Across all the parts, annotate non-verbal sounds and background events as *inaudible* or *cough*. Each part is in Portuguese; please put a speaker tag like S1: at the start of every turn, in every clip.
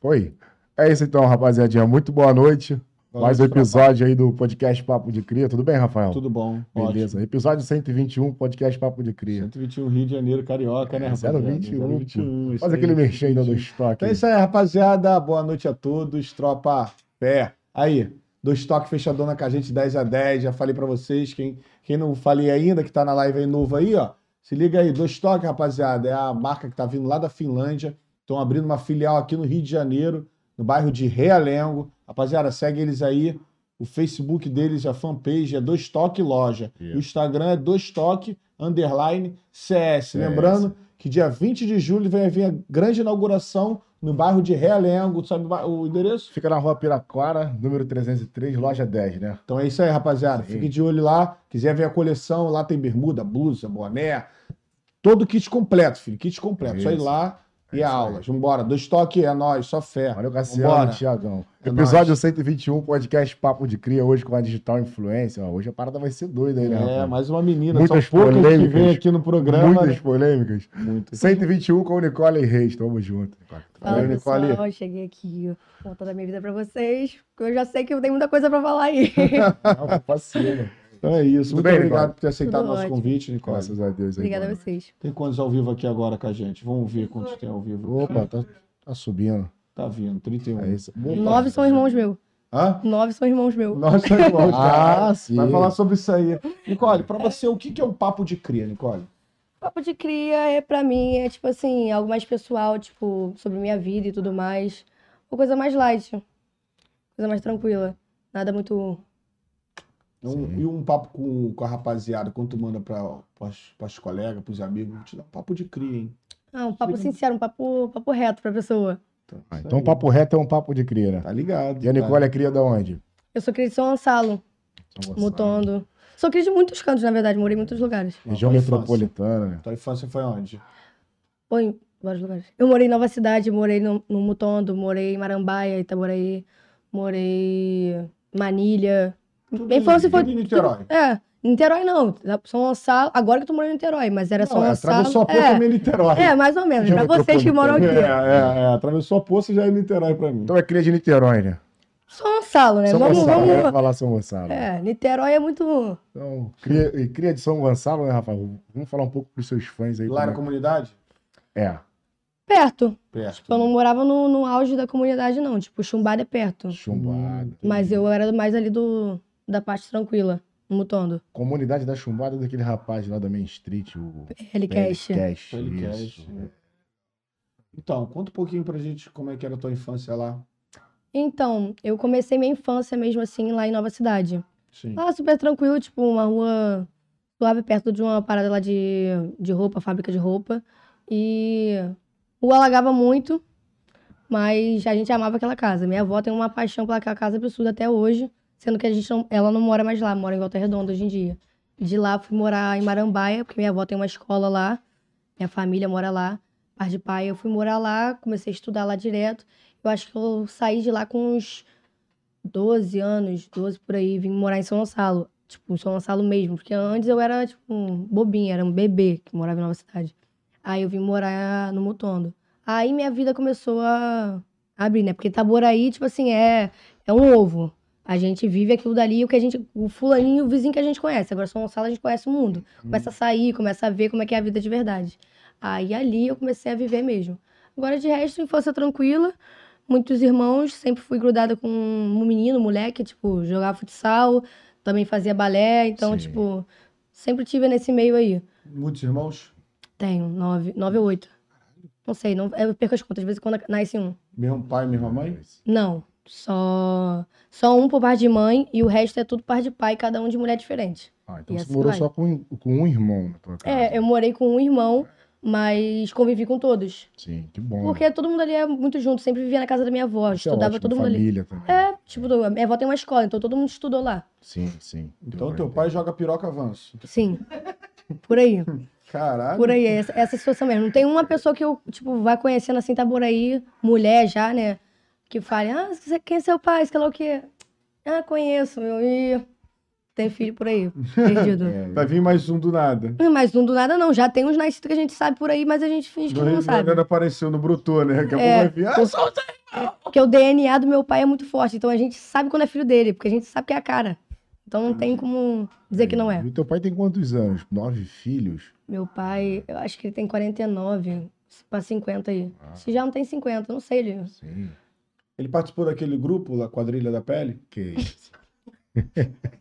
S1: Foi. É isso então, rapaziadinha. Muito boa noite.
S2: Boa
S1: Mais um
S2: noite,
S1: episódio aí do podcast Papo de Cria. Tudo bem, Rafael?
S2: Tudo bom.
S1: Beleza. Episódio 121, podcast Papo de
S2: Ótimo.
S1: Cria.
S2: 121 Rio de Janeiro, Carioca, né,
S1: É,
S2: rapaziada?
S1: 021,
S2: 021, isso
S1: Faz
S2: aí.
S1: aquele mexer ainda do
S2: 21.
S1: estoque.
S2: Então é isso aí, rapaziada. Boa noite a todos. Tropa pé. Aí, dois toques fechadona com a gente, 10 a 10. Já falei pra vocês. Quem, quem não falei ainda, que tá na live aí novo aí, ó. Se liga aí, dois toques, rapaziada. É a marca que tá vindo lá da Finlândia. Estão abrindo uma filial aqui no Rio de Janeiro, no bairro de Realengo. Rapaziada, segue eles aí. O Facebook deles, a fanpage é Dois Toque Loja.
S1: Yeah.
S2: O Instagram é Dois Toque Underline CS.
S1: É
S2: Lembrando que dia 20 de julho vai vir a grande inauguração no bairro de Realengo. Sabe o ba- o endereço?
S1: Fica na rua Piraquara, número 303, loja 10, né?
S2: Então é isso aí, rapaziada.
S1: Sim.
S2: Fique de olho lá. Quiser ver a coleção, lá tem bermuda, blusa, boné. Todo kit completo, filho. Kit completo. Só ir
S1: Isso.
S2: lá e
S1: É isso aí.
S2: aulas. Vambora. Dois toques é nóis, só fé.
S1: Valeu, Cassiano,
S2: Vambora.
S1: Tiagão.
S2: É
S1: Episódio 121, podcast Papo de Cria, hoje com a Digital Influência. Ó, Hoje a parada vai ser doida aí, né?
S2: É,
S1: Rafael?
S2: mais uma menina.
S1: Muitas
S2: São poucas que
S1: polêmicas.
S2: vem aqui no programa.
S1: Muitas
S2: né?
S1: polêmicas.
S2: *laughs* Muito.
S1: 121 com Nicole Reis. Tamo junto. Nicole.
S2: Valeu,
S3: Fala,
S1: Valeu,
S3: pessoal.
S2: Nicole.
S3: Eu cheguei aqui contando a minha vida pra vocês, porque eu já sei que eu tenho muita coisa pra falar aí. *laughs*
S1: Não, vacina.
S2: Então é isso.
S1: Tudo
S2: Muito
S1: bem,
S2: obrigado
S1: Nicole?
S2: por ter aceitado o
S3: Tudo
S2: nosso
S3: ótimo.
S2: convite, Nicole.
S1: Graças a Deus. aí,
S3: Obrigada a
S1: mano.
S3: vocês.
S2: Tem quantos ao vivo aqui agora com a gente? Vamos ver quantos tem ao vivo.
S1: Opa, tá, tá subindo.
S2: Tá vindo, 31.
S1: É isso. Opa.
S3: Nove são irmãos meus.
S2: Hã?
S3: Nove são irmãos meus.
S2: Nossa, irmão,
S1: Ah,
S2: cara.
S1: sim.
S2: Vai falar sobre isso aí. Nicole, pra você, o que que é um papo de cria, Nicole?
S3: Papo de cria é pra mim, é tipo assim, algo mais pessoal, tipo, sobre minha vida e tudo mais. Uma coisa mais light. Coisa mais tranquila. Nada muito.
S2: Um-
S1: Sim.
S2: e um papo com, com a rapaziada, quando tu manda pra, pras, pras colegas, pros amigos, te dá um papo de cria, hein?
S3: Ah, um papo sincero, um papo, papo reto pra pessoa.
S2: Então,
S1: Ah,
S2: isso
S1: então,
S2: aí.
S1: papo reto é um papo de cria, né?
S2: Tá ligado.
S1: E a
S2: tá?
S1: Nicole é cria da onde?
S3: Eu sou cria de São Gonçalo,
S1: São Gonçalo.
S3: Mutondo. Sou cria de muitos cantos, na verdade, morei em muitos lugares.
S1: Região
S2: Tua infância.
S1: metropolitana, né?
S2: Tua infância foi onde?
S3: Ou em vários lugares. Eu morei em Nova Cidade, morei no, no Mutondo, morei em Marambaia, Itaboraí, morei em Manilha. Minha infância foi.
S2: Tudo em Niterói.
S3: É, Niterói não. São Gonçalo. um Agora que eu tô morando em Niterói, mas era São
S2: Não, é, Atravessou
S3: Gonçalo.
S2: a poça
S3: É,
S2: meio Niterói. *laughs*
S3: é, mais ou menos.
S1: Já
S3: Pra
S1: voltou
S3: vocês que
S1: pro
S3: moram
S2: É,
S3: aqui.
S2: é, é, atravessou a poça já é Niterói pra mim.
S1: Então é cria de Niterói, né?
S3: São Gonçalo, né?
S2: um
S1: São
S3: vamos,
S1: Gonçalo, eu ia
S3: vamos.
S1: falar São Gonçalo.
S3: É, Niterói é muito.
S1: Então, cria, e cria de São Gonçalo, né, Rafael? Vamos falar um pouco pros seus fãs aí.
S2: Lá na
S1: como
S2: comunidade?
S1: é. É,
S3: perto.
S2: Perto.
S3: Eu não morava no, no auge da comunidade, não. Tipo, chumbada é perto.
S1: chumbada.
S3: Hum, Mas eu era mais ali do, da parte tranquila, no Mutondo.
S1: Comunidade da chumbada é daquele rapaz lá da Main Street, o
S3: Helicash.
S1: Cash.
S2: Ele quer, é. Então, conta um pouquinho pra gente como é que era a tua infância lá.
S3: Então, eu comecei minha infância mesmo assim lá em Nova Cidade.
S2: Sim.
S3: Lá super tranquilo, tipo, uma rua suave perto de uma parada lá de, de roupa, fábrica de roupa. E o alagava muito, mas a gente amava aquela casa. Minha avó tem uma paixão pela aquela casa absurda até hoje, sendo que a gente não, ela não mora mais lá, mora em Volta Redonda hoje em dia. De lá fui morar em Marambaia, porque minha avó tem uma escola lá, minha família mora lá, parte de pai. Eu fui morar lá, comecei a estudar lá direto. Eu acho que eu saí de lá com uns 12 anos, 12 por aí, vim morar em São Gonçalo. Tipo, em São Gonçalo mesmo. Porque antes eu era, tipo, um bobinha, era um bebê que morava em Nova Cidade. Aí eu vim morar no Mutondo. Aí minha vida começou a abrir, né? Porque Itaboraí, tipo assim, é, é um ovo. A gente vive aquilo dali, o que a gente. O fulaninho, o vizinho que a gente conhece. Agora, São Gonçalo, a gente conhece o mundo. Começa a sair, começa a ver como é que é a vida de verdade. Aí ali eu comecei a viver mesmo. Agora, de resto, infância tranquila muitos irmãos, sempre fui grudada com um menino, um moleque, tipo, jogava futsal, também fazia balé, então,
S1: Sim.
S3: tipo, sempre tive nesse meio aí.
S2: Muitos irmãos?
S3: Tenho nove, nove ou oito. Não sei, não, eu perco as contas, de vez em quando nasce um.
S2: Mesmo pai, mesma mãe?
S3: Não, só, só um por par de mãe e o resto é tudo par de pai, cada um de mulher diferente.
S1: Ah, então
S3: E
S1: você
S3: assim
S1: morou
S3: vai.
S1: só com, com um irmão na tua casa.
S3: É, eu morei com um irmão, mas convivi com todos.
S1: Sim, que bom. né?
S3: Porque todo mundo ali é muito junto, sempre vivia na casa da minha avó,
S1: Isso é
S3: estudava
S1: ótimo,
S3: todo mundo ali.
S1: família Também.
S3: É, tipo, a minha avó tem uma escola, então todo mundo estudou lá.
S1: Sim, sim.
S2: Então
S1: Deu
S2: teu
S1: pra
S2: pai joga piroca avanço.
S3: Sim. Por aí.
S2: Caralho.
S3: Por aí. é Essa, essa situação mesmo. Não tem uma pessoa que eu, tipo, vai conhecendo assim, tá por aí, mulher já, né? Que fale, ah, você- quem é seu pai? Sei lá o quê. Ah, conheço, meu. E tem filho por *laughs* aí. Perdido.
S1: entender.
S2: Vai vir mais um do nada.
S3: Não, Mas um do nada não. Já tem uns nascidos que a gente sabe por aí, mas a gente finge que
S2: Do Rio
S3: não
S2: de Janeiro
S3: sabe.
S2: apareceu no Brutô, né? Daqui a pouco
S3: É.
S2: vai vir. Ah, eu sou o Zé!
S3: Porque o DNA do meu pai é muito forte, então a gente sabe quando é filho dele, porque a gente sabe que é a cara. Então não tem como dizer que não é.
S1: E o teu pai tem quantos anos? Nove filhos?
S3: Meu pai, eu acho que ele tem 49 pra 50 aí.
S1: Ah.
S3: Se já não tem 50, não sei, ele.
S1: Sim.
S2: Ele participou daquele grupo, da Quadrilha da Pele?
S1: Que
S2: *laughs*
S1: isso.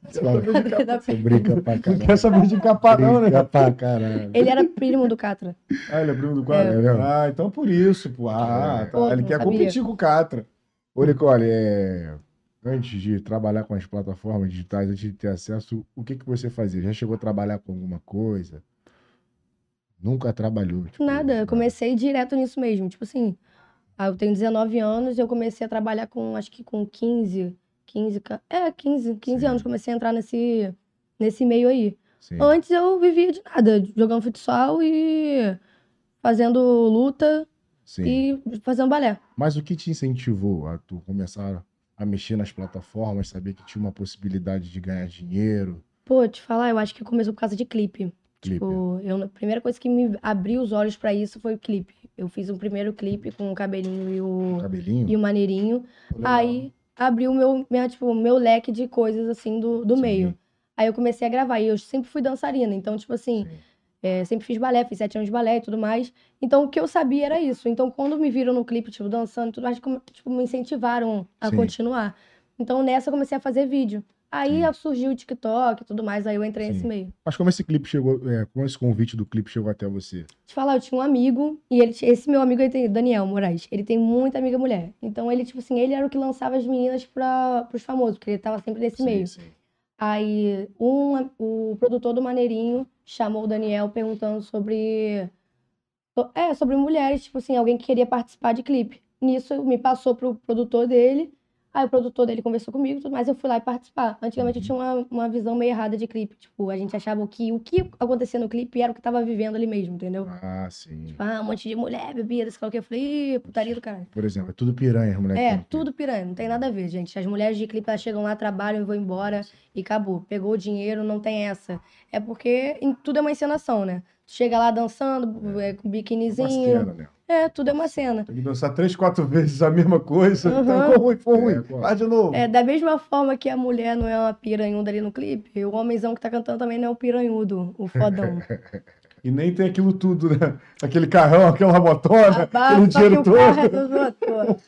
S1: Você
S3: *laughs* Da-
S1: você brinca pra
S2: Não quer
S1: caralho.
S2: saber de capar, não, né?
S1: Brinca pra caralho.
S3: Ele era primo do Catra.
S2: Ah, ele é primo do
S1: É.
S2: quadro?
S1: É mesmo?
S2: Ah, então por isso, pô. Ah,
S1: É.
S2: tá.
S3: Outro,
S2: ele quer
S3: sabia?
S2: competir com o Catra.
S1: Ô, Nicole, é, antes de trabalhar com as plataformas digitais, antes de ter acesso, o que, que você fazia? Já chegou a trabalhar com alguma coisa? Nunca trabalhou? tipo,
S3: Nada, eu comecei direto nisso mesmo. Tipo assim, ah, eu tenho 19 anos e eu comecei a trabalhar com, acho que com 15, 15, ca- é, 15, 15
S1: Sim.
S3: anos. Comecei a entrar nesse, nesse meio aí.
S1: Sim.
S3: Antes eu vivia de nada, jogando futsal e fazendo luta
S1: sim.
S3: e fazendo balé.
S1: Mas o que te incentivou a tu começar a mexer nas plataformas, saber que tinha uma possibilidade de ganhar dinheiro?
S3: Pô, te falar, eu acho que começou por causa de clipe.
S1: Clipe.
S3: Tipo, eu, a primeira coisa que me abriu os olhos pra isso foi o clipe. Eu fiz um primeiro clipe com o cabelinho e o,
S1: Cabelinho?
S3: e o maneirinho.
S2: Legal.
S3: Aí abriu meu, minha, tipo, meu leque de coisas assim do, do
S1: Sim.
S3: meio. Aí eu comecei a gravar. E eu sempre fui dançarina. Então, tipo assim,
S1: Sim.
S3: é, sempre fiz balé, fiz sete anos de balé e tudo mais. Então, o que eu sabia era isso. Então, quando me viram no clipe, tipo, dançando e tudo mais, como- tipo, me incentivaram a
S1: Sim.
S3: continuar. Então, nessa eu comecei a fazer vídeo. Aí surgiu o TikTok e tudo mais, aí eu entrei nesse
S1: Sim.
S3: meio.
S1: Mas como esse clipe chegou, é, como esse convite do clipe chegou até você?
S3: te falar, eu tinha um amigo, e ele, esse meu amigo, ele tem, Daniel Moraes, ele tem muita amiga mulher. Então ele, tipo assim, ele era o que lançava as meninas pra, pros famosos, porque ele tava sempre nesse meio.
S1: sim.
S3: Aí um, o produtor do Maneirinho chamou o Daniel perguntando sobre. so- É, sobre mulheres, tipo assim, alguém que queria participar de clipe. Nisso me passou pro produtor dele. Aí o produtor dele conversou comigo, e tudo mais, eu fui lá e participar. Antigamente eu tinha uma, uma visão meio errada de clipe. Tipo, a gente achava que o que acontecia no clipe era o que tava vivendo ali mesmo, entendeu?
S1: Ah, sim.
S3: Tipo, ah, um monte de mulher, bebida, sei lá o que. Eu falei, ih, putaria do caralho.
S1: Por exemplo, é tudo piranha, as mulheres.
S3: É,
S1: que-
S3: tudo piranha, não tem nada a ver, gente. As mulheres de clipe, elas chegam lá, trabalham e vão embora e acabou. Pegou o dinheiro, não tem essa. É porque em- tudo é uma encenação, né? Tu chega lá dançando, é, com
S1: Uma
S3: biquinizinho.
S1: cena, né?
S3: É, tudo é uma cena.
S2: Tem que dançar três, quatro vezes a mesma coisa.
S3: Uhum.
S2: Então, ficou ruim, ficou ruim.
S1: É, pô.
S2: Faz de novo.
S3: É, da mesma forma que a mulher não é uma piranhuda ali no clipe, o homenzão que tá cantando também não é o piranhudo, o fodão.
S2: E nem tem aquilo tudo, né? Aquele carrão, aquela motona, aquele
S3: Abafa que
S2: dinheiro
S3: o carro é
S2: todo.
S3: dos outros.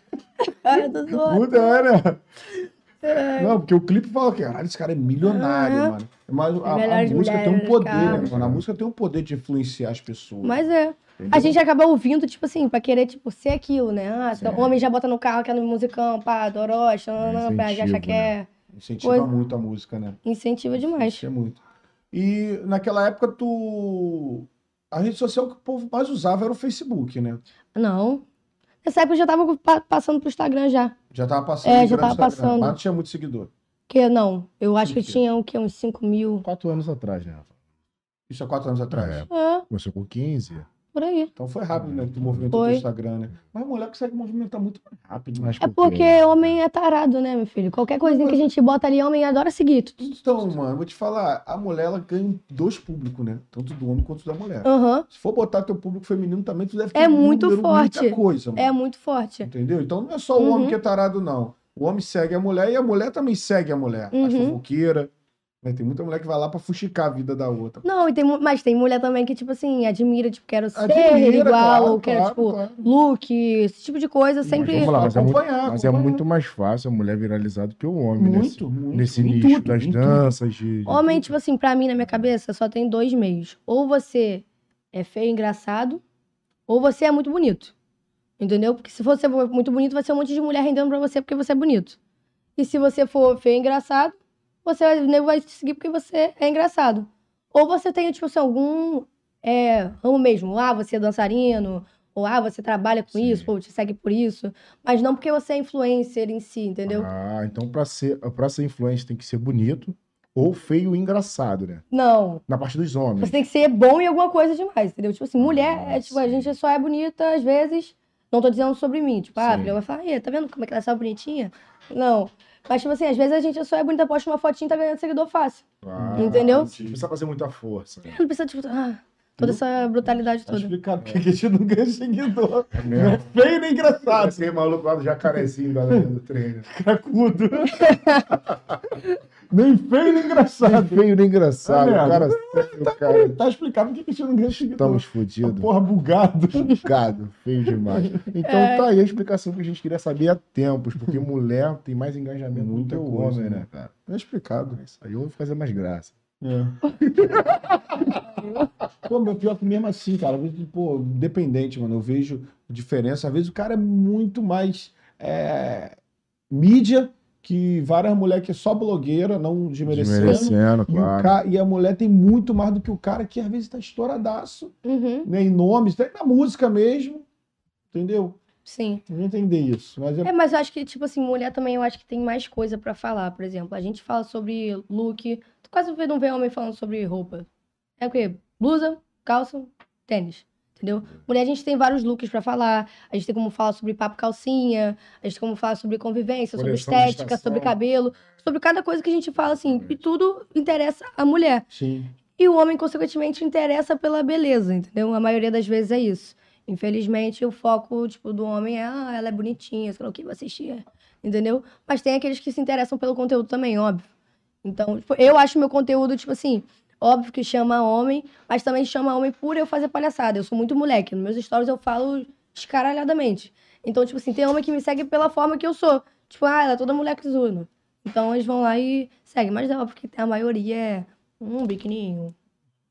S3: O carro é dos outros.
S2: Puta, é, né?
S3: É.
S2: Não, porque o clipe fala que caralho, esse cara é milionário,
S3: Aham.
S2: mano. Mas a- a,
S3: Melhores
S2: música tem um
S3: mulheres,
S2: poder, né,
S3: carros.
S2: mano? A música tem um poder de influenciar as pessoas.
S3: Mas é. A
S2: Tipo, entendeu?
S3: gente acaba ouvindo, tipo assim, pra querer, tipo, ser aquilo, né? Ah,
S1: Sim.
S3: então, homem já bota no carro aquele musicão, pá,
S2: É
S3: dorocha, nananã, pra já
S1: incentivo,
S3: achar que
S2: né?
S3: é.
S2: Incentiva
S3: Pois-
S2: muito a música, né?
S3: Incentiva demais.
S2: Isso é muito. E naquela época tu. A rede social que o povo mais usava era o Facebook, né?
S3: Não. Nessa época eu já tava pa- passando pro Instagram já.
S2: Já tava passando.
S3: É,
S2: era
S3: já
S2: no
S3: tava
S2: Instagram,
S3: passando.
S2: Mas não tinha muito seguidor.
S3: Que não, eu acho que
S2: Mentira.
S3: tinha o quê? Uns 5 mil.
S1: Quatro anos atrás, né, Rafa?
S2: Isso há quatro anos atrás.
S1: É.
S3: É,
S1: Começou com 15.
S3: por aí.
S2: Então foi rápido, né? Que tu movimentou o
S3: Foi.
S2: teu Instagram, né? Mas mulher consegue movimentar muito mais rápido. né? Mas...
S1: Mas
S3: É
S1: por
S3: porque
S1: quê?
S3: homem é tarado, né, meu filho? Qualquer coisinha que a gente bota ali, homem adora seguir. Tu-
S2: Então, mano, eu vou te falar, a mulher ela ganha dois públicos, né? Tanto do homem quanto da mulher.
S3: Aham.
S2: Se for botar teu público feminino também, tu deve ter um
S3: É muito forte.
S2: muita coisa, mano.
S3: É muito forte.
S2: Entendeu? Então não é só o
S3: Uhum.
S2: homem que é tarado, não. O homem segue a mulher e a mulher também segue a mulher. As
S3: Uhum.
S2: fofoqueiras. né? Tem muita mulher que vai lá pra fuxicar a vida da outra.
S3: Não, e tem, mu- mas tem mulher também que, tipo assim, admira, tipo, quero ser
S2: Admira,
S3: igual,
S2: claro,
S3: quero,
S2: claro,
S3: tipo,
S2: claro.
S3: look, esse tipo de coisa, sempre.
S1: vamos lá, mas é muito-
S2: acompanhar,
S1: Mas é
S2: acompanhar.
S1: muito mais fácil a mulher viralizar do que o homem, né?
S2: Muito, muito.
S1: nesse
S2: Em
S1: nicho
S2: tudo,
S1: das
S2: em tudo.
S1: danças. De, de-
S3: Homem, tipo assim, pra mim, na minha cabeça, só tem dois meios. Ou você é feio e engraçado, ou você é muito bonito. Entendeu? Porque se você for muito bonito, vai ser um monte de mulher rendendo pra você porque você é bonito. E se você for feio e engraçado, você vai- nego vai te seguir porque você é engraçado. Ou você tem, tipo assim, algum é, ramo mesmo. Ah, você é dançarino, ou ah, você trabalha com
S1: Sim.
S3: isso, ou te segue por isso. Mas não porque você é influencer em si, entendeu?
S1: Ah, então pra ser, pra ser influente tem que ser bonito ou feio e engraçado, né?
S3: Não.
S1: Na parte dos homens.
S3: Você tem que ser bom em alguma coisa demais, entendeu? Tipo assim, mulher, é, tipo, a
S1: Sim.
S3: gente só é bonita às vezes. Não tô dizendo sobre mim. Tipo, ah, a
S1: Sim.
S3: mulher vai falar, "Ih, tá vendo como é que ela é só bonitinha? Não. Mas, tipo assim, às vezes a gente só é bonita, posta uma fotinha e tá ganhando seguidor fácil.
S1: Ah,
S3: *laughs* Entendeu? *laughs*
S1: Não precisa fazer muita força. né?
S3: Não precisa, tipo, ah, toda essa brutalidade
S2: Tá
S3: toda.
S2: explicado *laughs* porque que a gente não ganha seguidor.
S1: É
S2: Não é
S1: mesmo.
S2: feio nem engraçado.
S1: Passei maluco lá do jacarezinho lá dentro do treino.
S2: Cracudo. *laughs* nem feio nem
S1: Tá
S2: engraçado.
S1: feio nem engraçado.
S2: É
S1: o
S2: mesmo.
S1: cara sério,
S2: Tá,
S1: cara.
S2: tá explicado porque que a gente não ganha seguidor.
S1: Estamos fodidos.
S2: Tá Porra, bugado.
S1: Complicado, feio demais. Então tá aí a explicação que a gente queria saber há tempos, porque mulher tem mais engajamento
S2: Muita
S1: do que o
S2: coisa,
S1: homem,
S2: né?
S1: né, cara?
S2: Tá explicado.
S1: Isso aí eu vou fazer mais graça.
S2: É. *laughs* Pô, meu pior que mesmo assim, cara, às vezes, pô, dependente, mano, eu vejo diferença. Às vezes o cara é muito mais é, mídia que várias mulheres que é só blogueira, não desmerecendo.
S1: Desmerecendo,
S2: E, o
S1: claro.
S2: ca- e a mulher tem muito mais do que o cara que às vezes tá estouradaço,
S3: Uhum,
S2: né? Em nomes, até na música mesmo. Entendeu?
S3: sim.
S2: Eu Não entender isso. Mas é.
S3: É, mas eu acho que, tipo assim, mulher também eu acho que tem mais coisa pra falar. Por exemplo, a gente fala sobre look. Tu quase vê- não vê homem falando sobre roupa. É o quê? Blusa, calça, tênis.
S1: É.
S3: Entendeu? Mulher, a gente tem vários looks pra falar. A gente tem como falar sobre papo calcinha, a gente tem como falar sobre convivência, sobre
S1: Coleção de
S3: estética,
S1: estação.
S3: sobre cabelo, sobre cada coisa que a gente fala, assim. E tudo interessa a mulher.
S2: Sim.
S3: E o homem, consequentemente, interessa pela beleza, entendeu? A maioria das vezes é isso. Infelizmente, o foco, tipo, do homem é, ah, ela é bonitinha, sei lá o que, vai assistir, entendeu? Mas tem aqueles que se interessam pelo conteúdo também, óbvio. Então, tipo, eu acho meu conteúdo, tipo assim, óbvio que chama homem, mas também chama homem por eu fazer palhaçada. Eu sou muito moleque, nos meus stories eu falo escaralhadamente. Então, tipo assim, tem homem que me segue pela forma que eu sou. Tipo, ah, ela é toda moleque zona. Então, eles vão lá e seguem. Mas é óbvio que a maioria é um biquininho,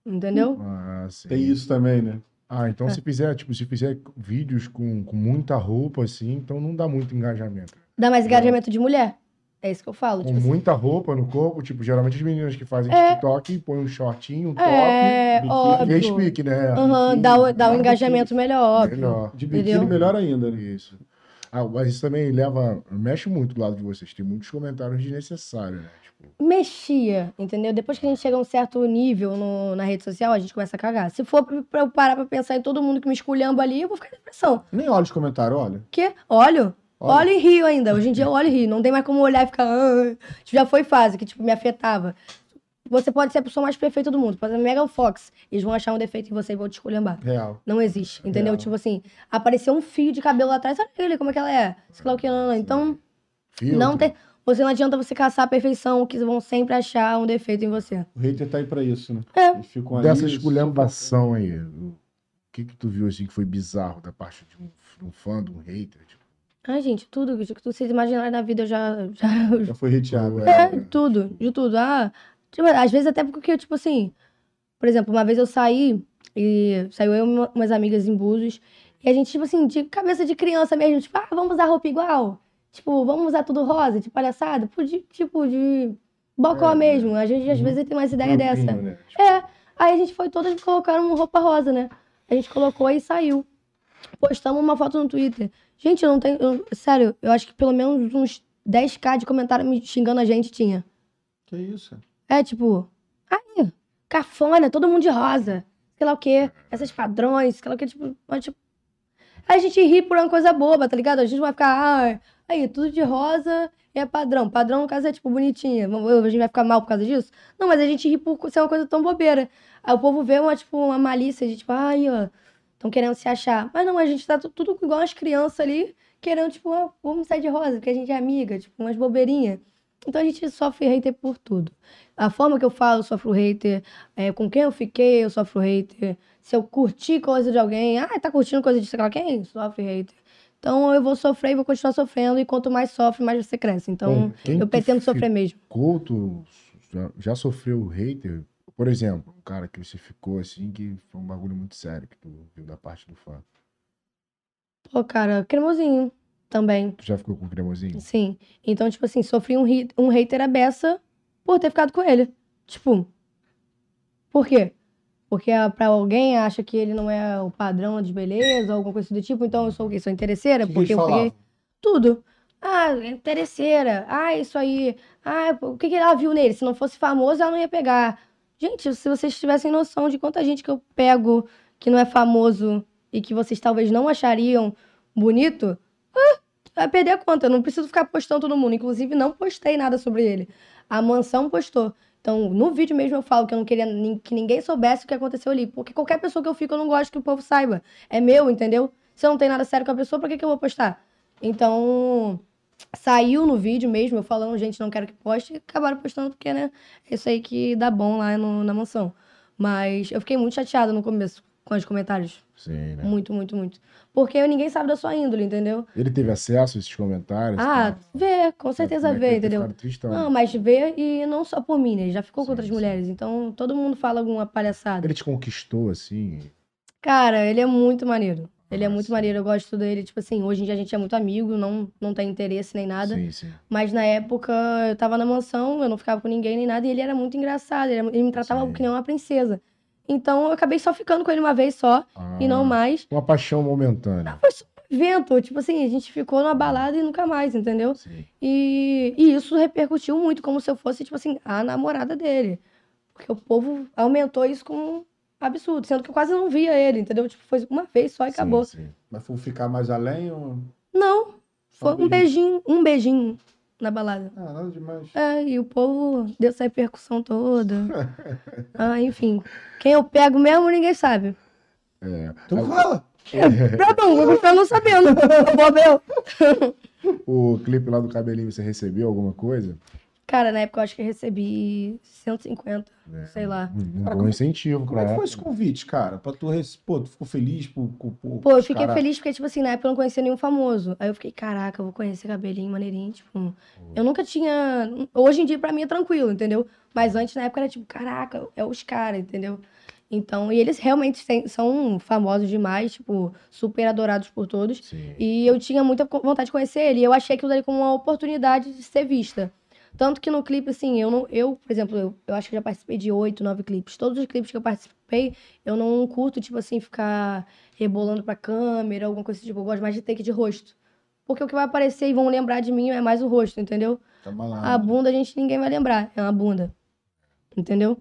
S3: entendeu?
S1: Ah, sim.
S2: Tem isso também, né?
S1: Ah, então se fizer, tipo, se fizer vídeos com, com muita roupa, assim, então não dá muito engajamento.
S3: Dá mais engajamento de mulher. É isso que eu falo.
S1: Com
S3: tipo assim.
S1: muita roupa no corpo, tipo, geralmente as meninas que fazem
S3: É.
S1: TikTok põem um shortinho, um top,
S3: É,
S1: biquíni,
S3: óbvio.
S1: e explique, né?
S3: Aham, dá, o- dá um engajamento melhor, óbvio.
S1: Melhor.
S2: De biquíni,
S3: Entendeu?
S2: melhor ainda, né?
S1: Isso. Ah, mas isso também leva. Mexe muito do lado de vocês. Tem muitos comentários desnecessários, né? Tipo,
S3: mexia, entendeu? Depois que a gente chega a um certo nível no- na rede social, a gente começa a cagar. Se for pra- pra eu parar pra pensar em todo mundo que me esculhamba ali, eu vou ficar em depressão.
S2: Nem olha os comentários, olha.
S3: Porque, olho,
S2: Olha.
S3: olho e rio ainda. Hoje em dia eu olho e rio. Não tem mais como olhar e ficar... "Ah". Tipo, já foi fase que, tipo, me afetava. Você pode ser a pessoa mais perfeita do mundo. Por exemplo, Megan Fox. Eles vão achar um defeito em você e vão te esculhambar.
S2: Real.
S3: Não existe, entendeu?
S2: Real.
S3: Tipo assim, apareceu um fio de cabelo lá atrás. Olha ele, como é que ela é? Sei lá o que, não, não, não. Então...
S1: filtro.
S3: Não tem. Você não adianta você caçar a perfeição, que vão sempre achar um defeito em você.
S2: O hater tá aí pra isso, né?
S3: É.
S2: Eles ficam ali.
S1: Dessa esculhambação aí, o que que tu viu assim que foi bizarro da parte de um, de um fã, de um hater?
S3: *laughs*
S1: Tipo,
S3: Ai, gente, tudo que que vocês imaginarem na vida eu já. *laughs* já...
S2: Já foi hateado.
S1: Ué.
S3: É, tudo, de tudo. Ah, tipo, às vezes até porque, tipo assim. Por exemplo, uma vez eu saí, e saiu eu e uma- umas amigas em Búzios, e a gente, tipo assim, de cabeça de criança mesmo, tipo, ah, vamos usar roupa igual. Tipo, vamos usar tudo rosa, de palhaçada, tipo, de, tipo, de bocó
S1: É, né?
S3: mesmo. A gente às vezes tem mais ideia
S1: campinho,
S3: dessa.
S1: né? Tipo,
S3: É, aí a gente foi todas colocaram roupa rosa, né? A gente colocou e saiu. Postamos uma foto no Twitter. Gente, eu não tenho. eu- sério, eu acho que pelo menos uns 10k de comentário me xingando a gente tinha.
S2: Que isso?
S3: É tipo, aí, cafona, todo mundo de rosa, sei lá o quê, essas padrões, sei lá o quê, tipo, mas, tipo. Aí a gente ri por uma coisa boba, tá ligado? A gente vai ficar, ah, aí, tudo de rosa e é padrão. Padrão, no caso, é tipo bonitinha. Vamos- A gente vai ficar mal por causa disso? Não, mas a gente ri por ser uma coisa tão bobeira. Aí o povo vê uma, tipo, uma malícia de tipo, ai, ó, estão querendo se achar. Mas não, a gente tá tu- tudo igual as crianças ali, querendo, tipo, ah, vamos sair de rosa, porque a gente é amiga, tipo, umas bobeirinhas. Então a gente sofre hater por tudo. A forma que eu falo, eu sofro hater. É, com quem eu fiquei, eu sofro hater. Se eu curti coisa de alguém, ah, tá curtindo coisa de sei lá quem, sofre hater. Então eu vou sofrer e vou continuar sofrendo. E quanto mais sofre, mais você cresce. Então
S1: quem
S3: eu
S1: tu
S3: pretendo
S1: ficou,
S3: sofrer mesmo.
S1: tu já, já sofreu hater? Por exemplo, um cara que você ficou assim, que foi um bagulho muito sério que tu viu da parte do fã.
S3: Pô, cara, cremosinho também.
S1: Tu já ficou com cremosinho?
S3: Sim. Então, tipo assim, sofri um, hit, um hater à beça por ter ficado com ele. Tipo, por quê? Porque ah, pra alguém acha que ele não é o padrão de beleza, alguma coisa do tipo, então eu sou o quê? Sou interesseira?
S2: O que
S3: porque
S2: eles
S3: eu peguei
S2: falavam?
S3: tudo. Ah, é interesseira. Ah, isso aí. Ah, o que que ela viu nele? Se não fosse famoso, ela não ia pegar. Gente, se vocês tivessem noção de quanta gente que eu pego que não é famoso e que vocês talvez não achariam bonito, ah, vai perder a conta. Eu não preciso ficar postando todo mundo. Inclusive, não postei nada sobre ele. A mansão postou. Então, no vídeo mesmo eu falo que eu não queria nin- que ninguém soubesse o que aconteceu ali. Porque qualquer pessoa que eu fico, eu não gosto que o povo saiba. É meu, entendeu? Se eu não tenho nada sério com a pessoa, pra que, que eu vou postar? Então, saiu no vídeo mesmo, eu falando, gente, não quero que poste. E acabaram postando porque, né? É isso aí que dá bom lá no- na mansão. Mas eu fiquei muito chateada no começo com os comentários.
S1: Sim, né?
S3: Muito, muito, muito. Porque ninguém sabe da sua índole, entendeu?
S1: Ele teve acesso a esses comentários?
S3: Ah,
S1: tá? é
S3: vê, com certeza
S1: Deve ter
S3: vê, entendeu?
S1: ficado tristão.
S3: Não, mas vê e não só por mim, né? Ele já ficou
S1: Sim,
S3: com outras
S1: sim.
S3: mulheres, então todo mundo fala alguma palhaçada.
S1: Ele te conquistou, assim.
S3: Cara, ele é muito maneiro. Ele é
S1: Ah,
S3: muito
S1: sim.
S3: maneiro, eu gosto dele. Tipo assim, hoje em dia a gente é muito amigo, não, não tem interesse nem nada.
S1: Sim, sim.
S3: Mas na época eu tava na mansão, eu não ficava com ninguém nem nada, e ele era muito engraçado, ele, era- ele me tratava
S1: Sim.
S3: que nem uma princesa. Então eu acabei só ficando com ele uma vez só,
S1: Ah,
S3: e não mais.
S1: Uma paixão momentânea.
S3: Foi só um evento, tipo assim, a gente ficou numa balada e nunca mais, entendeu?
S1: Sim.
S3: E, e isso repercutiu muito, como se eu fosse, tipo assim, a namorada dele. Porque o povo aumentou isso como um absurdo, sendo que eu quase não via ele, entendeu? Tipo, foi uma vez só e acabou.
S1: Sim, sim.
S2: Mas foi ficar mais além ou.
S3: Não,
S2: só
S3: foi um beijinho, um beijinho na balada.
S2: Ah, nada demais.
S3: É, e o povo deu essa repercussão toda. *laughs* Ah, enfim. Quem eu pego mesmo, ninguém sabe.
S2: Então fala!
S3: Pra não, eu vou ficar não sabendo. *laughs* Ô, Bobel.
S1: O clipe lá do cabelinho, você recebeu alguma coisa?
S3: Cara, na época eu acho que eu recebi 150, sei lá.
S1: Um, um
S2: Cara,
S1: bom
S2: como-
S1: incentivo
S2: Como
S1: pra
S2: é que
S1: ela.
S2: foi esse convite, cara? Pra tu. rece- Pô, tu ficou feliz por. por, por-
S3: Pô, eu fiquei
S2: cara-
S3: feliz porque, tipo assim, na época eu não conhecia nenhum famoso. Aí eu fiquei, caraca, eu vou conhecer cabelinho maneirinho, tipo. Eu nunca tinha. Hoje em dia, pra mim, é tranquilo, entendeu? Mas antes, na época, era tipo, caraca, é os caras, entendeu? Então, e eles realmente têm- são famosos demais, tipo, super adorados por todos.
S1: Sim.
S3: E eu tinha muita co- vontade de conhecer ele. E eu achei aquilo dali como uma oportunidade de ser vista. Tanto que no clipe, assim, eu não. Eu, por exemplo, eu, eu acho que eu já participei de oito, nove clipes. Todos os clipes que eu participei, eu não curto, tipo assim, ficar rebolando pra câmera, alguma coisa tipo. Eu gosto mais de take de rosto. Porque o que vai aparecer e vão lembrar de mim é mais o rosto, entendeu?
S2: Tá
S3: A
S2: malandro.
S3: bunda a gente ninguém vai lembrar. É uma bunda. Entendeu?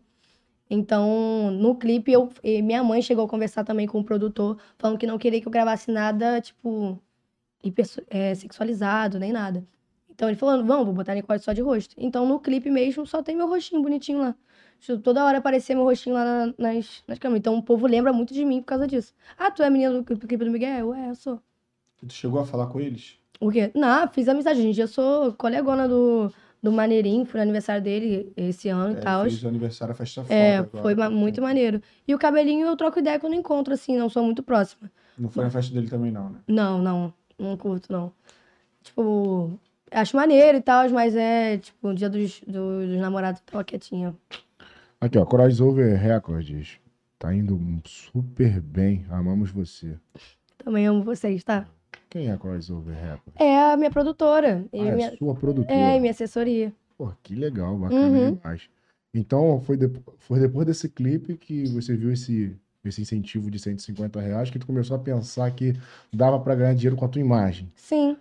S3: Então, no clipe, eu, e minha mãe chegou a conversar também com o produtor, falando que não queria que eu gravasse nada, tipo, hiperso- é, sexualizado, nem nada. Então, ele falando, vamos, vou botar Nicole só de rosto. Então, no clipe mesmo, só tem meu rostinho bonitinho lá. Tipo, Toda hora aparecia meu rostinho lá na- nas, nas câmeras. Então, o povo lembra muito de mim por causa disso. Ah, tu é a menina do, do clipe do Miguel? Eu, é, eu sou.
S2: Tu chegou a falar com eles?
S3: O quê? Não, fiz amizade. Gente, eu sou colegona do, do Maneirinho, foi no aniversário dele esse ano e
S2: É,
S3: tal.
S2: Fez o aniversário, a festa foda.
S3: É,
S2: agora.
S3: foi ma- muito maneiro. E o cabelinho eu troco ideia quando encontro, assim, não sou muito próxima.
S2: Não foi na festa dele também, não, né?
S3: Não, não, não curto, não. Tipo, acho maneiro e tal, mas é, tipo, o dia dos, do- dos namorados tá eu tava quietinha.
S1: Aqui, ó, Crossover Records. Tá indo super bem. Amamos você.
S3: Também amo vocês, tá?
S1: Quem é a Crossover Records?
S3: É a minha produtora. E
S1: Ah, é
S3: minha,
S1: sua produtora.
S3: é, e minha assessoria.
S1: Pô, que legal, bacana
S3: Uhum.
S1: demais. Então, foi, depo- foi depois desse clipe que você viu esse, esse incentivo de 150 reais que tu começou a pensar que dava pra ganhar dinheiro com a tua imagem.
S3: Sim.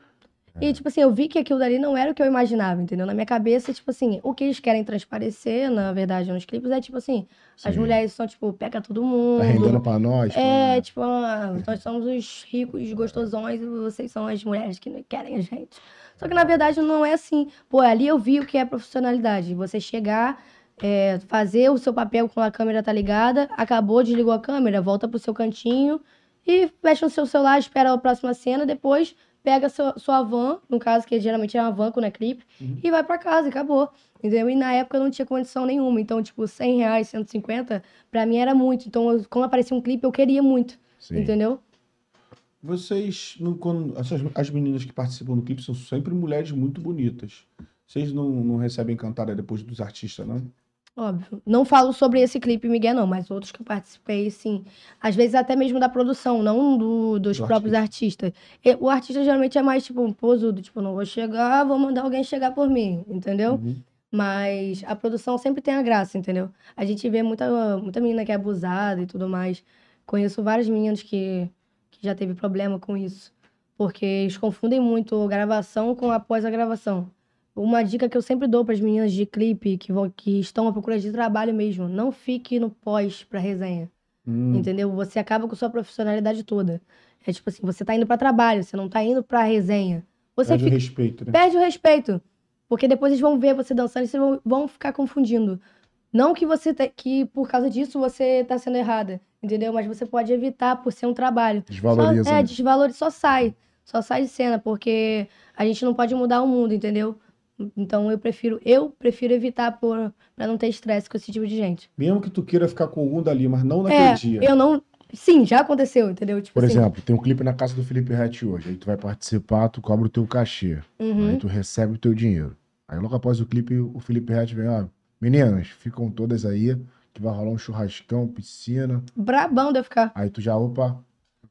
S3: E, tipo assim, eu vi que aquilo dali não era o que eu imaginava, entendeu? Na minha cabeça, tipo assim, o que eles querem transparecer, na verdade, nos clipes, é tipo assim, as
S1: Sim.
S3: mulheres são, tipo, pega todo
S1: Tá rendendo
S3: mundo.
S1: pra nós?
S3: É, tipo, ah, nós somos os ricos, gostosões, e vocês são as mulheres que não querem a gente. Só que, na verdade, não é assim. Pô, ali eu vi o que é profissionalidade. Você chegar, é, fazer o seu papel quando a câmera tá ligada, acabou, desligou a câmera, volta pro seu cantinho e mexe no seu celular, espera a próxima cena, depois pega sua, sua van, no caso, que geralmente é uma van quando é clipe, e vai pra casa, e acabou. Entendeu? E na época eu não tinha condição nenhuma. Então, tipo, 100 reais, 150, pra mim era muito. Então, eu- quando aparecia um clipe, eu queria muito.
S1: Sim.
S3: Entendeu?
S2: Vocês, não, quando, essas, as meninas que participam do clipe são sempre mulheres muito bonitas. Vocês não, não recebem cantada depois dos artistas, não?
S3: Óbvio. Não falo sobre esse clipe, Miguel, não, mas outros que eu participei, sim. Às vezes até mesmo da produção, não do- dos
S2: Do
S3: próprios artistas. E O artista geralmente é mais, tipo, um posudo. Tipo, não vou chegar, vou mandar alguém chegar por mim. Entendeu?
S2: Uhum.
S3: Mas a produção sempre tem a graça, entendeu? A gente vê muita, muita menina que é abusada e tudo mais. Conheço várias meninas que, que já teve problema com isso. Porque eles confundem muito gravação com após a gravação. Uma dica que eu sempre dou para as meninas de clipe que, vão, que estão à procura de trabalho mesmo: não fique no pós para resenha.
S2: Hum.
S3: Entendeu? Você acaba com sua profissionalidade toda. É tipo assim: você tá indo para trabalho, você não tá indo para resenha. Você
S2: Perde o
S3: fica
S2: respeito, né?
S3: perde o respeito. Porque depois eles vão ver você dançando e vocês vão, vão ficar confundindo. Não que você te- que por causa disso você tá sendo errada, entendeu? Mas você pode evitar por ser um trabalho.
S1: Desvaloriza.
S3: Só, é,
S1: né?
S3: desvaloriza, só sai. Só sai de cena, porque a gente não pode mudar o mundo, entendeu? Então eu prefiro, eu prefiro evitar por, pra não ter estresse com esse tipo de gente.
S2: Mesmo que tu queira ficar com algum dali, mas não naquele
S3: É,
S2: dia.
S3: eu não. Sim, já aconteceu, entendeu? Tipo
S1: Por
S3: assim,
S1: exemplo, tem um clipe na casa do Felipe Ret hoje. Aí tu vai participar, tu cobra o teu cachê.
S3: uhum.
S1: Aí tu recebe o teu dinheiro. Aí logo após o clipe, o Felipe Ret vem, ó. Meninas, ficam todas aí, que vai rolar um churrascão, piscina.
S3: brabão de eu ficar.
S1: Aí tu já, opa,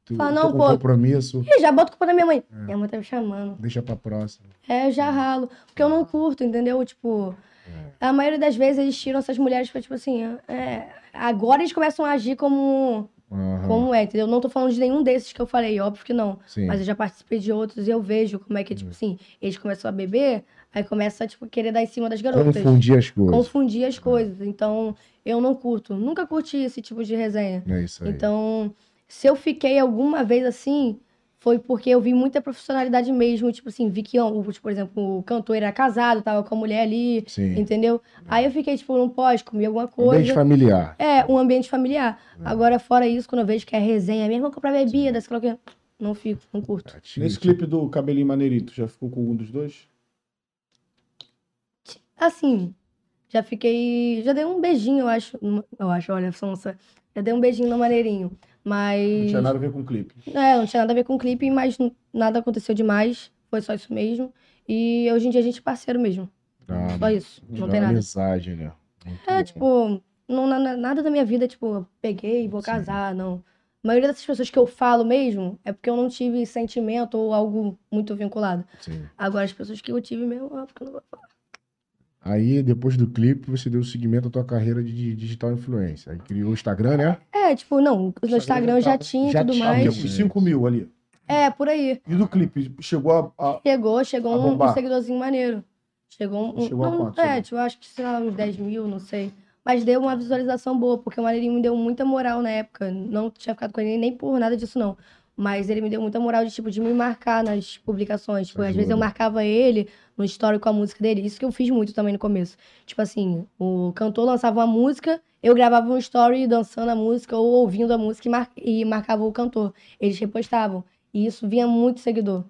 S1: tu
S3: Fala,
S1: tô
S3: não,
S1: com
S3: pô.
S1: compromisso,
S3: Ih, já boto culpa na minha mãe.
S1: É.
S3: Minha mãe tá me chamando.
S1: deixa pra próxima.
S3: É, eu
S1: Hum.
S3: já ralo. Porque eu não
S1: Ah.
S3: curto, entendeu? Tipo,
S1: É.
S3: a maioria das vezes eles tiram essas mulheres pra, tipo assim, é, agora eles começam a agir como,
S1: Aham,
S3: como é, entendeu? Eu não tô falando de nenhum desses que eu falei, óbvio que não.
S1: Ah. Sim. Uhum.
S3: Mas eu já participei de outros e eu vejo como é que, tipo assim, eles começam a beber, aí começa a, tipo, querer dar em cima das garotas.
S1: Confundir É. as coisas.
S3: Confundir as coisas. Então, eu não curto. Nunca curti esse tipo de resenha.
S1: É isso aí.
S3: Então, se eu fiquei alguma vez assim, foi porque eu vi muita profissionalidade mesmo. Tipo assim, vi que, ó, o- tipo, por exemplo, o cantor era casado, tava com a mulher ali,
S1: Sim. Um
S3: entendeu? Aí eu fiquei, tipo, não pode comer alguma
S1: Ambiente
S3: então, coisa.
S1: familiar. É.
S3: É, um ambiente familiar. Agora, fora isso, quando eu vejo que é resenha mesmo, eu vou comprar bebida, sei lá o quê. Não fico, não curto.
S1: É, tira-
S2: Nesse clipe do Cabelinho Maneirito, já ficou com um dos dois?
S3: Assim, já fiquei. Já dei um beijinho, eu acho. numa- Eu acho, olha, Sonsa. Já dei um beijinho no maneirinho. Mas.
S2: Não tinha nada a ver com o clipe.
S3: É, não tinha nada a ver com o clipe, mas n- nada aconteceu demais. Foi só isso mesmo. E hoje em dia a gente é parceiro mesmo.
S1: Ah,
S3: Só isso.
S1: tira
S3: Não tem
S1: uma
S3: nada.
S1: amizade, né? Muito
S3: É,
S1: bom.
S3: tipo, não, na- na- nada da minha vida, tipo, eu peguei e vou
S1: Sim.
S3: casar, não. A maioria dessas pessoas que eu falo mesmo é porque eu não tive sentimento ou algo muito vinculado.
S1: Sim.
S3: Agora, as pessoas que eu tive mesmo, ó, porque eu não vou falar.
S1: Aí, depois do clipe, você deu seguimento à tua carreira de de digital influencer. Aí criou o Instagram, né?
S3: É, tipo, não, no
S2: Instagram
S3: Instagram eu já
S2: tava-
S3: tinha e
S1: já
S3: tudo
S1: tinha,
S2: Ah,
S3: mais.
S2: porque os 5 mil ali.
S3: É, por aí.
S2: E do clipe? Chegou a. a-
S3: Chegou, chegou
S2: A
S3: um, um
S2: bombar.
S3: seguidorzinho maneiro. Chegou um. um-
S2: Chegou a
S3: não,
S2: quanto,
S3: É, tipo, eu acho que, sei lá, uns 10 mil, não sei. Mas deu uma visualização boa, porque o Maneirinho me deu muita moral na época. Não tinha ficado com ele nem por nada disso, não. Mas ele me deu muita moral de, tipo, de me marcar nas publicações. Tipo, às vezes eu
S1: ajuda.
S3: marcava ele no story com a música dele. Isso que eu fiz muito também no começo. Tipo assim, o cantor lançava uma música, eu gravava um story dançando a música ou ouvindo a música e, mar- e marcava o cantor. Eles repostavam. E isso vinha muito seguidor.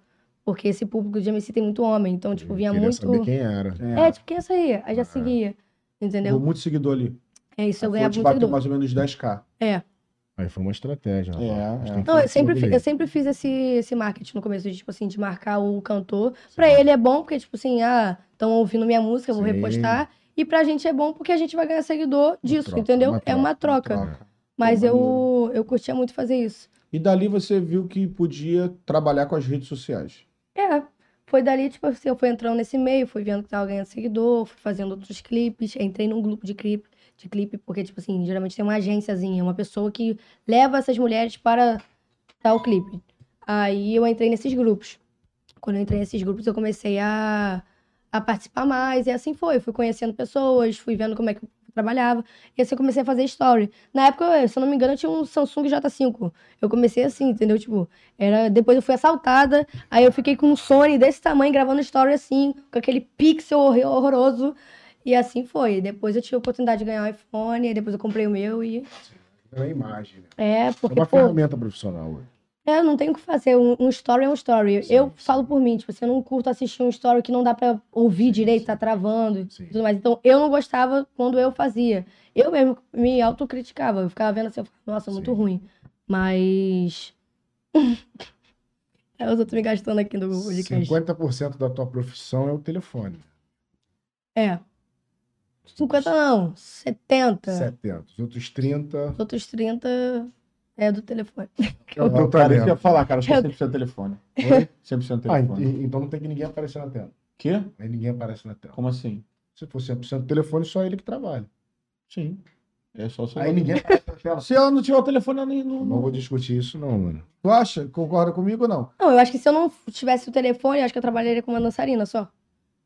S3: Porque esse público de MC tem muito homem. Então, tipo, vinha
S1: Hum, Queria
S3: muito.
S1: saber quem era.
S3: É, tipo, quem é essa aí? Aí já
S1: Ah.
S3: seguia.
S2: Deu
S3: Entendeu?
S2: muito seguidor ali.
S3: É isso, eu
S2: Foi
S3: ganhava
S2: te
S3: muito
S2: bateu
S3: seguidor.
S2: mais ou menos 10k.
S3: É.
S1: Aí foi uma estratégia, né?
S2: É,
S1: Rafa? Mas
S2: é.
S1: tem que
S3: Não,
S1: ter
S3: eu
S1: esse
S3: sempre, fi-
S1: orgulho.
S3: eu sempre fiz esse, esse marketing no começo, de, tipo assim, de marcar o cantor.
S1: Sim.
S3: Pra ele é bom, porque, tipo assim, ah, estão ouvindo minha música, eu vou
S1: Sim.
S3: repostar. E pra gente é bom porque a gente vai ganhar seguidor disso,
S1: troca,
S3: entendeu?
S1: uma
S3: é uma troca.
S1: troca.
S3: Mas
S2: Pô,
S3: eu, eu curtia muito fazer isso.
S2: E dali você viu que podia trabalhar com as redes sociais.
S3: É, foi dali, tipo assim, eu fui entrando nesse meio, fui vendo que tava ganhando seguidor, fui fazendo outros clipes, entrei num grupo de clipe, de clipe, porque, tipo assim, geralmente tem uma agênciazinha, uma pessoa que leva essas mulheres para tal clipe. Aí eu entrei nesses grupos. Quando eu entrei nesses grupos, eu comecei a, a participar mais, e assim foi. Fui conhecendo pessoas, fui vendo como é que eu trabalhava, e assim eu comecei a fazer story. Na época, se eu não me engano, eu tinha um Samsung J5. Eu comecei assim, entendeu? Tipo, era... depois eu fui assaltada, Aí eu fiquei com um Sony desse tamanho, gravando story assim, com aquele pixel horr- horroroso. E assim foi. Depois eu tive a oportunidade de ganhar um iPhone, aí depois eu comprei o meu e.
S1: É uma imagem, né?
S3: É,
S1: É
S3: porque,
S1: uma
S3: pô,
S1: ferramenta profissional. hoje.
S3: é, não tem o que fazer. Um, um story é um story.
S1: Sim,
S3: eu
S1: sim.
S3: falo por mim, tipo, você não curto assistir um story que não dá pra ouvir
S1: Sim,
S3: direito,
S1: sim.
S3: tá travando e
S1: Sim.
S3: tudo mais. Então eu não gostava quando eu fazia. Eu mesmo me autocriticava. Eu ficava vendo assim, eu ficava, nossa, muito
S1: Sim.
S3: ruim. Mas. *laughs* é, os outros me gastando aqui do podcast.
S1: 50% da tua profissão é o telefone.
S3: É. 50 não, 70.
S1: 70. Os outros 30
S3: Os outros 30 é do telefone.
S1: é o teu
S2: cara que ia
S1: talento.
S2: falar, cara, acho que é
S3: Eu-
S2: 100%
S3: *laughs*
S2: telefone.
S1: Oi?
S2: 100%
S1: Ah,
S2: telefone.
S1: en- então não tem que ninguém aparecer na tela.
S2: Quê?
S1: Aí ninguém aparece na tela.
S2: Como assim?
S1: Se for 100% do telefone, só ele que trabalha.
S2: Sim. É só o celular.
S1: Aí ninguém aparece na tela.
S2: Se ela não tiver o telefone, ela nem- não,
S1: Não
S2: não.
S1: vou discutir isso, não, mano.
S2: Tu acha? Concorda comigo ou não?
S3: Não, eu acho que se eu não tivesse o telefone, eu acho que eu trabalharia como uma dançarina só.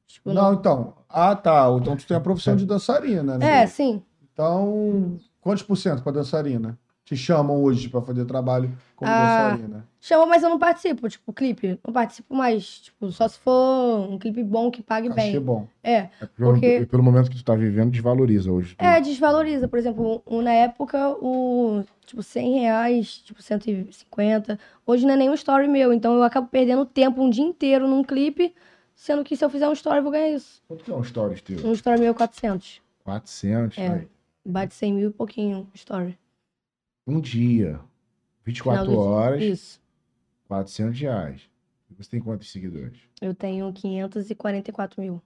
S3: Tipo,
S2: Não, então. Ah, tá. Então tu tem a profissão de dançarina, né?
S3: É, sim.
S2: Então, quantos por cento pra dançarina? te chamam hoje pra fazer trabalho como
S3: Ah.
S2: dançarina?
S3: Chamou, mas eu não participo, tipo, clipe. Não participo mais, tipo, só se for um clipe bom que pague
S2: Achei
S3: bem.
S2: bom.
S3: É.
S1: É pelo-
S3: Porque-
S1: Pelo momento que tu tá vivendo, desvaloriza hoje. tu-
S3: É, desvaloriza. Por exemplo, um- na época, o tipo, 100 reais, tipo, 150. Hoje não é nenhum story meu, então eu acabo perdendo tempo um dia inteiro num clipe, sendo que se eu fizer um story, eu vou ganhar isso.
S1: Quanto que é um stories teu?
S3: Um story meu, é 400.
S1: 400.
S3: É.
S1: aí.
S3: Bate 100 mil e pouquinho um story.
S1: Um dia. 24
S3: Final do dia.
S1: horas,
S3: Isso.
S1: 400 reais. Você tem quantos seguidores?
S3: Eu tenho 544 mil.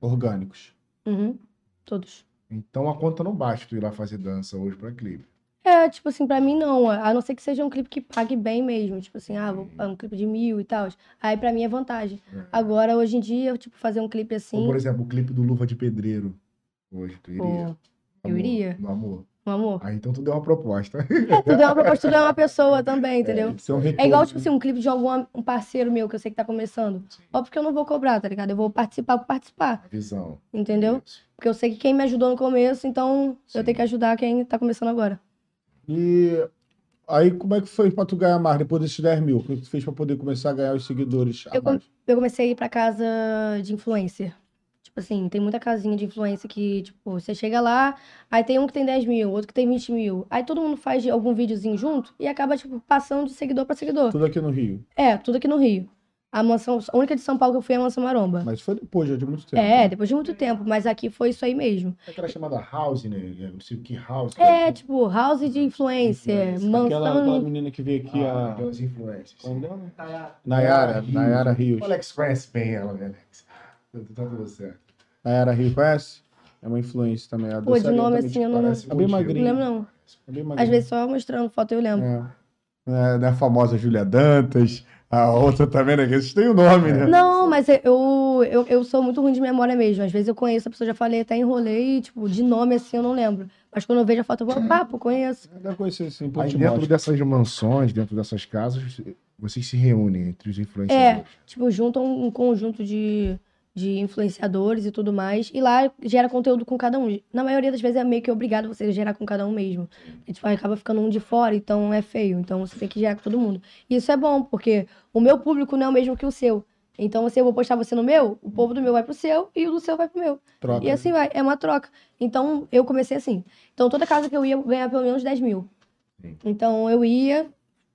S2: Orgânicos.
S3: Uhum. Todos.
S1: Então a conta não baixa tu ir lá fazer dança hoje pra clipe.
S3: É, tipo assim, pra mim não. A não ser que seja um clipe que pague bem mesmo. Tipo assim, ah, vou, é um clipe de mil e tal. Aí pra mim é vantagem.
S1: É.
S3: Agora, hoje em dia, tipo, fazer um clipe
S1: Ou,
S3: assim.
S1: por exemplo, o clipe do Luva de Pedreiro. Hoje, tu iria.
S3: pô,
S1: No
S3: eu
S1: amor,
S3: iria.
S1: No amor.
S3: Um amor.
S1: Aí então tu deu uma proposta.
S3: Tudo é uma proposta, tudo é uma pessoa também, *laughs* entendeu?
S2: Isso é um retorno.
S3: É igual, tipo
S1: né?
S3: assim, um clipe de algum um parceiro meu que eu sei que tá começando. Óbvio que eu não vou cobrar, tá ligado? Eu vou participar por participar,
S1: A visão.
S3: entendeu?
S1: Isso.
S3: Porque eu sei que quem me ajudou no começo, então
S1: Sim.
S3: eu tenho que ajudar quem tá começando agora.
S2: E aí, como é que foi pra tu ganhar mais depois desses 10 mil? O que tu fez pra poder começar a ganhar os seguidores a
S3: Eu
S2: mais?
S3: Eu comecei a ir pra casa de influencer. Tipo assim, tem muita casinha de influencer que, tipo, você chega lá, aí tem um que tem 10 mil, outro que tem 20 mil. Aí todo mundo faz algum videozinho junto e acaba, tipo, passando de seguidor pra seguidor.
S2: Tudo aqui no Rio.
S3: É, tudo aqui no Rio. A mansão, a única de São Paulo que eu fui é a Mansão Maromba.
S2: Mas foi depois, já de muito tempo.
S3: É, depois de muito tempo, mas aqui foi isso aí mesmo.
S1: Aquela chamada house, né? Eu Não sei o que house.
S3: É, tipo, house de influencer,
S1: Influencer.
S2: Aquela, aquela
S3: mansão.
S2: menina que veio aqui,
S1: Ah,
S2: a...
S1: aquelas influências.
S2: Qual é o nome dela?
S4: Tá,
S2: Nayara, Nayara Rios.
S1: O Alex conhece bem ela, né, Alex? Tá tudo certo.
S2: Nayara Rios, conhece? É uma influência também. a
S3: Pô, de
S2: dançarina
S3: nome
S2: também.
S3: assim, eu não, não
S1: Parece
S2: É bem
S1: um magrinho.
S2: magrinha.
S3: lembro, não.
S2: É bem magrinha.
S3: Às vezes só mostrando foto eu lembro.
S2: É, da famosa Júlia Dantas, a outra também, né? Que Esses têm o nome, né?
S3: Não, mas é, eu, eu, eu sou muito ruim de memória mesmo. Às vezes eu conheço a pessoa, já falei, até enrolei, tipo, de nome assim eu não lembro. Mas quando eu vejo a foto, eu vou, papo, conheço.
S2: Deve conhecer assim, por
S1: Aí
S2: te
S1: dentro
S2: mostro.
S1: dessas mansões, dentro dessas casas, vocês se reúnem entre os
S3: É,
S1: influenciadores.
S3: tipo, juntam um conjunto de, de influenciadores e tudo mais. E lá gera conteúdo com cada um. Na maioria das vezes é meio que obrigado você gerar com cada um mesmo. E, tipo, acaba ficando um de fora, então é feio. Então você tem que gerar com todo mundo. E isso é bom, porque o meu público não é o mesmo que o seu. Então você, eu vou postar você no meu, o povo do meu vai pro seu e o do seu vai pro meu.
S2: Troca.
S3: E assim vai, é uma troca. Então, eu comecei assim. Então, toda casa que eu ia, eu ganhava pelo menos 10 mil.
S1: Sim.
S3: Então, eu ia,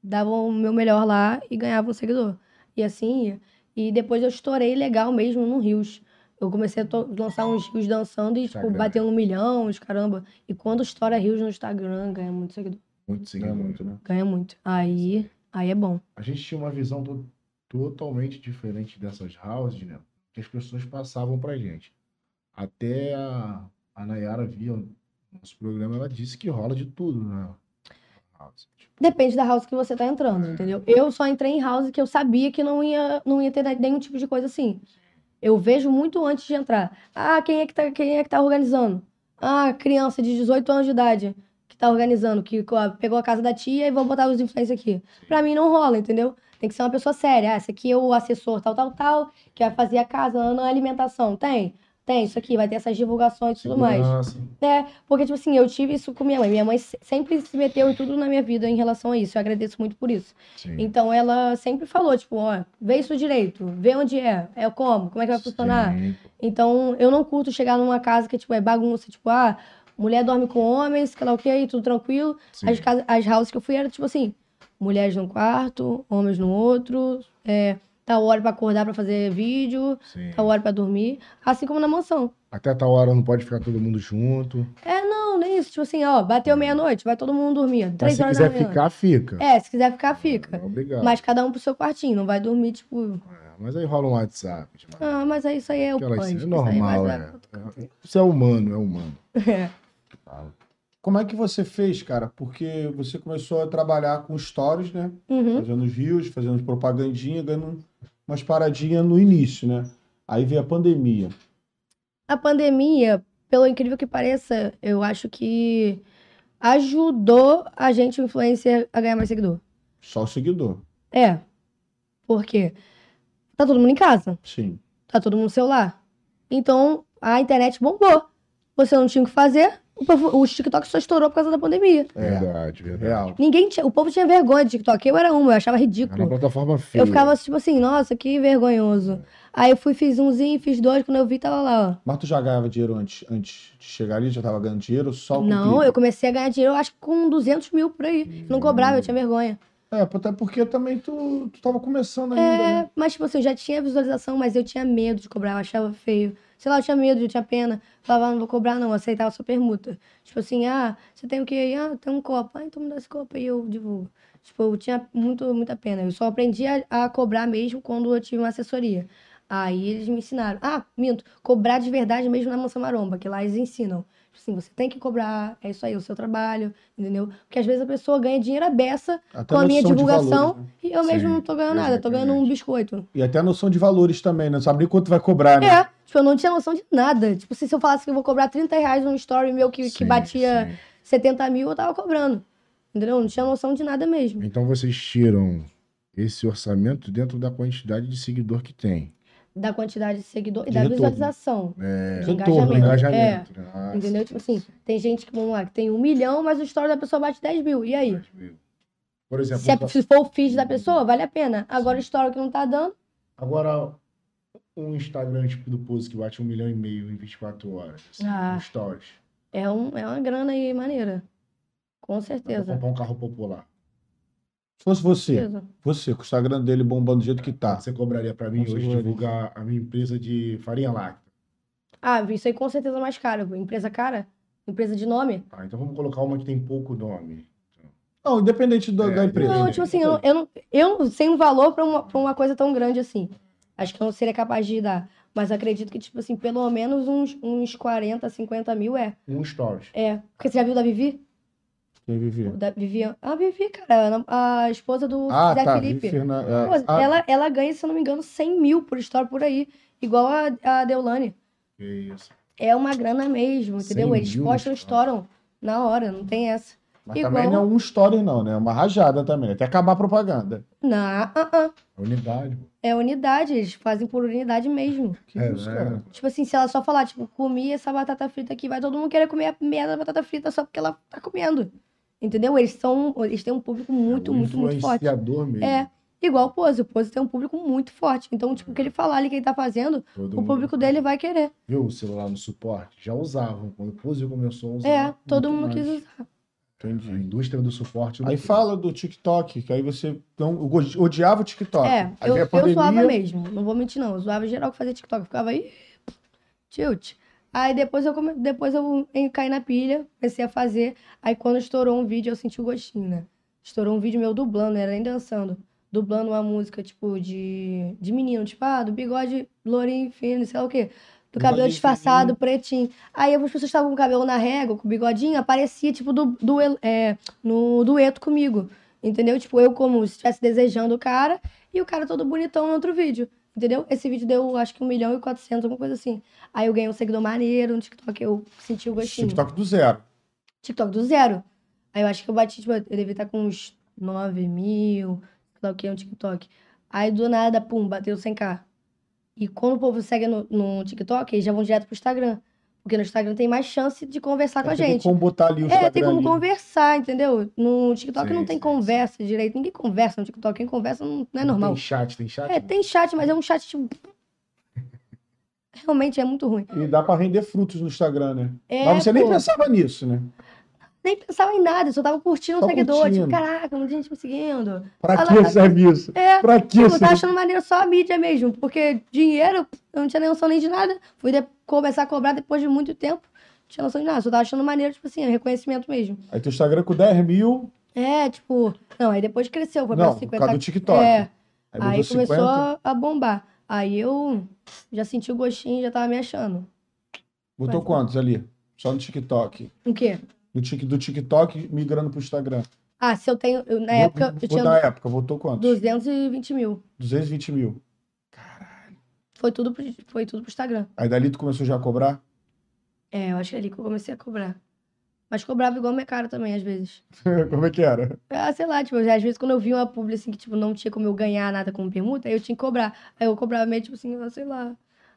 S3: dava o meu melhor lá e ganhava um seguidor. E assim ia. E depois eu estourei legal mesmo no Rios. Eu comecei a to- lançar uns Rios dançando e, tipo,
S1: Instagram.
S3: bateu um milhão, os caramba. E quando estoura Rios no Instagram, ganha muito seguidor.
S1: Muito
S2: Não é
S1: seguidores.
S2: muito, né?
S3: Ganha muito. Aí, aí é bom.
S1: a gente tinha uma visão to- totalmente diferente dessas houses, né? Que as pessoas passavam pra gente. Até a, a Nayara via o nosso programa, ela disse que rola de tudo, né? House. Tipo,
S3: Depende da house que você tá entrando, entendeu? Eu só entrei em house que eu sabia que não ia, não ia ter nenhum tipo de coisa assim. Eu vejo muito antes de entrar. Ah, quem é que tá, quem é que tá organizando? Ah, criança de 18 anos de idade que tá organizando, que co- pegou a casa da tia e vou botar os influencers aqui. Pra mim não rola, entendeu? Tem que ser uma pessoa séria. Ah, esse aqui é o assessor tal, tal, tal, que vai fazer a casa, não é alimentação. Tem? Tem, isso aqui, vai ter essas divulgações e tudo mais.
S1: segurança.
S3: É, porque, tipo assim, eu tive isso com minha mãe. Minha mãe se- sempre se meteu em tudo na minha vida em relação a isso. Eu agradeço muito por isso.
S1: Sim.
S3: Então, ela sempre falou, tipo, ó, vê isso direito, vê onde é, é como, como é que vai funcionar.
S1: Sim.
S3: Então, eu não curto chegar numa casa que, tipo, é bagunça, tipo, ah, mulher dorme com homens, sei lá o quê, tudo tranquilo.
S1: Sim.
S3: As, casas, as houses que eu fui era, tipo assim, mulheres num quarto, homens no outro, é, tá hora pra acordar pra fazer vídeo,
S1: Sim.
S3: tá hora pra dormir, assim como na mansão.
S1: Até tal hora não pode ficar todo mundo junto.
S3: É, não, nem isso. Tipo assim, ó, bateu meia-noite, vai todo mundo dormir.
S1: Hum. Mas
S3: Três
S1: se
S3: horas
S1: quiser
S3: da manhã.
S1: ficar, Ah. fica.
S3: É, se quiser ficar, fica.
S1: Não, Obrigado. Mas...
S3: Mas cada um pro seu quartinho, não vai dormir, tipo.
S1: mas aí rola um WhatsApp. tipo,
S3: Ah, mas aí isso aí é o
S1: aquelas-
S3: pânico.
S1: é
S3: isso aí mais
S1: normal, é. É- Isso é humano, é humano.
S3: *laughs* É.
S2: Como é que você fez, cara? Porque você começou a trabalhar com stories, né?
S3: Uhum.
S2: Fazendo os rios, fazendo propagandinha, ganhando umas paradinhas no início, né? Aí veio a pandemia.
S3: A pandemia, pelo incrível que pareça, eu acho que ajudou a gente, o influencer, a ganhar mais seguidor.
S2: Só seguidor.
S3: É. Por quê? Tá todo mundo em casa.
S2: Sim.
S3: Tá todo mundo no celular. Então, a internet bombou. Você não tinha o que fazer, o, povo- o TikTok só estourou por causa da pandemia. é
S1: Verdade, verdade.
S2: é, Real.
S3: Ninguém tinha, o povo tinha vergonha de TikTok. Eu era uma, eu achava
S1: Era É uma
S3: ridículo.
S1: plataforma feia.
S3: Tipo, Eu ficava tipo assim, nossa, que vergonhoso. Aí eu fui, fiz umzinho, fiz dois, quando eu vi, tava lá, ó.
S2: Mas tu já ganhava dinheiro antes, antes de chegar ali? Já tava ganhando dinheiro só com
S3: Não,
S2: clipe?
S3: eu comecei a ganhar dinheiro, eu acho que com 200 mil por aí. Não cobrava, eu tinha vergonha.
S2: É, até porque também tu, tu tava começando ainda. né?
S3: É, mas tipo assim, eu já tinha visualização, mas eu tinha medo de cobrar, eu achava feio. Sei lá, eu tinha medo, eu tinha pena. Falava, ah, não vou cobrar não, aceitava sua permuta. Tipo assim, ah, você tem o quê? Ah, tem um copo. Ah, então me dá esse copo aí, eu divulgo. Tipo, eu tinha muito, muita pena. Eu só aprendi a, a cobrar mesmo quando eu tive uma assessoria. Aí eles me ensinaram. Ah, minto, cobrar de verdade mesmo na Mansão Maromba, que lá eles ensinam. Tipo Assim, você tem que cobrar, é isso aí, o seu trabalho, entendeu? Porque às vezes a pessoa ganha dinheiro à beça
S2: Até
S3: com a minha
S2: noção de
S3: divulgação
S2: valores, né?
S3: e eu mesmo
S1: Sim,
S3: não tô ganhando nada, eu tô ganhando um
S1: exatamente.
S3: biscoito.
S2: E até a noção de valores também, né? Não sabe nem quanto vai cobrar, né?
S3: É, tipo, eu não tinha noção de nada. Tipo, se se eu falasse que eu vou cobrar 30 reais num story meu que, que
S1: Sim,
S3: batia
S1: sim.
S3: 70 mil, eu tava cobrando. Entendeu? Eu Não tinha noção de nada mesmo.
S1: Então vocês tiram esse orçamento dentro da quantidade de seguidor que tem.
S3: Da quantidade de seguidor e
S2: De
S3: da
S2: retorno.
S3: visualização.
S1: É,
S3: de
S2: retorno,
S1: o
S3: engajamento.
S1: engajamento. né? Ah,
S3: É, entendeu?
S1: sim,
S3: Tipo assim, tem gente que, vamos lá, que tem um milhão, mas o story da pessoa bate 10 mil. E aí?
S1: sim. Por exemplo,
S3: Se, é a- se for o feed da pessoa, vale a pena. Agora o story que não tá dando,
S1: agora um Instagram tipo do Pose que bate um milhão e meio em 24 horas. Assim,
S3: Ah.
S1: um Stories.
S3: é, um, é uma grana aí maneira. Com
S1: Dá pra
S3: certeza.
S1: comprar um carro popular.
S2: Se fosse você,
S3: certeza.
S2: você, com o Instagram dele bombando do jeito que tá.
S1: Você cobraria pra mim
S2: Com
S1: hoje
S2: segurança.
S1: divulgar a minha empresa de farinha láctea.
S3: Ah, isso aí com certeza é mais caro. Empresa cara? Empresa de nome?
S1: Tá, então vamos colocar uma que tem pouco nome.
S2: Não, independente do-
S1: É,
S2: da empresa. né?
S3: Não,
S1: Entendi.
S3: tipo assim, eu, não- eu, não, eu não sei um valor pra uma, pra uma coisa tão grande assim. Acho que eu não seria capaz de dar. Mas acredito que, tipo assim, pelo menos uns, uns 40, 50 mil é.
S1: Um Stories.
S3: É. Porque você já viu da Vivi?
S2: Quem vivia?
S3: O Da Vivi. A Vivi, cara, a a esposa do
S2: Ah,
S3: Zé
S2: tá.
S3: Felipe.
S2: Vivi Fernan- é,
S3: Pô,
S2: ah,
S3: ela, ela ganha, se eu não me engano, 100 mil por história por aí. Igual a, a Deolane.
S1: Que isso.
S3: É uma grana mesmo,
S1: 100
S3: entendeu? Eles
S1: mil,
S3: postam,
S1: cara.
S3: estouram na hora, não tem essa.
S2: Mas também
S3: igual-
S2: não é um story, não, né? É uma rajada também. Até acabar a propaganda.
S3: Não, ah, ah.
S1: A unidade. pô.
S3: é unidade, eles fazem por unidade mesmo.
S2: Que
S1: É,
S2: isso,
S1: né?
S2: cara?
S3: Tipo assim, se ela só falar, tipo, comi essa batata frita aqui, vai todo mundo querer comer a merda da batata frita só porque ela tá comendo. Entendeu? Eles são. Eles têm um público muito,
S1: É um
S3: muito, muito forte.
S1: Influenciador mesmo.
S3: É. Igual o Pose. O Pose tem um público muito forte. Então, tipo, o que ele falar ali que ele tá fazendo,
S1: Todo
S3: o
S1: mundo
S3: público dele é vai querer.
S1: Viu o celular no suporte? Já usavam. Quando o Pose começou a usar.
S3: É, todo
S1: muito
S3: mundo
S1: mais.
S3: quis usar.
S1: Entendi. A indústria do suporte.
S2: Aí
S1: lucrou.
S2: fala do TikTok, que aí você não, go- odiava o TikTok.
S3: É,
S2: aí
S3: eu,
S2: veio a
S3: eu
S2: pandemia,
S3: zoava mesmo. Não vou mentir, não. Eu zoava geral que fazia TikTok. Eu ficava aí. Tilt. Aí depois eu, come... depois eu em- caí na pilha, comecei a fazer. Aí quando estourou um vídeo, eu senti o gostinho, né? Estourou um vídeo meu dublando, não era nem dançando. Dublando uma música, tipo, de, de menino, tipo, ah, do bigode lourinho, fino, sei lá o quê. Do cabelo
S2: Bigodinho
S3: disfarçado, pretinho. Aí as pessoas estavam com o cabelo na régua, com o bigodinho, aparecia, tipo, do, do, é, no dueto comigo. Entendeu? Tipo, eu como se estivesse desejando o cara e o cara todo bonitão no outro vídeo. Entendeu? Esse vídeo deu, acho que 1 milhão e 400, alguma coisa assim. Aí eu ganhei um seguidor maneiro no TikTok, eu senti o gostinho. TikTok,
S2: TikTok do zero.
S3: do zero. Aí eu acho que eu bati, tipo, eu devia estar com uns 9 mil, sei lá o que, um TikTok. Aí do nada, pum, bateu 100k. E quando o povo segue no, no TikTok, eles já vão direto pro Instagram. Porque no Instagram tem mais chance de conversar com a
S2: Aí Tem
S3: gente.
S2: como botar ali o
S3: É, tem
S2: Instagram ali.
S3: como conversar, entendeu? No TikTok
S1: Sim,
S3: não tem
S1: sim,
S3: conversa direito. Ninguém conversa no TikTok. Quem conversa não, não é normal.
S1: Tem chat, tem chat?
S2: né?
S3: É, tem chat, mas é um chat
S2: *laughs*
S3: tipo. Realmente é muito ruim.
S2: E dá pra render frutos no Instagram, né?
S3: É,
S2: Mas você nem
S3: pô,
S2: pensava nisso, né?
S3: nem pensava em nada, eu só tava curtindo
S2: Só
S3: o seguidor.
S2: curtindo.
S3: Tipo, caraca, muita gente me seguindo.
S2: Pra
S3: Olha
S2: que
S3: lá.
S2: serve isso?
S3: É,
S2: Pra que
S3: tipo, eu tava
S2: serve?
S3: achando maneiro só a mídia mesmo, porque dinheiro, eu não tinha nem noção nem de nada. Fui de- começar a cobrar depois de muito tempo, não tinha noção de nada. Só tava achando maneiro, tipo assim, reconhecimento mesmo.
S2: Aí teu Instagram com 10 mil.
S3: É, tipo, não, aí depois cresceu, foi
S2: Não,
S3: pra
S2: por causa do
S3: 50.
S2: TikTok.
S3: É.
S2: Aí botou
S3: Aí
S2: 50.
S3: começou a- a bombar. Aí eu já senti o gostinho, já tava me achando.
S2: Botou
S3: Vai.
S2: quantos ali? Só no TikTok.
S3: O quê?
S2: Do, Tik- do TikTok migrando pro Instagram.
S3: Ah, se eu tenho. eu- na
S2: Vou-
S3: época eu
S2: vou-
S3: tinha um
S2: Na época, botou quantos?
S3: 220 mil.
S2: 220 mil.
S3: Foi tudo, pro, foi tudo pro Instagram.
S2: Aí dali tu começou já a cobrar? *laughs*
S3: É, eu acho que é ali que eu comecei a cobrar. Mas cobrava igual minha cara também, às vezes.
S2: Como é que era?
S3: Ah, sei lá, tipo, às vezes quando eu vi uma publi assim que, tipo, não tinha como eu ganhar nada com permuta, aí eu tinha que cobrar. Aí eu cobrava meio, tipo assim, ah, sei lá.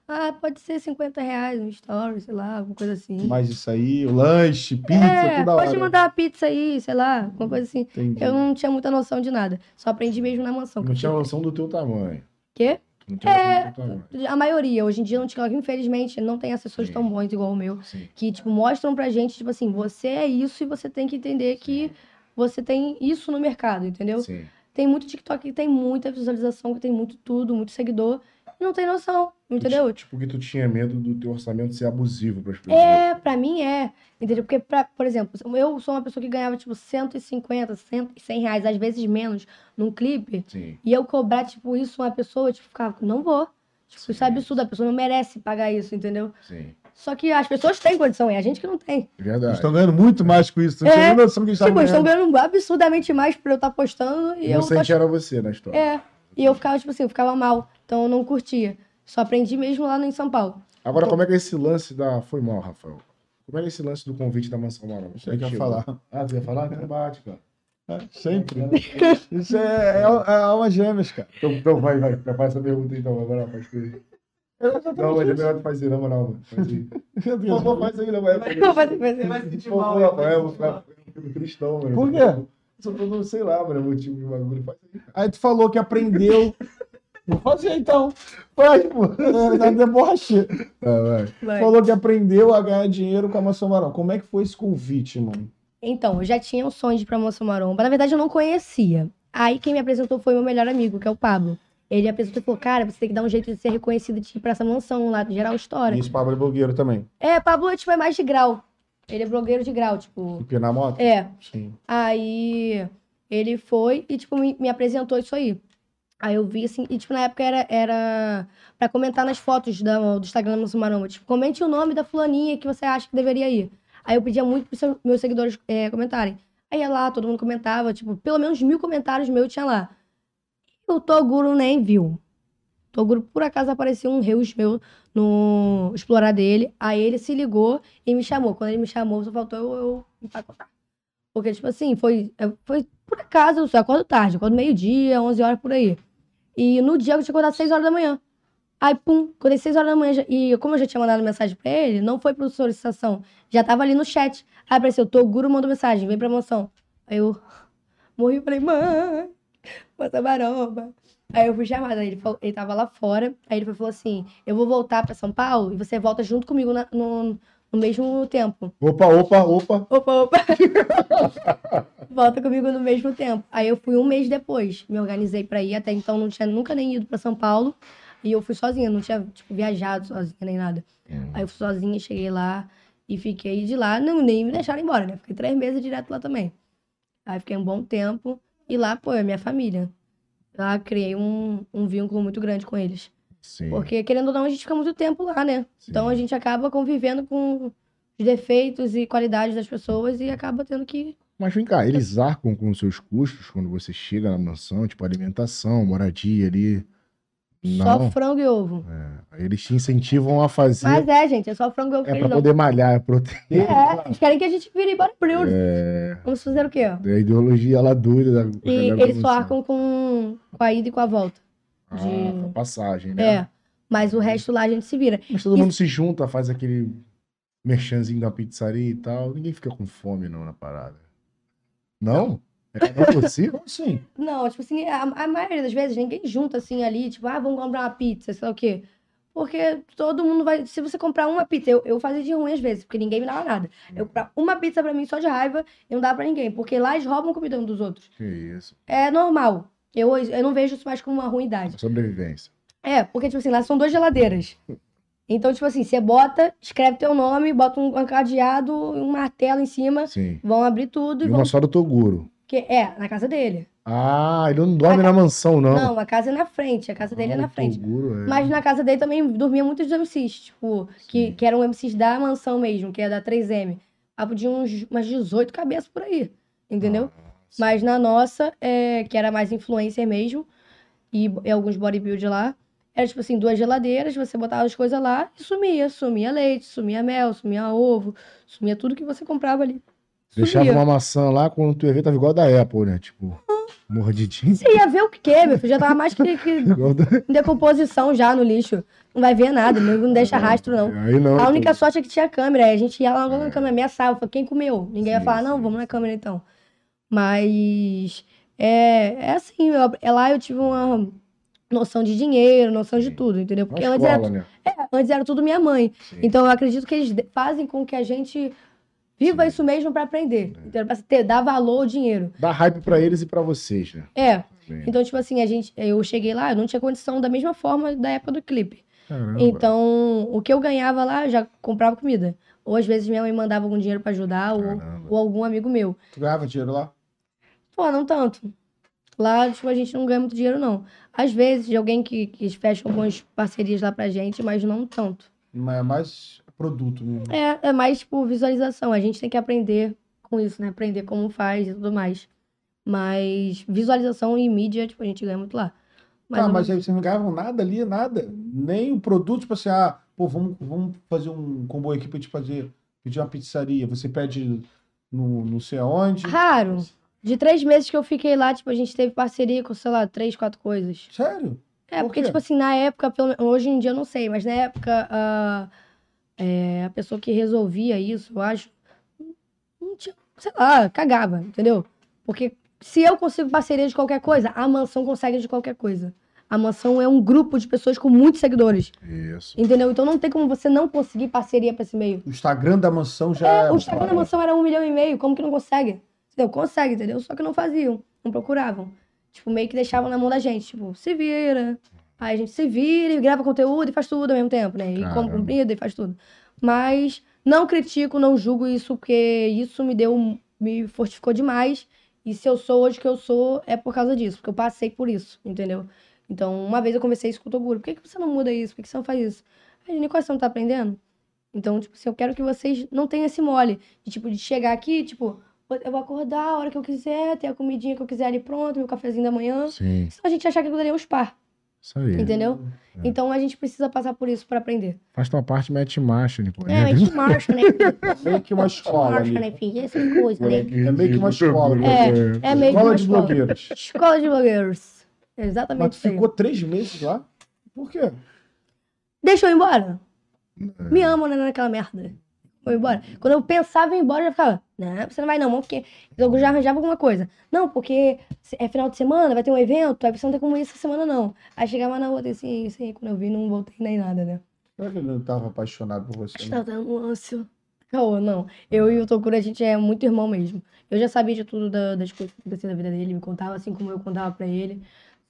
S3: Ah, pode ser 50 reais, um story, sei lá, alguma coisa assim.
S2: Mas isso aí, o lanche, pizza,
S3: é,
S2: toda hora.
S3: pode mandar uma pizza aí, sei lá, alguma coisa assim.
S2: Entendi.
S3: Eu não tinha muita noção de nada. Só aprendi mesmo na mansão.
S1: Uhum. Não tinha um noção do teu tamanho.
S3: Quê?
S1: Tu Não tinha
S3: É.
S1: noção do teu tamanho.
S3: A maioria, hoje em dia, no TikTok, infelizmente, não tem assessores
S1: Sim.
S3: tão bons igual o meu.
S1: Sim.
S3: Que, tipo, mostram pra gente, tipo assim, você é isso e você tem que entender que você tem isso no mercado, entendeu?
S1: Sim.
S3: Tem muito TikTok que tem muita visualização, que tem muito tudo, muito seguidor. E não tem noção, entendeu?
S1: Tipo que tu tinha medo do teu orçamento ser abusivo pras pessoas.
S3: É, pra mim é. Entendeu? Porque, pra, por exemplo, eu sou uma pessoa que ganhava, tipo, 150, 100, 100 reais, às vezes menos, num clipe.
S1: Sim.
S3: E eu cobrar, tipo, isso uma pessoa, tipo, ficava, não vou. Tipo, isso
S1: Sim.
S3: é absurdo, a pessoa não merece pagar isso, entendeu?
S1: Sim.
S3: Só que as pessoas têm condição, é a gente que não tem.
S1: É Verdade.
S2: Eles estão ganhando muito mais com isso. Não
S3: É.
S2: tinha nem noção que eles
S3: Tipo,
S2: estavam
S3: eles estão
S2: ganhando.
S3: ganhando absurdamente mais por eu estar postando e
S1: E
S3: eu
S1: você
S3: tô
S1: era você na história.
S3: É. E eu ficava, tipo assim, eu ficava mal. Então eu não curtia. Só aprendi mesmo lá em São Paulo.
S1: Agora, como é que é esse lance da. Foi mal, Rafael. Como é que é esse lance do convite da mansão Maromba?
S2: Isso aí que eu ia falar.
S1: Ah, tu ia falar? Então bate, cara.
S2: É, Sempre. Isso é, é, al- é alma gêmeas, cara.
S1: Então, então vai, vai. Já faz essa pergunta então, agora faz com ele. Não, mas é melhor tu fazer, na moral, mano. Faz aí.
S2: Meu
S1: Por
S2: Deus.
S1: favor, faz aí,
S2: é
S1: não *laughs* vai.
S3: Não, mas- mas-
S4: Você vai se sentir
S1: Pô,
S4: mal.
S1: pô, Rafael, eu
S4: vai
S1: vou
S4: se sentir mal.
S1: ficar ficando cristão, mano.
S2: Por quê?
S1: Só pra não, sei lá, mano, é motivo de um bagulho. Faz aí.
S2: Aí tu falou que aprendeu. Vou fazer então.
S1: Faz, mano.
S2: É, Na deboche.
S1: Tá, vai.
S3: Vai.
S2: Falou que aprendeu a ganhar dinheiro com a maçã marão. Como é que foi esse convite, mano?
S3: Então, eu já tinha um sonho de ir pra Moça Maromba. Na verdade, eu não conhecia. Aí quem me apresentou foi meu melhor amigo, que é o Pablo. Ele apresentou e falou: Cara, você tem que dar um jeito de ser reconhecido de ir pra essa mansão lá, de geral história.
S2: E esse Pablo é blogueiro também.
S3: É, Pablo, tipo, é mais de grau. Ele é blogueiro de grau, tipo.
S2: Porque na moto?
S3: É.
S2: Sim.
S3: Aí ele foi e, tipo, me, me apresentou isso aí. Aí eu vi assim, e tipo, na época era, era pra comentar nas fotos da- do Instagram do Maromba. Tipo, comente o nome da fulaninha que você acha que deveria ir. Aí eu pedia muito pros seus- meus seguidores é, comentarem. Aí ia lá, todo mundo comentava, tipo, pelo menos mil comentários meus tinha lá. E o Toguro nem viu. O Toguro, por acaso, apareceu um reus meu no explorar dele. Aí ele se ligou e me chamou. Quando ele me chamou, só faltou eu, eu empacotar. Porque, tipo assim, foi, é, foi por acaso, eu só acordo tarde, acordo meio-dia, 11 horas por aí. E no dia eu tinha acordado 6 horas da manhã. Aí, pum, acordei 6 horas da manhã. já- E como eu já tinha mandado mensagem pra ele, não foi por solicitação. Já tava ali no chat. Aí apareceu, Toguro mandou mensagem, vem pra mansão. Aí eu *laughs* morri e falei, mãe, mata maromba. Aí eu fui chamada, aí ele, falou, ele tava lá fora. Aí ele falou assim, eu vou voltar pra São Paulo e você volta junto comigo na- no, no mesmo tempo.
S1: Opa, opa, opa.
S3: Opa, *laughs* opa. Volta comigo no mesmo tempo. Aí eu fui um mês depois, me organizei pra ir. Até então não tinha nunca nem ido pra São Paulo. E eu fui sozinha, não tinha tipo, viajado sozinha nem nada. Aí eu fui sozinha, cheguei lá e fiquei de lá, não, nem me deixaram embora, né? Fiquei três meses direto lá também. Aí fiquei um bom tempo e lá, pô, é minha família. Lá criei um, um vínculo muito grande com eles.
S1: Sim.
S3: Porque, querendo ou não, a gente fica muito tempo lá, né?
S1: Sim.
S3: Então a gente acaba convivendo com os defeitos e qualidades das pessoas e acaba tendo que.
S1: Mas vem cá, eles arcam com os seus custos quando você chega na mansão, tipo alimentação, moradia ali.
S3: Só
S1: Não. é.
S3: frango e ovo.
S1: Eles te incentivam a fazer.
S3: Mas é, gente, é só frango e ovo que
S1: É
S3: eles
S1: pra
S3: não.
S1: poder malhar, é proteína.
S3: É, eles querem que a gente vire bodybuilder.
S1: É,
S3: Vamos fazer o quê? ó?
S1: é a ideologia lá doida da
S3: E eles só arcam com, com a ida e com a volta.
S1: Ah,
S3: de-
S1: tá, passagem, né?
S3: É. Mas o resto lá a gente se vira.
S1: Mas todo mundo se junta, faz aquele merchanzinho da pizzaria e tal. Ninguém fica com fome, não, na parada. Não? É cada um por si?
S2: Como assim?
S3: Não, tipo assim, a, a maioria das vezes ninguém junta assim ali, tipo, ah, vamos comprar uma pizza, sei lá o quê. Porque todo mundo vai. Se você comprar uma pizza, eu, eu fazia de ruim às vezes, porque ninguém me dava nada. Eu comprar uma pizza pra mim só de raiva e não dava pra ninguém, porque lá eles roubam comida um dos outros.
S1: Que isso.
S3: É normal. Eu, hoje- eu não vejo isso mais como uma ruindade.
S1: Sobrevivência.
S3: É, porque, tipo assim, lá são duas geladeiras. Então, tipo assim, você bota, escreve teu nome, bota um, um cadeado, um martelo em cima,
S1: Sim.
S3: vão abrir tudo e
S1: E
S3: vão.
S1: uma só do Toguro.
S3: Que, é, na casa dele.
S1: Ah, ele não dorme na mansão, não.
S3: Não, a casa é na frente, a casa dele é
S1: Ah,
S3: na
S1: o
S3: frente.
S1: Toguro, é.
S3: Mas na casa dele também dormia muitos MCs, tipo, que,
S1: Sim.
S3: que eram MCs da mansão mesmo, que é da 3M. Papo de uns, umas 18 cabeças por aí, entendeu?
S1: Ah, sim.
S3: Mas na nossa, é, que era mais influencer mesmo, e, bo- e alguns bodybuild lá, era tipo assim, duas geladeiras, você botava as coisas lá e sumia. Sumia leite, sumia mel, sumia ovo, sumia tudo que você comprava ali.
S1: Deixava
S3: Sumia.
S1: uma maçã lá, quando tu ia ver, tava igual a da Apple, né? Tipo, Mordidinho.
S3: Você ia ver o que, meu filho? Já tava mais que, que
S1: Igual da-
S3: em decomposição já no lixo. Não vai ver nada, o nego não deixa rastro, não.
S1: Aí não. então,
S3: A única
S1: pô.
S3: sorte é que tinha câmera. aí A gente ia lá na câmera, ameaçava, falava, quem comeu? Ninguém ia
S1: É. Sim,
S3: falar, não,
S1: sim,
S3: vamos na
S1: sim.
S3: câmera então. Mas é, é assim, eu- é lá eu tive uma noção de dinheiro, noção de
S1: Sim.
S3: tudo, entendeu? Porque
S1: Uma
S3: antes, era,
S1: escola, né?
S3: é, antes era tudo minha mãe.
S1: Sim.
S3: Então eu acredito que eles de- fazem com que a gente viva
S1: Sim. É.
S3: isso mesmo pra aprender, entendeu? Pra ter, dar valor ao dinheiro.
S1: Dá hype pra eles e pra vocês, né?
S3: É,
S1: Bem,
S3: então tipo assim, a gente, eu cheguei lá, eu não tinha condição da mesma forma da época do clipe.
S1: caramba.
S3: Então, o que eu ganhava lá, eu já comprava comida. Ou às vezes minha mãe mandava algum dinheiro pra ajudar, ou,
S1: Caramba.
S3: ou algum amigo meu.
S2: Tu ganhava dinheiro lá?
S3: Pô, não tanto. Lá, tipo, a gente não ganha muito dinheiro, não. Às vezes, de alguém que, que fecha algumas parcerias lá pra gente, mas não tanto.
S2: Mas é mais produto mesmo.
S3: É, é mais, tipo, visualização. A gente tem que aprender com isso, né? Aprender como faz e tudo mais. Mas visualização e mídia, tipo, a gente ganha muito lá. Mas,
S1: Tá,
S2: ah,
S3: eu-
S2: mas aí vocês não ganhavam nada ali, nada. Nem o produto, tipo assim, ah, pô, vamos, vamos fazer um combo aqui pra gente fazer, pedir uma pizzaria. Você pede no não sei aonde.
S3: é Raro. De três meses que eu fiquei lá, tipo, a gente teve parceria com, sei lá, três, quatro coisas.
S2: Sério?
S3: É,
S2: Por
S3: porque,
S2: quê?
S3: tipo assim, na época, pelo men- hoje em dia eu não sei, mas na época, a, é, a pessoa que resolvia isso, eu acho, não tinha, sei lá, cagava, entendeu? Porque se eu consigo parceria de qualquer coisa, a mansão consegue de qualquer coisa. A mansão é um grupo de pessoas com muitos seguidores,
S1: Isso.
S3: entendeu? Então não tem como você não conseguir parceria pra esse meio.
S2: O Instagram da mansão já é.
S3: O Instagram da mansão era um milhão e meio, como que não consegue? Entendeu? Consegue, entendeu? Só que não faziam, não procuravam. Tipo, meio que deixavam na mão da gente, tipo, se vira. Aí a gente se vira e grava conteúdo e faz tudo ao mesmo tempo, né? E compra
S1: Caramba.
S3: comida e faz tudo. Mas não critico, não julgo isso, porque isso me deu, me fortificou demais. E se eu sou hoje o que eu sou, é por causa disso, porque eu passei por isso, entendeu? Então, uma vez eu conversei isso com o Toguro. Por que, que você não muda isso? Por que, que você não faz isso? Aí, Nico, você não tá aprendendo? Então, tipo, assim, eu quero que vocês não tenham esse mole. De, tipo, de chegar aqui, tipo, eu vou acordar a hora que eu quiser, ter a comidinha que eu quiser ali pronto, meu cafezinho da manhã.
S1: Sim,
S3: Senão a gente achar que aquilo ali é um spa,
S1: isso aí.
S3: entendeu? Então, a gente precisa passar por isso pra aprender.
S1: Faz tua parte, mete macho, Nicolás.
S3: *laughs* É, mas que marcha, né?
S2: Meio que uma escola
S3: marcha,
S2: ali.
S3: né, filho? Essas coisas, né?
S2: É meio que né? uma escola.
S1: É.
S3: É meio que
S2: escola
S3: uma
S2: de
S3: escola. *laughs*
S2: blogueiros.
S3: Escola de blogueiros. É
S2: Mas
S3: Exatamente
S2: tu
S3: isso aí.
S2: ficou três meses lá? Por quê?
S3: Deixa eu ir embora. Me amam né, naquela merda. Vou embora. Quando eu pensava em ir embora, eu já ficava, não, você não vai não, mano, porque eu já arranjava alguma coisa. Não, porque se- é final de semana, vai ter um evento, aí você não tem como ir essa semana não. Aí chegava na outra, assim, assim, quando eu vi, não voltei nem nada, né?
S2: Será que ele não tava apaixonado por
S3: Acho
S2: você? né?
S3: que tava dando um lance. Caô, não. Eu e o Tokuro, a gente é muito irmão mesmo. Eu já sabia de tudo da- das coisas que aconteciam na vida dele, ele me contava assim como eu contava pra ele.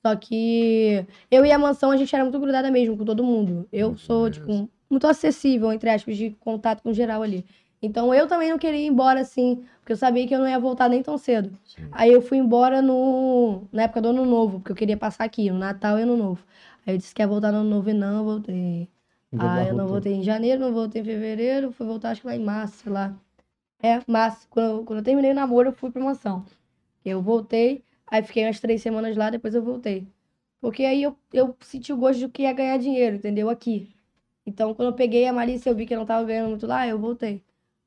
S3: Só que eu e a mansão, a gente era muito grudada mesmo com todo mundo. Eu sou, tipo, muito acessível, entre aspas, de contato com geral ali. Então eu também não queria ir embora assim, porque eu sabia que eu não ia voltar nem tão cedo.
S1: Sim.
S3: Aí eu fui embora no, na época do Ano Novo, porque eu queria passar aqui, no Natal e Ano Novo. Aí eu disse que ia voltar no Ano Novo e não, eu voltei.
S2: Vou
S3: Ah,
S2: dar
S3: eu não
S2: roteiro.
S3: voltei em janeiro, não voltei em fevereiro, fui voltar acho que lá em março, sei lá. É, março. Quando, eu- quando eu terminei o namoro, eu fui pra mansão. Eu voltei, aí fiquei umas três semanas lá, depois eu voltei. Porque aí eu, eu senti o gosto de que ia ganhar dinheiro, entendeu? Aqui. Então, quando eu peguei a Marisa, eu vi que eu não tava ganhando muito lá, eu voltei.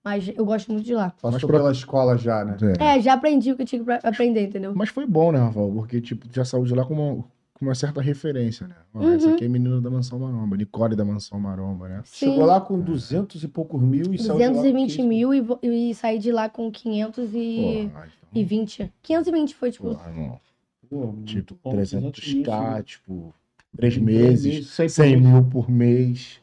S3: Mas eu gosto muito de lá.
S1: Mas
S2: Passou
S1: pra-
S2: pela escola já, né?
S1: É.
S3: É, já aprendi o que eu tinha pra aprender, entendeu?
S1: Mas foi bom, né, Rafael? Porque, tipo, já saiu de lá com uma, com uma certa referência, né? Ó,
S3: Uhum.
S1: Essa aqui é menino da Mansão Maromba, Nicole da Mansão Maromba, né?
S3: Sim.
S2: Chegou lá com 200 e poucos mil e saiu de lá com
S3: 220
S2: 15.
S3: mil e, vo- e saí de lá com 520.
S1: Porra, então,
S3: 520 foi tipo
S1: porra, irmão.
S2: Pô, muito
S1: Tipo,
S2: bom,
S1: 300k,
S2: mil,
S1: tipo, 3
S2: né? três
S1: meses,
S2: cem por
S1: 100
S2: mês.
S1: mil por mês.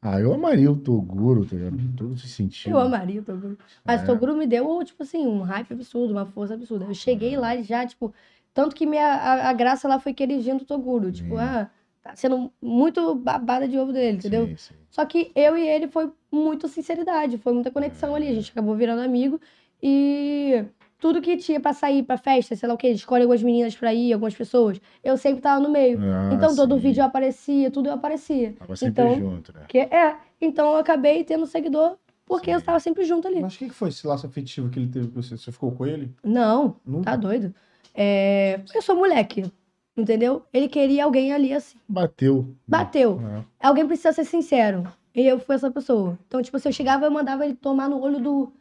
S1: Ah, eu amaria o Toguro, tá ligado?
S2: Uhum.
S1: Em todos os sentidos.
S3: Eu amaria o Toguro. Mas
S1: É.
S3: o Toguro me deu, tipo assim, um hype absurdo, uma força absurda. Eu cheguei lá e já, tipo. Tanto que minha, a, a graça lá foi que ele do Toguro. Tipo,
S1: Hum.
S3: ah, tá sendo muito babada de ovo dele, entendeu?
S1: Sim, sim.
S3: Só que eu e ele foi muita sinceridade, foi muita conexão ali. A gente acabou virando amigo e tudo que tinha pra sair, pra festa, sei lá o quê, escolhe algumas meninas pra ir, algumas pessoas, eu sempre tava no meio.
S1: Ah,
S3: então todo
S1: sim.
S3: vídeo eu aparecia, tudo eu aparecia.
S1: Tava sempre
S3: então-
S1: junto, né?
S3: Que é, então eu acabei tendo seguidor porque eu
S1: Sim.
S3: tava sempre junto ali.
S2: Mas o que que foi esse laço afetivo que ele teve com você? Você ficou com ele?
S3: Não,
S2: Nunca?
S3: Tá doido? É, eu sou moleque, entendeu? Ele queria alguém ali assim.
S1: Bateu.
S3: Bateu.
S1: É.
S3: Alguém precisa ser sincero. E eu fui essa pessoa. Então, tipo, se eu chegava, eu mandava ele tomar no olho do.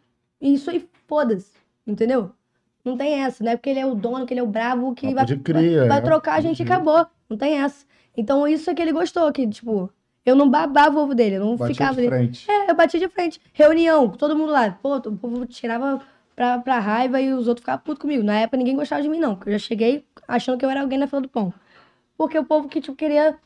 S3: Isso aí, foda-se. Entendeu? Não tem essa, não é porque ele é o dono, que ele é o brabo, que
S1: Ah,
S3: vai,
S1: pode crer,
S3: vai- vai
S1: é.
S3: trocar a gente e
S1: Uhum.
S3: acabou. Não tem essa. Então isso é que ele gostou, que, tipo, eu não babava o ovo dele, eu não
S2: Bati
S3: ficava
S2: de
S3: ali.
S2: frente.
S3: É, eu bati de frente. Reunião, todo mundo lá. Pô, o povo tirava pra, pra raiva e os outros ficavam putos comigo. Na época ninguém gostava de mim, não. Porque eu já cheguei achando que eu era alguém na fila do pão. Porque o povo que, tipo, queria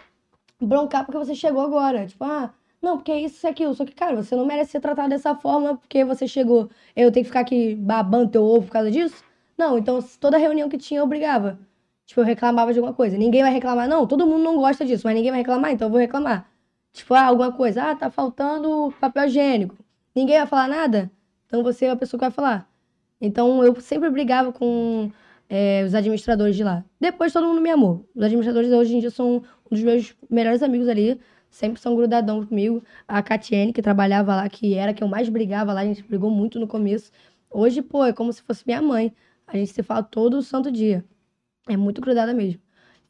S3: broncar porque você chegou agora. Tipo, ah, não, porque isso, isso, e aquilo. Só que, cara, você não merece ser tratado dessa forma porque você chegou. Eu tenho que ficar aqui babando teu ovo por causa disso? Não, então toda reunião que tinha eu brigava. Tipo, eu reclamava de alguma coisa. Ninguém vai reclamar, não. Todo mundo não gosta disso, mas ninguém vai reclamar, então eu vou reclamar. Tipo, ah, alguma coisa, ah, tá faltando papel higiênico. Ninguém vai falar nada, então você é a pessoa que vai falar. Então eu sempre brigava com eh, os administradores de lá. Depois todo mundo me amou. Os administradores hoje em dia são um dos meus melhores amigos ali, sempre são grudadão comigo. A Catiene, que trabalhava lá, que era a que eu mais brigava lá, a gente brigou muito no começo. Hoje, pô, é como se fosse minha mãe. A gente se fala todo santo dia. É muito grudada mesmo.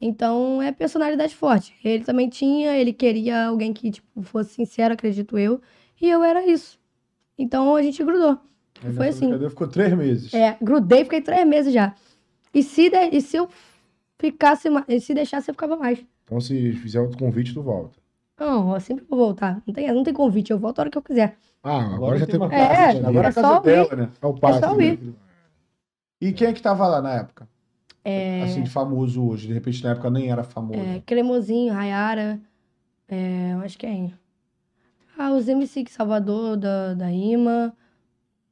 S3: Então é personalidade forte. Ele também tinha, ele queria alguém que tipo, fosse sincero, acredito eu. E eu era isso. Então a gente grudou.
S2: Ele
S3: Foi
S2: na
S3: assim.
S2: brincadeira Ficou três meses.
S3: É, grudei, fiquei três meses já. E se, de- e se eu ficasse mais. E se deixasse, eu ficava mais.
S1: Então, se fizer outro convite, tu volta.
S3: Não, eu sempre vou voltar. Não tem, não tem convite, eu volto a hora que eu quiser.
S1: Ah, agora, já
S2: tem
S1: tem.
S2: uma
S1: É,
S2: casa,
S3: É,
S2: né? Agora
S3: é
S2: a casa
S3: só É
S2: dela, né?
S1: o passe.
S3: só
S1: né?
S3: ir.
S2: E quem é que tava lá na época?
S3: É,
S2: Assim, de famoso hoje. De repente, na época nem era famoso.
S3: é, cremosinho, Rayara. É, mas quem? Ah, os MC que Salvador da, da Ima.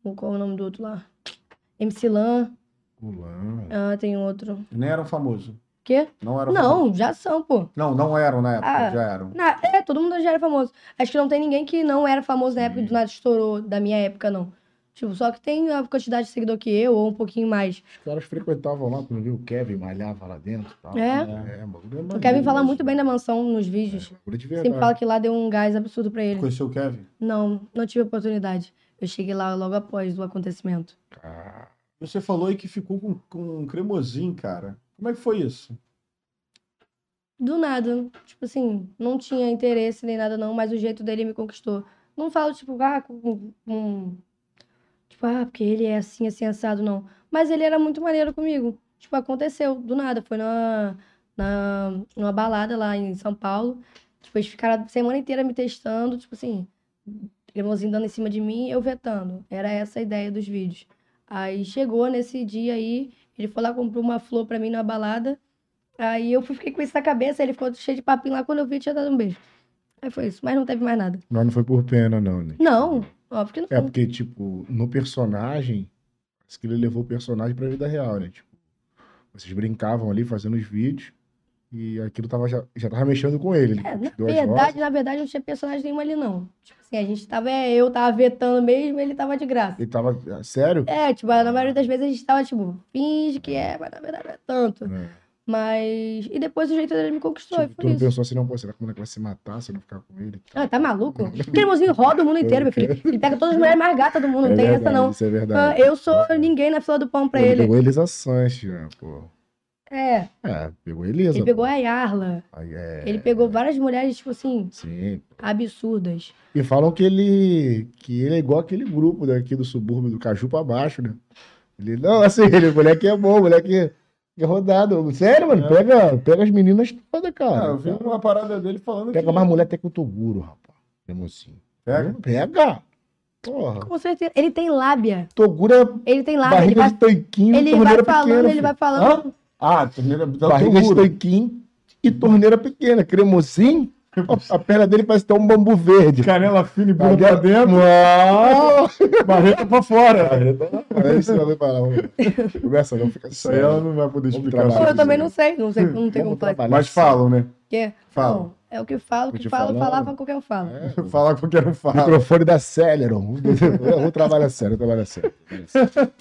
S3: O- Qual é o nome do outro lá? MC Lan.
S1: Fulano.
S3: Ah, tem outro.
S2: Nem eram famoso.
S3: Quê?
S2: Não eram famoso.
S1: um-
S3: Não, já são, pô.
S2: Não, não eram na época,
S3: Ah.
S2: já eram.
S3: Na- é, todo mundo já era famoso. Acho que não tem ninguém que não era famoso na época e do
S1: Sim.
S3: nada estourou, da minha época, não. Tipo, só que tem a quantidade de seguidor que eu, ou um pouquinho mais.
S1: Os caras frequentavam lá, tu não viu? O Kevin malhava lá dentro. e Tal.
S3: É.
S1: É, o bagulho é
S3: O
S1: maneiro,
S3: Kevin fala
S1: mas-
S3: muito bem da mansão nos
S1: É,
S3: vídeos.
S1: o bagulho é de
S3: Sempre
S1: verdade.
S3: fala que lá deu um gás absurdo pra ele.
S2: É. Conheceu o Kevin?
S3: Não, não tive oportunidade. Eu cheguei lá logo após o acontecimento.
S1: Ah,
S2: Você falou aí que ficou com, com um cremosinho, cara. Como é que foi isso?
S3: Do nada, tipo assim, não tinha interesse nem nada não, mas o jeito dele me conquistou. Não falo, tipo, ah, com, com- Tipo, ah, porque ele é assim, assim, assado, não. Mas ele era muito maneiro comigo. Tipo, aconteceu, do nada. Foi na, na, numa balada lá em São Paulo. Tipo, eles ficaram a semana inteira me testando, tipo assim, irmãozinho dando em cima de mim, eu vetando. Era essa a ideia dos vídeos. Aí chegou nesse dia aí, ele foi lá, comprou uma flor pra mim na balada. Aí eu fui- fiquei com isso na cabeça, ele ficou cheio de papinho lá. Quando eu vi, tinha dado um beijo. Aí foi isso, mas não teve mais nada.
S1: mas não foi por pena, não, né?
S3: Não, óbvio que não.
S1: É porque, tipo, no personagem, parece que ele levou o personagem pra vida real, né? Tipo, vocês brincavam ali fazendo os vídeos e aquilo tava já, já tava mexendo com ele. Ele
S3: É, na
S1: te deu as
S3: verdade,
S1: rosas,
S3: na verdade, não tinha personagem nenhum ali, não. Tipo assim, a gente tava, é, eu tava vetando mesmo, ele tava de graça.
S1: Ele tava. ah, Sério?
S3: É, tipo, na maioria das vezes a gente tava, tipo, finge que é, mas na verdade não é tanto.
S1: É.
S3: Mas. E depois o jeito dele me conquistou,
S1: Tipo,
S3: e
S1: tu
S3: foi
S1: não
S3: isso.
S1: pensou assim, não, pô, será que o moleque vai se matar se eu não ficar com ele?
S3: Ah,
S1: *laughs*
S3: tá maluco? Cremosinho roda o mundo inteiro, meu filho. Ele pega todas as mulheres mais gatas do mundo, não
S1: é
S3: tem
S1: verdade,
S3: essa, não.
S1: Isso é
S3: Ah,
S1: verdade.
S3: eu sou ninguém na fila do pão pra
S1: Pô,
S3: ele.
S1: pegou Elisa Sanches, né, pô?
S3: É,
S1: É, pegou Elisa.
S3: ele pegou
S1: pô.
S3: a Yarla.
S1: Aí, é,
S3: Ele pegou várias mulheres, tipo assim,
S1: Sim.
S3: absurdas.
S1: E falam que ele, que ele é igual aquele grupo daqui do subúrbio do Caju pra baixo, né? Ele, não, assim, ele, o moleque é bom, o moleque é- é rodado. Sério, mano,
S2: É.
S1: pega, pega as meninas todas,
S2: Ah,
S1: cara.
S2: eu vi uma parada dele falando
S1: Pega
S2: que...
S1: mais mulher até que o Toguro, rapaz. Cremosinho.
S2: Pega?
S1: Pega! Porra.
S3: Com certeza. Ele tem lábia.
S1: Toguro é
S3: Ele tem lábia. Ele
S1: barriga
S3: vai,
S1: de tanquinho,
S3: ele vai
S1: torneira
S3: falando,
S1: pequena.
S3: ele
S1: filho.
S3: vai falando.
S2: Ah, torneira... dá o
S1: Barriga de
S2: seguro.
S1: tanquinho e torneira pequena.
S2: *laughs*
S1: Cremosinho, a, a perna dele parece ter um bambu verde.
S2: Canela fina e
S1: Aí
S2: bunda pra
S1: dentro-
S2: dentro,
S1: Uau!
S2: barreta pra fora.
S1: Olha isso, não vai parar. vamos. Começa, não fica
S2: Isso aí é
S1: sério.
S2: ela não vai poder
S1: Vamos
S2: explicar.
S3: Pô,
S1: trabalhar.
S2: sobre
S3: eu também
S2: isso.
S3: não sei. Não
S1: Hum,
S3: sei, não tem como falar.
S2: Mas falam, né?
S3: Porque,
S2: Falam.
S3: não, é o que fala, o
S1: Vou
S3: que
S1: te
S3: fala,
S1: falar.
S3: falava qualquer um fala.
S1: É,
S2: *laughs* Falar com quem não
S1: o
S2: fala.
S1: microfone da Celeron. *laughs* Vamos trabalhar sério, trabalhar
S2: *laughs*
S1: sério. trabalhar sério.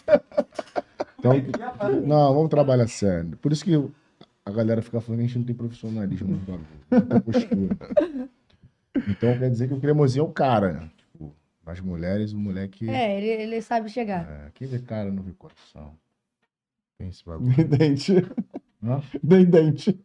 S1: Então, não, vamos trabalhar sério. Por isso que a galera fica falando que a gente não tem profissionalismo no bagulho. não tem postura. Então quer dizer que o cremosinho é o cara. né? Tipo, as mulheres, o moleque.
S3: É, ele, ele sabe chegar.
S1: É, quem vê cara não vê coração. Tem esse bagulho. né?
S2: Nem dente.
S1: Hã?
S2: Nem dente.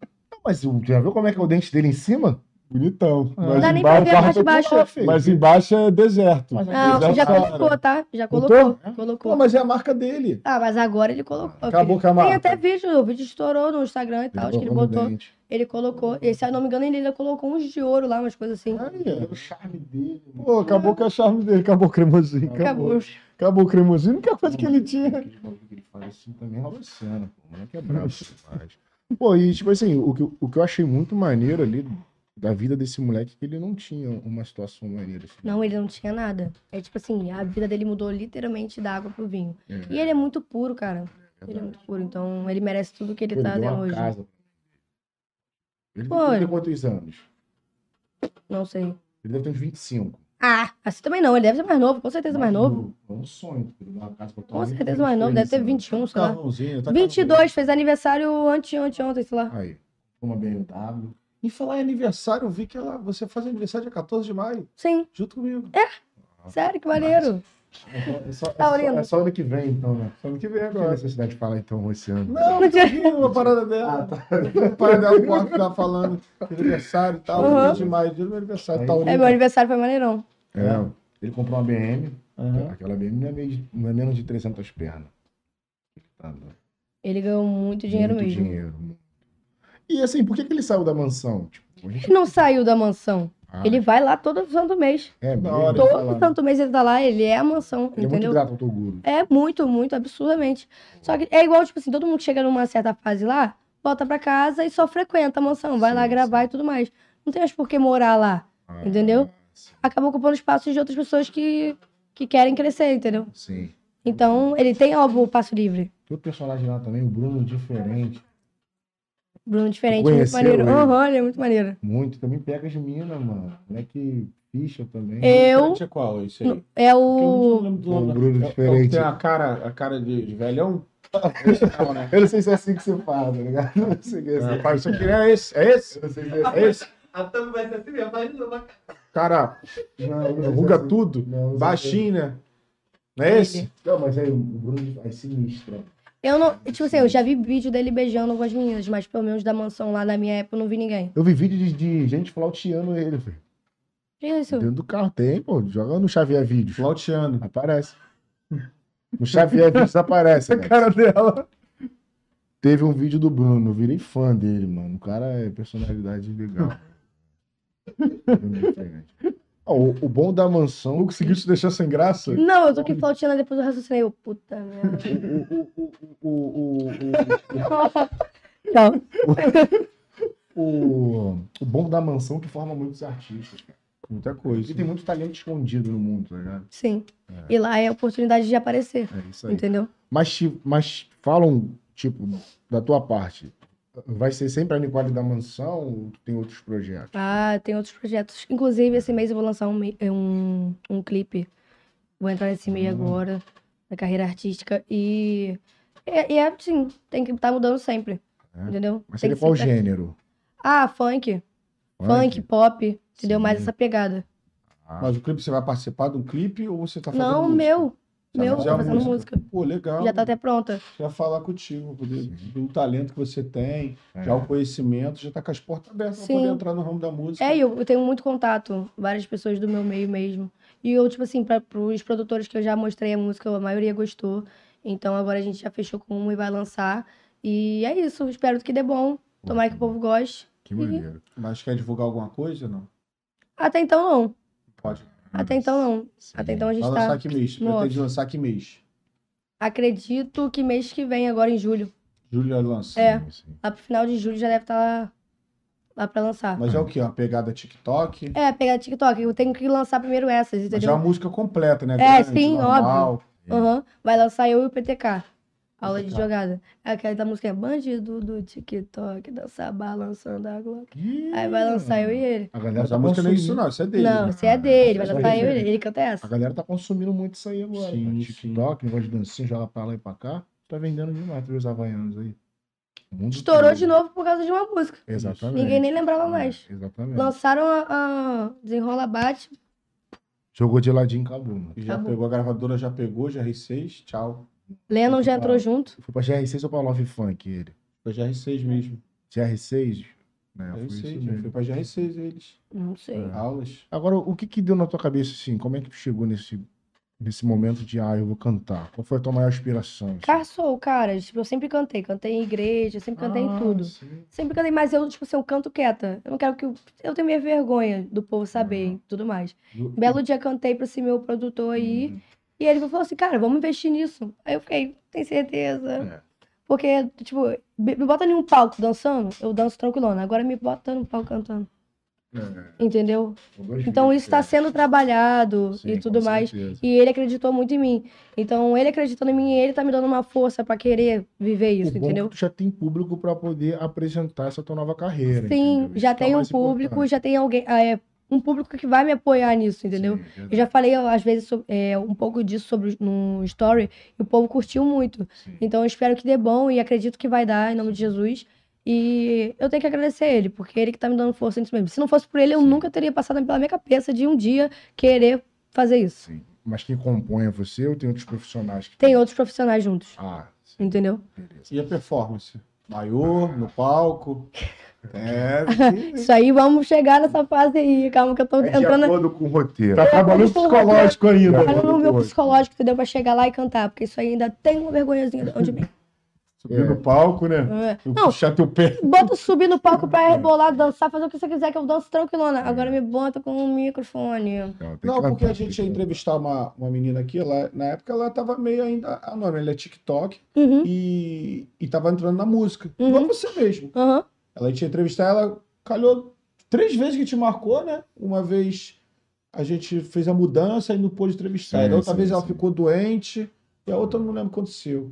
S1: Mas o- já viu como é que é o dente dele em cima?
S2: Bonitão.
S1: Ah.
S2: Mas
S1: Não
S3: dá nem pra
S2: embaixo,
S3: ver a parte de
S1: Mas
S3: baixo.
S1: tá feio.
S2: mas embaixo é deserto.
S1: Mas
S3: Não,
S1: Já
S3: Ah, já
S1: falaram.
S3: colocou, tá? Já
S2: Botou?
S3: colocou.
S1: É?
S3: Colocou.
S2: Pô, mas é a marca dele.
S3: Ah, mas agora ele colocou.
S2: Acabou
S3: filho.
S2: com a
S3: Tem
S2: marca.
S3: até vídeo, o vídeo estourou no Instagram e tal, Tá, acho que ele
S1: Colocou no
S3: botou.
S1: dente.
S3: Ele colocou, e se eu não me engano, ele ainda colocou uns de ouro lá, umas coisas assim.
S2: Aí,
S1: Era
S2: é.
S1: o charme dele, mano.
S2: Pô, acabou com a charme dele, acabou o cremosinho. Acabou.
S3: Acabou.
S2: Acabou o cremosinho, a única coisa que ele tinha.
S1: Aquele bagulho que ele faz assim também rouba a cena, pô. O moleque é brabo demais. Pô, e tipo assim, o que, eu- o que eu achei muito maneiro ali da vida desse moleque é que ele não tinha uma situação maneira. assim.
S3: Não, ele não tinha nada. É tipo assim, a vida dele mudou literalmente da água pro vinho.
S1: É,
S3: E ele é muito puro, cara. Ele é
S1: verdade.
S3: muito puro, então ele merece tudo que ele
S1: Pô,
S3: tá
S1: deu
S3: tendo
S1: uma
S3: hoje.
S1: casa. Ele
S3: Pô,
S1: deve ter
S3: ele-
S1: quantos anos?
S3: Não sei.
S1: Ele deve ter uns 25.
S3: Ah, assim também não, ele deve ser mais novo, com certeza mais novo.
S1: É um sonho, ter uma casa pra tua
S3: Com
S1: mãe,
S3: certeza
S1: ter
S3: mais novo, deve ter
S1: experiência,
S3: 21, sei lá.
S2: Carvãozinho, Então, tá
S3: 22, fez aniversário ante, ante, ontem, sei lá.
S1: né? Aí, uma BMW.
S2: E falar em aniversário, eu vi que ela, você faz aniversário dia 14 de maio,
S3: Sim,
S2: junto comigo.
S3: sério, que maneiro.
S1: É só, é,
S3: Tá
S1: só,
S3: olhando.
S1: é só ano que vem, então, né?
S2: Sabe o que vem
S1: Não tem
S2: agora.
S1: necessidade de falar, então, esse ano.
S2: Não, eu vi uma parada dela.
S1: tá.
S2: Uma parada dela, porra, que tava falando de aniversário e tal,
S3: Aham.
S2: 14 de maio, dia do meu aniversário, tá
S1: Aí-
S2: tal.
S3: *laughs* É, meu aniversário foi maneirão.
S1: É, ele comprou uma BM.
S2: Aham.
S1: Aquela BM não é, meio de- não é menos de 300 pernas. Ele tá dando
S3: Ele ganhou muito dinheiro
S1: muito
S3: mesmo.
S1: dinheiro. E assim, por que, que ele saiu da mansão? Tipo, a gente...
S3: Ele não saiu da mansão.
S1: Ah,
S3: Ele vai lá todo santo mês.
S1: é,
S2: Da
S1: mesmo?
S2: hora.
S1: Ele
S3: Todo
S2: falar, né?
S3: santo mês ele tá lá, ele é a mansão,
S1: é muito
S3: entendeu?
S1: grato ao Toguro.
S3: É muito, muito, absurdamente. Só que é igual, tipo assim, todo mundo chega numa certa fase lá, volta pra casa e só frequenta a mansão, vai
S1: Sim,
S3: lá gravar
S1: sim.
S3: e tudo mais. Não tem mais por que morar lá.
S1: Ah,
S3: Entendeu?
S1: Sim.
S3: Acabou ocupando espaço de outras pessoas que, que querem crescer, entendeu?
S1: sim.
S3: Então, ele tem, óbvio, o passo livre.
S1: Tem outro personagem lá também, o Bruno é Diferente.
S3: Bruno diferente, muito
S1: Conheceu
S3: maneiro.
S1: ele?
S3: Aham, ele é muito maneiro.
S1: Muito. Também pega as minas, mano. Moleque ficha também.
S3: Eu
S2: É qual esse aí?
S3: é
S2: Porque eu não
S3: o.
S2: lembro do
S1: É um
S2: nome.
S1: Bruno
S2: É- é o que
S1: diferente.
S2: Tem a cara, a cara de, de velhão?
S1: *laughs*
S2: Não, né?
S1: Eu não sei se é assim que você fala, tá ligado? Eu não sei se é assim.
S2: Rapaz, isso aqui é esse, é esse,
S1: Eu não sei se é assim.
S2: é esse.
S4: A thumb vai ser assim mesmo, vai de novo.
S2: Cara,
S1: Não, eu não sei se é
S2: ruga
S1: assim.
S2: tudo,
S1: Não, eu não sei se
S2: baixinho, né? Não é esse?
S1: é- Não, mas aí o Bruno é sinistro.
S3: Eu não. Tipo assim, eu já vi vídeo dele beijando algumas meninas, mas pelo menos da mansão lá na minha época eu não vi ninguém.
S1: Eu vi vídeo de, de gente flauteando ele, velho.
S3: Que isso?
S1: Dentro do carro tem, pô. Joga no Xavier Vídeos.
S2: Flauteando.
S1: Aparece. No Xavier Vídeos aparece. *laughs*
S2: A
S1: né?
S2: cara dela.
S1: Teve um vídeo do Bruno, eu virei fã dele, mano. O cara é personalidade *laughs* legal. Bruno diferente. Ó, o, o bom da mansão. é
S2: Não conseguiu te deixar sem graça?
S3: Não, eu tô aqui flauteando, depois eu raciocinei. Eu, puta merda.
S1: O, o,
S3: Não.
S1: o, o, o bom da mansão que forma muitos artistas. cara.
S2: Muita
S1: Porque
S2: coisa.
S1: tem muito talento escondido no mundo, tá ligado?
S3: Sim. E lá é a oportunidade de aparecer,
S1: É isso aí.
S3: entendeu?
S1: Mas, te- mas falam, tipo, da tua parte. Vai ser sempre a Nicole da mansão ou tu tem outros projetos?
S3: Ah, tem outros projetos. Inclusive, esse mês eu vou lançar um, me- eh, um, um clipe. Vou entrar nesse meio
S1: Hum.
S3: agora, na carreira artística. E é, e é assim, tem que estar mudando sempre,
S1: É.
S3: entendeu?
S1: Mas
S3: Tem
S1: seria
S3: que
S1: qual
S3: sempre-
S1: gênero?
S3: Ah, funk, funk, pop, entendeu? Mais
S1: Sim.
S3: essa pegada.
S1: Ah,
S2: Mas o clipe, você vai participar de um clipe ou você tá fazendo
S3: Não,
S2: música?
S3: meu.
S2: Já
S3: Meu,
S2: fez
S3: tô
S2: a
S3: fazendo música.
S2: Pô, legal.
S3: Já tá até pronta.
S2: Já falar contigo, poder
S1: Sim.
S2: do talento que você tem,
S1: é.
S2: já o conhecimento, já tá com as portas abertas pra
S3: Sim.
S2: poder entrar no ramo da música.
S3: É, e eu eu tenho muito contato, várias pessoas do meu meio mesmo. E eu, tipo assim, para os produtores que eu já mostrei a música, a maioria gostou. Então agora a gente já fechou com uma e vai lançar. E é isso, espero que dê bom. Tomara que o povo goste.
S1: Que maneiro.
S2: Mas quer divulgar alguma coisa? Não.
S3: Até então não.
S2: Pode.
S3: Até então não.
S1: Sim.
S3: Até então a gente
S2: Vai lançar
S3: tá.
S2: que mês?
S3: no
S2: Pretende lançar que mês?
S3: Acredito que mês que vem, agora em julho.
S2: Júlio lança.
S3: É.
S1: Sim, sim.
S3: Lá pro final de julho já deve estar lá pra lançar.
S2: Mas é o quê? Uma pegada TikTok?
S3: É, pegar TikTok, eu tenho que lançar primeiro essas,
S2: Mas já é
S3: entendeu?
S2: uma música completa, né?
S3: É, sim,
S2: normal.
S1: É.
S3: Aham. Vai lançar eu e o PTK. Aula de
S2: PTK.
S3: jogada. Aquela da música é Bandido do TikTok, dançar balançando a Glock.
S1: Ih,
S3: Aí vai lançar eu e ele.
S1: A galera
S2: Mas
S1: tá
S2: a música não é isso,
S1: consumindo.
S2: não. Isso é dele.
S3: Não,
S2: né?
S3: esse é dele, vai
S1: Essa
S3: lançar
S1: é
S3: eu e ele.
S1: diferente.
S3: Ele canta
S1: A
S3: essa.
S1: galera tá consumindo muito isso aí agora.
S2: Sim,
S1: cara.
S2: sim.
S1: TikTok, negócio de dancinha, joga pra lá e pra cá. Tá vendendo demais os havaianos aí. um O mundo
S3: Estourou
S1: todo.
S3: de novo por causa de uma música.
S1: Exatamente. Hum. É,
S3: Ninguém nem lembrava mais.
S1: Exatamente.
S3: Lançaram a, a Desenrola Bate.
S1: Jogou de ladinho, acabou, mano.
S2: Já
S3: Acabou.
S2: pegou a gravadora, já pegou, já R6, tchau.
S3: Lennon já
S2: Legal.
S3: entrou junto. É,
S1: Foi pra GR6 ou pra Love Funk ele?
S2: Foi já R6 mesmo.
S1: GR6, né?
S2: Eu
S1: Foi isso
S2: sei, já
S1: mesmo.
S2: fui pra GR6 eles.
S3: Não sei.
S1: É.
S2: Aulas.
S1: Agora, o que que deu na tua cabeça, assim? Como é que tu chegou nesse, nesse momento de, ah, eu vou cantar? Qual foi a tua maior inspiração? assim?
S3: Carçou, cara. Tipo, eu sempre cantei. Cantei em igreja, sempre cantei
S1: Ah,
S3: em tudo.
S1: sim.
S3: Sempre cantei, mas eu, tipo assim, eu canto quieta. Eu não quero que. o- Eu tenho minha vergonha do povo saber
S1: Aham.
S3: e tudo mais.
S1: Do-
S3: Belo dia cantei pra esse meu produtor aí.
S1: Uhum.
S3: E ele falou assim, cara, vamos investir nisso. Aí eu fiquei, tem certeza.
S1: É.
S3: Porque, tipo, me me bota em um palco dançando, eu danço tranquilona. Agora me bota no palco cantando.
S1: É,
S3: Entendeu?
S1: eu gosto de
S3: Então
S1: ver,
S3: isso tá
S1: é.
S3: sendo trabalhado
S1: Sim,
S3: e
S1: com
S3: tudo mais.
S1: certeza.
S3: E ele acreditou muito em mim. Então, ele acreditando em mim, ele tá me dando uma força pra querer viver
S1: O
S3: isso,
S1: bom é que
S3: entendeu?
S1: tu já tem público pra poder apresentar essa tua nova carreira.
S3: Sim,
S1: entendeu?
S3: já
S1: Isso tá
S3: tem um
S1: mais
S3: público,
S1: importante.
S3: já tem alguém. ah, é, um público que vai me apoiar nisso, entendeu?
S1: Sim,
S3: Eu já falei, ó, às vezes, so- é, um pouco disso sobre os- num story, e o povo curtiu muito.
S1: sim.
S3: Então, eu espero que dê bom e acredito que vai dar, em nome de Jesus. E eu tenho que agradecer ele, porque ele que tá me dando força nisso mesmo. Se não fosse por ele, eu
S1: Sim.
S3: nunca teria passado pela minha cabeça de um dia querer fazer isso.
S1: Sim. Mas quem compõe é você ou tem outros profissionais? Que...
S3: Tem outros profissionais juntos,
S1: Ah, sim,
S3: entendeu?
S1: beleza.
S2: E a performance? Maiô, no
S3: *laughs*
S2: palco. É, tem-
S3: Isso aí, vamos chegar nessa fase aí. Calma que eu tô
S2: é de
S3: entrando
S2: acordo com o roteiro.
S1: Tá trabalhando
S3: tô-
S1: psicológico ainda.
S3: Tá no meu
S1: Pô,
S3: psicológico, entendeu? Pra chegar lá e cantar, porque isso aí ainda tem uma vergonhazinha
S2: *laughs*
S3: de mim.
S2: Subir no palco, né?
S3: É.
S2: Eu
S3: Não,
S2: Puxar teu pé.
S3: bota subir no palco pra rebolar, dançar, fazer o que você quiser, que eu danço tranquilona. Agora me bota com um microfone.
S1: Não, tem que
S2: Não, porque
S1: cantar,
S2: a gente ia
S1: tem que cantar.
S2: entrevistar uma, uma menina aqui, ela, na época ela tava meio ainda anônima, ela é TikTok
S3: Uhum,
S2: e, e tava entrando na música.
S3: Uhum.
S2: Igual você mesmo.
S3: aham.
S2: Ela ia te entrevistar, ela calhou três vezes que te marcou, né? Uma vez a gente fez a mudança e não pôde entrevistar.
S1: Sim,
S2: da outra
S1: sim,
S2: vez ela
S1: sim.
S2: ficou doente e a outra eu não lembro o que aconteceu.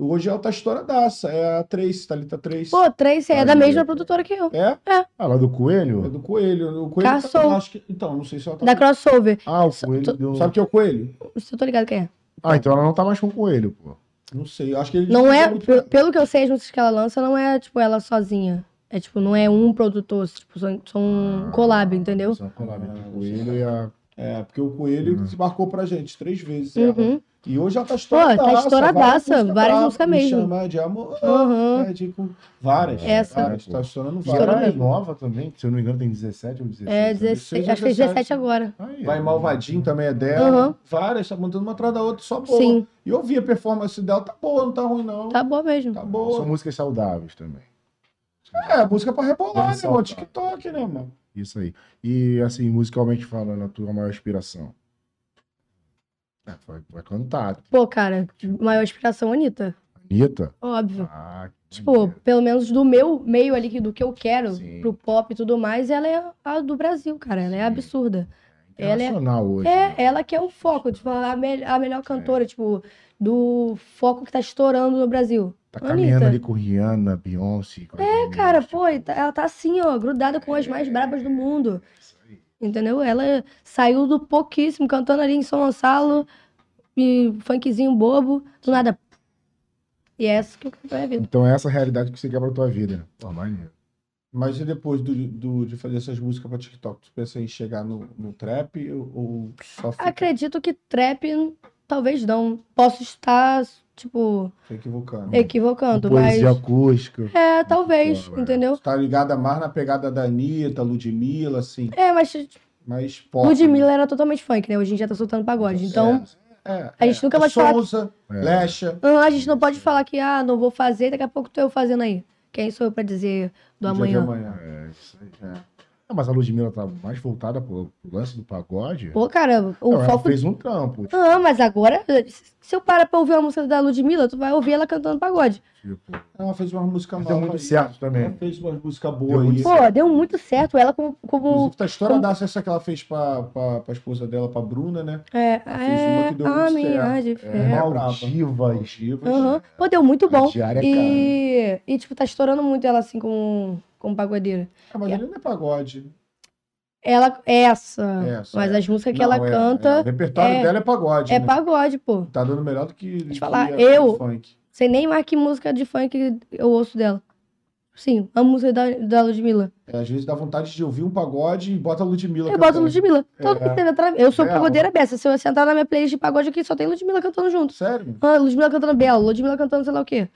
S2: Hoje ela tá estouradaça, é a Trace, Thalita Trace.
S3: Pô, três, você é da
S1: Aí,
S3: mesma
S1: eu-
S3: produtora que eu.
S2: É?
S1: Ah, lá do
S2: É
S1: Coelho?
S2: do Coelho. O Coelho
S3: Caçou.
S2: tá, eu acho que, então, não sei se ela tá...
S3: Da crossover.
S1: Ah, o
S3: Só-
S1: Coelho
S3: tô-
S1: deu...
S2: Sabe o que é o Coelho?
S3: Se eu tô ligado quem é.
S1: Ah, então ela não tá mais com o Coelho, pô.
S2: Não sei, eu acho que ele...
S3: Não é,
S2: muito-
S3: pe- pelo que eu sei, as músicas que ela lança, não é, tipo, ela sozinha. É, tipo, não é um produtor, tipo, são, são um collab, entendeu?
S1: Só um collab entre
S2: Ah,
S1: o Coelho e a...
S2: É, porque o
S1: Uhum.
S2: Coelho se marcou pra gente três vezes. ela.
S3: Uhum,
S2: E hoje ela tá
S3: tá
S2: estouradaça.
S3: estouradaça, várias
S2: braba,
S3: músicas
S2: me
S3: mesmo.
S2: Chama de amor.
S3: aham.
S2: É, tipo, várias.
S3: Essa.
S2: Várias, tá estourando
S1: E
S2: várias.
S3: Estourou
S1: ela é
S3: mesmo.
S1: nova também, que se eu não me engano tem 17 ou 16.
S3: É,
S1: né?
S3: 16,
S2: seja
S3: acho que é 17 agora.
S1: Aí,
S2: Vai
S1: ó.
S2: Malvadinho também é dela.
S3: Aham.
S2: Várias, tá montando uma atrás da outra, só boa.
S3: Uhum. Sim,
S2: E eu vi a performance dela, tá boa, não tá ruim não.
S3: tá boa mesmo.
S2: Tá
S1: São
S2: boa.
S1: músicas saudáveis também.
S2: É, música pra rebolar,
S1: Vamos
S2: né,
S1: saltar.
S2: mano? TikTok, né, mano?
S1: Isso aí. E assim, musicalmente falando, a tua maior inspiração? É, vai, vai cantar.
S3: Pô, cara, maior inspiração, Anitta.
S1: Anitta?
S3: Óbvio.
S1: Ah, que
S3: Hum. Tipo,
S1: maneiro.
S3: pelo menos do meu meio ali, que- do que eu quero,
S1: Sim.
S3: pro pop e tudo mais, ela é a do Brasil, cara. Ela é
S1: Sim.
S3: absurda. ela é-
S1: internacional hoje. né?
S3: É, ela que é o foco, tipo, a, me- a
S1: É.
S3: melhor cantora, tipo, do foco que tá estourando no Brasil.
S1: Tá
S3: Anitta. É,
S1: caminhando ali com Rihanna, Beyoncé. com as meninas,
S3: Cara,
S1: tipo,
S3: pô, e tá- ela tá assim, ó, grudada com as mais brabas do mundo.
S1: é isso aí.
S3: Entendeu? Ela saiu do pouquíssimo, cantando ali em São Gonçalo, e funkzinho bobo, do nada. E é essa que eu quero pra minha vida.
S1: Então é essa a realidade que você quer pra tua vida. né? Pô, maneiro.
S2: Mas e depois do, do- de fazer essas músicas pra TikTok? Tu pensa em chegar no, no trap ou, ou só fica,
S3: Acredito que trap, talvez não. Posso estar, tipo,
S2: fica equivocando?
S3: equivocando, mas.
S1: Poesia acústica.
S3: É, talvez,
S1: Boa, é.
S3: entendeu?
S2: Tu tá ligada mais na pegada da Anitta, Ludmilla, assim,
S3: É, mas tipo,
S2: mais pop.
S3: Ludmilla era totalmente funk, né? Hoje em dia tá soltando pagode. Então,
S2: É,
S3: a gente nunca vai falar
S2: Souza,
S1: É.
S2: Lecha.
S3: não, a gente não pode falar que, ah, não vou fazer, daqui a pouco tô eu fazendo aí. Quem sou eu pra dizer do
S2: Dia de
S3: amanhã?
S1: É, isso aí. Ah, mas a Ludmilla tá mais voltada pro, pro lance do pagode.
S3: Pô, cara, o
S1: Não, ela
S3: foco.
S1: fez um trampo. Tipo,
S3: Ah, mas agora, se eu parar pra ouvir uma música da Ludmilla, tu vai ouvir ela cantando pagode.
S2: Ela fez uma música
S1: tipo, mas
S2: nova.
S1: deu muito
S2: Então, aí.
S1: certo
S2: Ela
S1: também.
S2: fez umas músicas
S1: Deu
S2: boas
S1: muito
S2: aí.
S1: certo.
S3: Pô, deu muito certo. Ela como. como
S2: Inclusive, tá estouradaça essa que ela fez pra, pra, pra esposa dela, pra Bruna, né?
S3: é,
S2: fez uma
S3: é,
S2: que deu
S3: a
S2: muito
S3: minha
S2: certo.
S3: de
S1: É,
S3: fé.
S2: brava.
S1: Maldivas.
S2: Divas.
S3: Aham. Pô, deu muito bom.
S1: A diária é
S3: E, e, tipo, tá estourando muito ela assim como, como pagodeira.
S2: Ah, mas ele não é pagode.
S3: Ela, essa.
S2: Essa,
S3: mas
S2: é.
S3: as músicas que
S2: Não,
S3: ela
S2: é, é. O
S3: canta
S2: repertório
S3: é-
S2: dela é pagode.
S3: é,
S2: né?
S3: pagode, pô.
S2: Tá dando melhor do que.
S3: eu
S2: do
S3: falar,
S2: que
S3: eu-
S2: Funk.
S3: Sei nem mais que música de funk eu ouço dela. Sim, a música da, da Ludmilla.
S2: É, às vezes dá vontade de ouvir um pagode e bota a Ludmilla.
S3: Eu boto
S2: cantando.
S3: Ludmilla. Todo
S2: É.
S3: mundo teve atrás. Eu sou
S2: Real.
S3: pagodeira beça. Se eu sentar na minha playlist de pagode aqui, só tem Ludmilla cantando junto.
S2: Sério?
S3: Ah, Ludmilla cantando Belo, Ludmilla cantando sei lá o quê.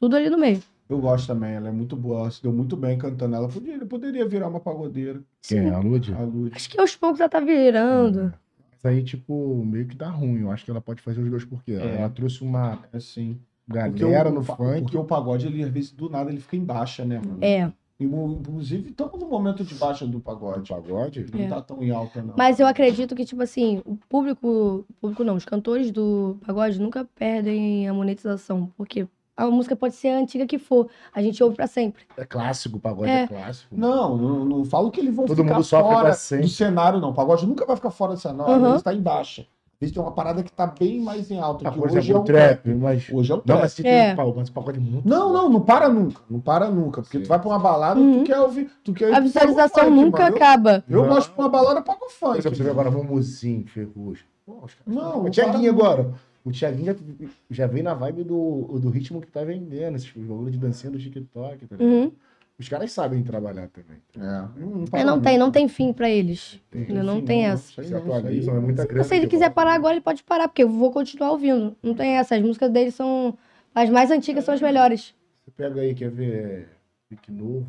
S3: Tudo ali no meio.
S2: Eu gosto também, ela é muito boa, ela se deu muito bem cantando. Ela poderia, poderia virar uma pagodeira,
S1: Quem é a Lud?
S2: a Lud.
S3: Acho que aos poucos ela tá virando.
S1: Mas aí, tipo, meio que dá ruim. Eu acho que ela pode fazer os dois porque
S2: É.
S1: ela trouxe uma
S2: Assim. Porque
S1: galera
S2: o-
S1: no
S2: o pa-
S1: funk.
S2: Porque o pagode, ele, às vezes, do nada, ele fica em baixa, né, mano?
S3: É.
S2: E, o- Inclusive, estamos no momento de baixa do
S1: do
S2: pagode.
S1: pagode.
S2: Não
S3: É.
S2: tá tão em alta, não.
S3: Mas eu acredito que, tipo assim, o público. o Público não, os cantores do pagode nunca perdem a monetização. Porque a música pode ser a antiga que for. A gente ouve pra sempre.
S1: É clássico, o pagode é,
S3: É.
S1: clássico.
S2: Não, não, não falo que eles vão
S1: Todo
S2: ficar
S1: mundo sofre pra
S2: fora
S1: sempre.
S2: do cenário, não. O pagode nunca vai ficar fora do cenário,
S3: Aham.
S2: ele está em baixa. Existe uma parada que está bem mais em alta.
S1: Ah,
S2: Que
S1: por
S2: hoje
S1: exemplo,
S2: é
S1: o
S2: um
S1: trap, mas.
S2: Hoje é um
S1: Não,
S2: trap.
S1: mas se tem
S3: É.
S1: um pau- mas o pagode é muito.
S2: Não,
S1: bom.
S2: não, não para nunca. Não para nunca. Porque
S1: Sim.
S2: tu vai pra uma balada,
S3: Uhum.
S2: tu quer ouvir. Tu quer
S3: A
S2: ouvir
S3: visualização
S2: pagode,
S3: nunca
S2: mano.
S3: acaba.
S2: Eu, eu
S1: Não.
S2: gosto de uma balada pago
S1: Por
S2: funk.
S1: exemplo, você vê agora Mamuzinho, Ferrugem. Pô, os caras-
S2: Não,
S1: o Thiaguinho agora. O Thiaguinho já, já veio na vibe do, do ritmo que tá vendendo, esses bagulho de dancinha do TikTok. Tá ligado?
S3: Uhum.
S1: Os caras sabem trabalhar também.
S2: É, não, não,
S3: É,
S2: para
S3: não
S2: nunca.
S3: tem, não tem fim pra eles.
S1: Tem-
S3: Ainda não tem essa.
S2: isso
S3: Então,
S2: aí
S1: Se
S2: não, isso aí
S1: atualizam, é
S2: não.
S1: muita grana.
S3: Se ele
S1: que
S3: quiser
S1: rola.
S3: parar agora, ele pode parar, porque eu vou continuar ouvindo. Não tem essa. As músicas dele são. As mais antigas são as melhores.
S1: Você pega aí, quer ver Pique Novo,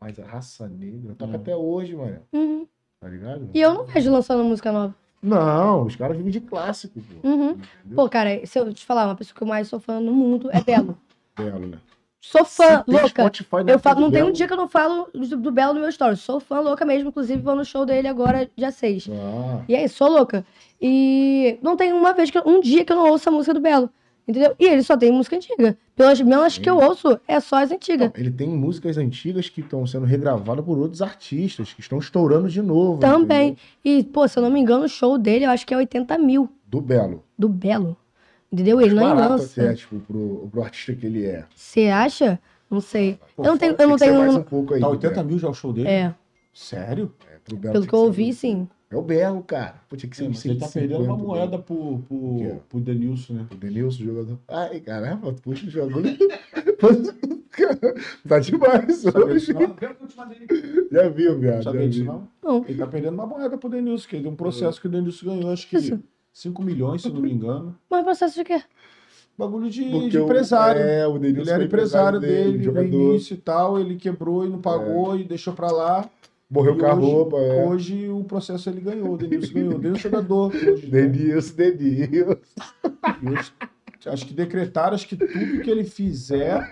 S1: mas a raça negra. Toca
S2: Hum.
S1: até hoje, mano.
S3: Uhum.
S1: Tá ligado?
S3: E eu não vejo lançando música nova.
S1: Não, os caras vivem de clássico, pô.
S3: Uhum.
S1: Entendeu?
S3: Pô, cara, se eu te falar, uma pessoa que eu mais sou fã no mundo é Belo.
S1: Belo, né?
S3: Sou fã,
S1: Se tem
S3: louca.
S1: Spotify, deve
S3: Eu
S1: ter
S3: falo,
S1: do
S3: não tem um
S1: Belo.
S3: dia que eu não falo do, do Belo no meu story. Sou fã louca mesmo, inclusive vou no show dele agora, dia 6.
S1: Ah,
S3: E aí, sou louca. E não tem uma vez que eu- um dia que eu não ouço a música do Belo. Entendeu? E ele só tem música antiga. Pelas menos que eu ouço, é só as antigas.
S1: não, ele tem músicas antigas que estão sendo regravadas por outros artistas, que estão estourando de novo.
S3: Também.
S1: entendeu?
S3: E, pô, se eu não me engano, o show dele eu acho que é 80 mil
S1: Do Belo.
S3: do Belo. Entendeu? Ele não é
S1: Barato até,
S3: lança.
S1: tipo, pro, pro artista que ele é.
S3: Você acha? Não sei.
S2: Pô,
S3: eu não tenho.
S1: Tem
S3: Eu não
S1: que ser
S3: tenho
S1: mais um pouco aí.
S2: Tá
S1: do
S2: 80
S1: Belo.
S2: mil já o show dele?
S3: É,
S2: Sério?
S1: É, pro Belo
S3: pelo
S1: tinha
S3: que eu
S1: ser-
S3: ouvi, sim.
S1: É o Belo, cara. Pô, tinha que ser um
S2: Sim,
S1: uns
S2: mas ele tá perdendo
S1: 150
S2: uma
S1: dele.
S2: moeda pro, pro,
S1: quê?
S2: pro Denilson,
S1: *laughs*
S2: né?
S1: O Denilson, jogador. Ai, caramba, puxa o jogo. *laughs* tá demais
S2: Sabia disso
S1: hoje.
S2: não?
S4: Eu vou te fazer ele.
S1: Já viu, viado? já
S2: Sabia disso
S1: viu.
S2: não?
S3: Não.
S2: Ele tá perdendo uma moeda pro Denilson, que ele deu um processo que o Denilson ganhou, acho que
S3: Isso.
S2: 5 milhões, se eu não me engano.
S3: Mas processo de quê?
S2: Bagulho de,
S1: Porque
S2: de
S1: o-
S2: empresário.
S1: É, o Denilson
S2: Ele era
S1: foi um
S2: empresário dele, no
S1: jogador. É.
S2: início e tal, ele quebrou e não pagou e deixou pra lá.
S1: Morreu
S2: E
S1: com a
S2: hoje-
S1: roupa. é.
S2: Hoje o processo ele ganhou, o Denilson ganhou. O Denilson é jogador hoje. né?
S1: *laughs* Denilson, Denilson.
S2: E hoje, acho que decretaram, acho que tudo que ele fizer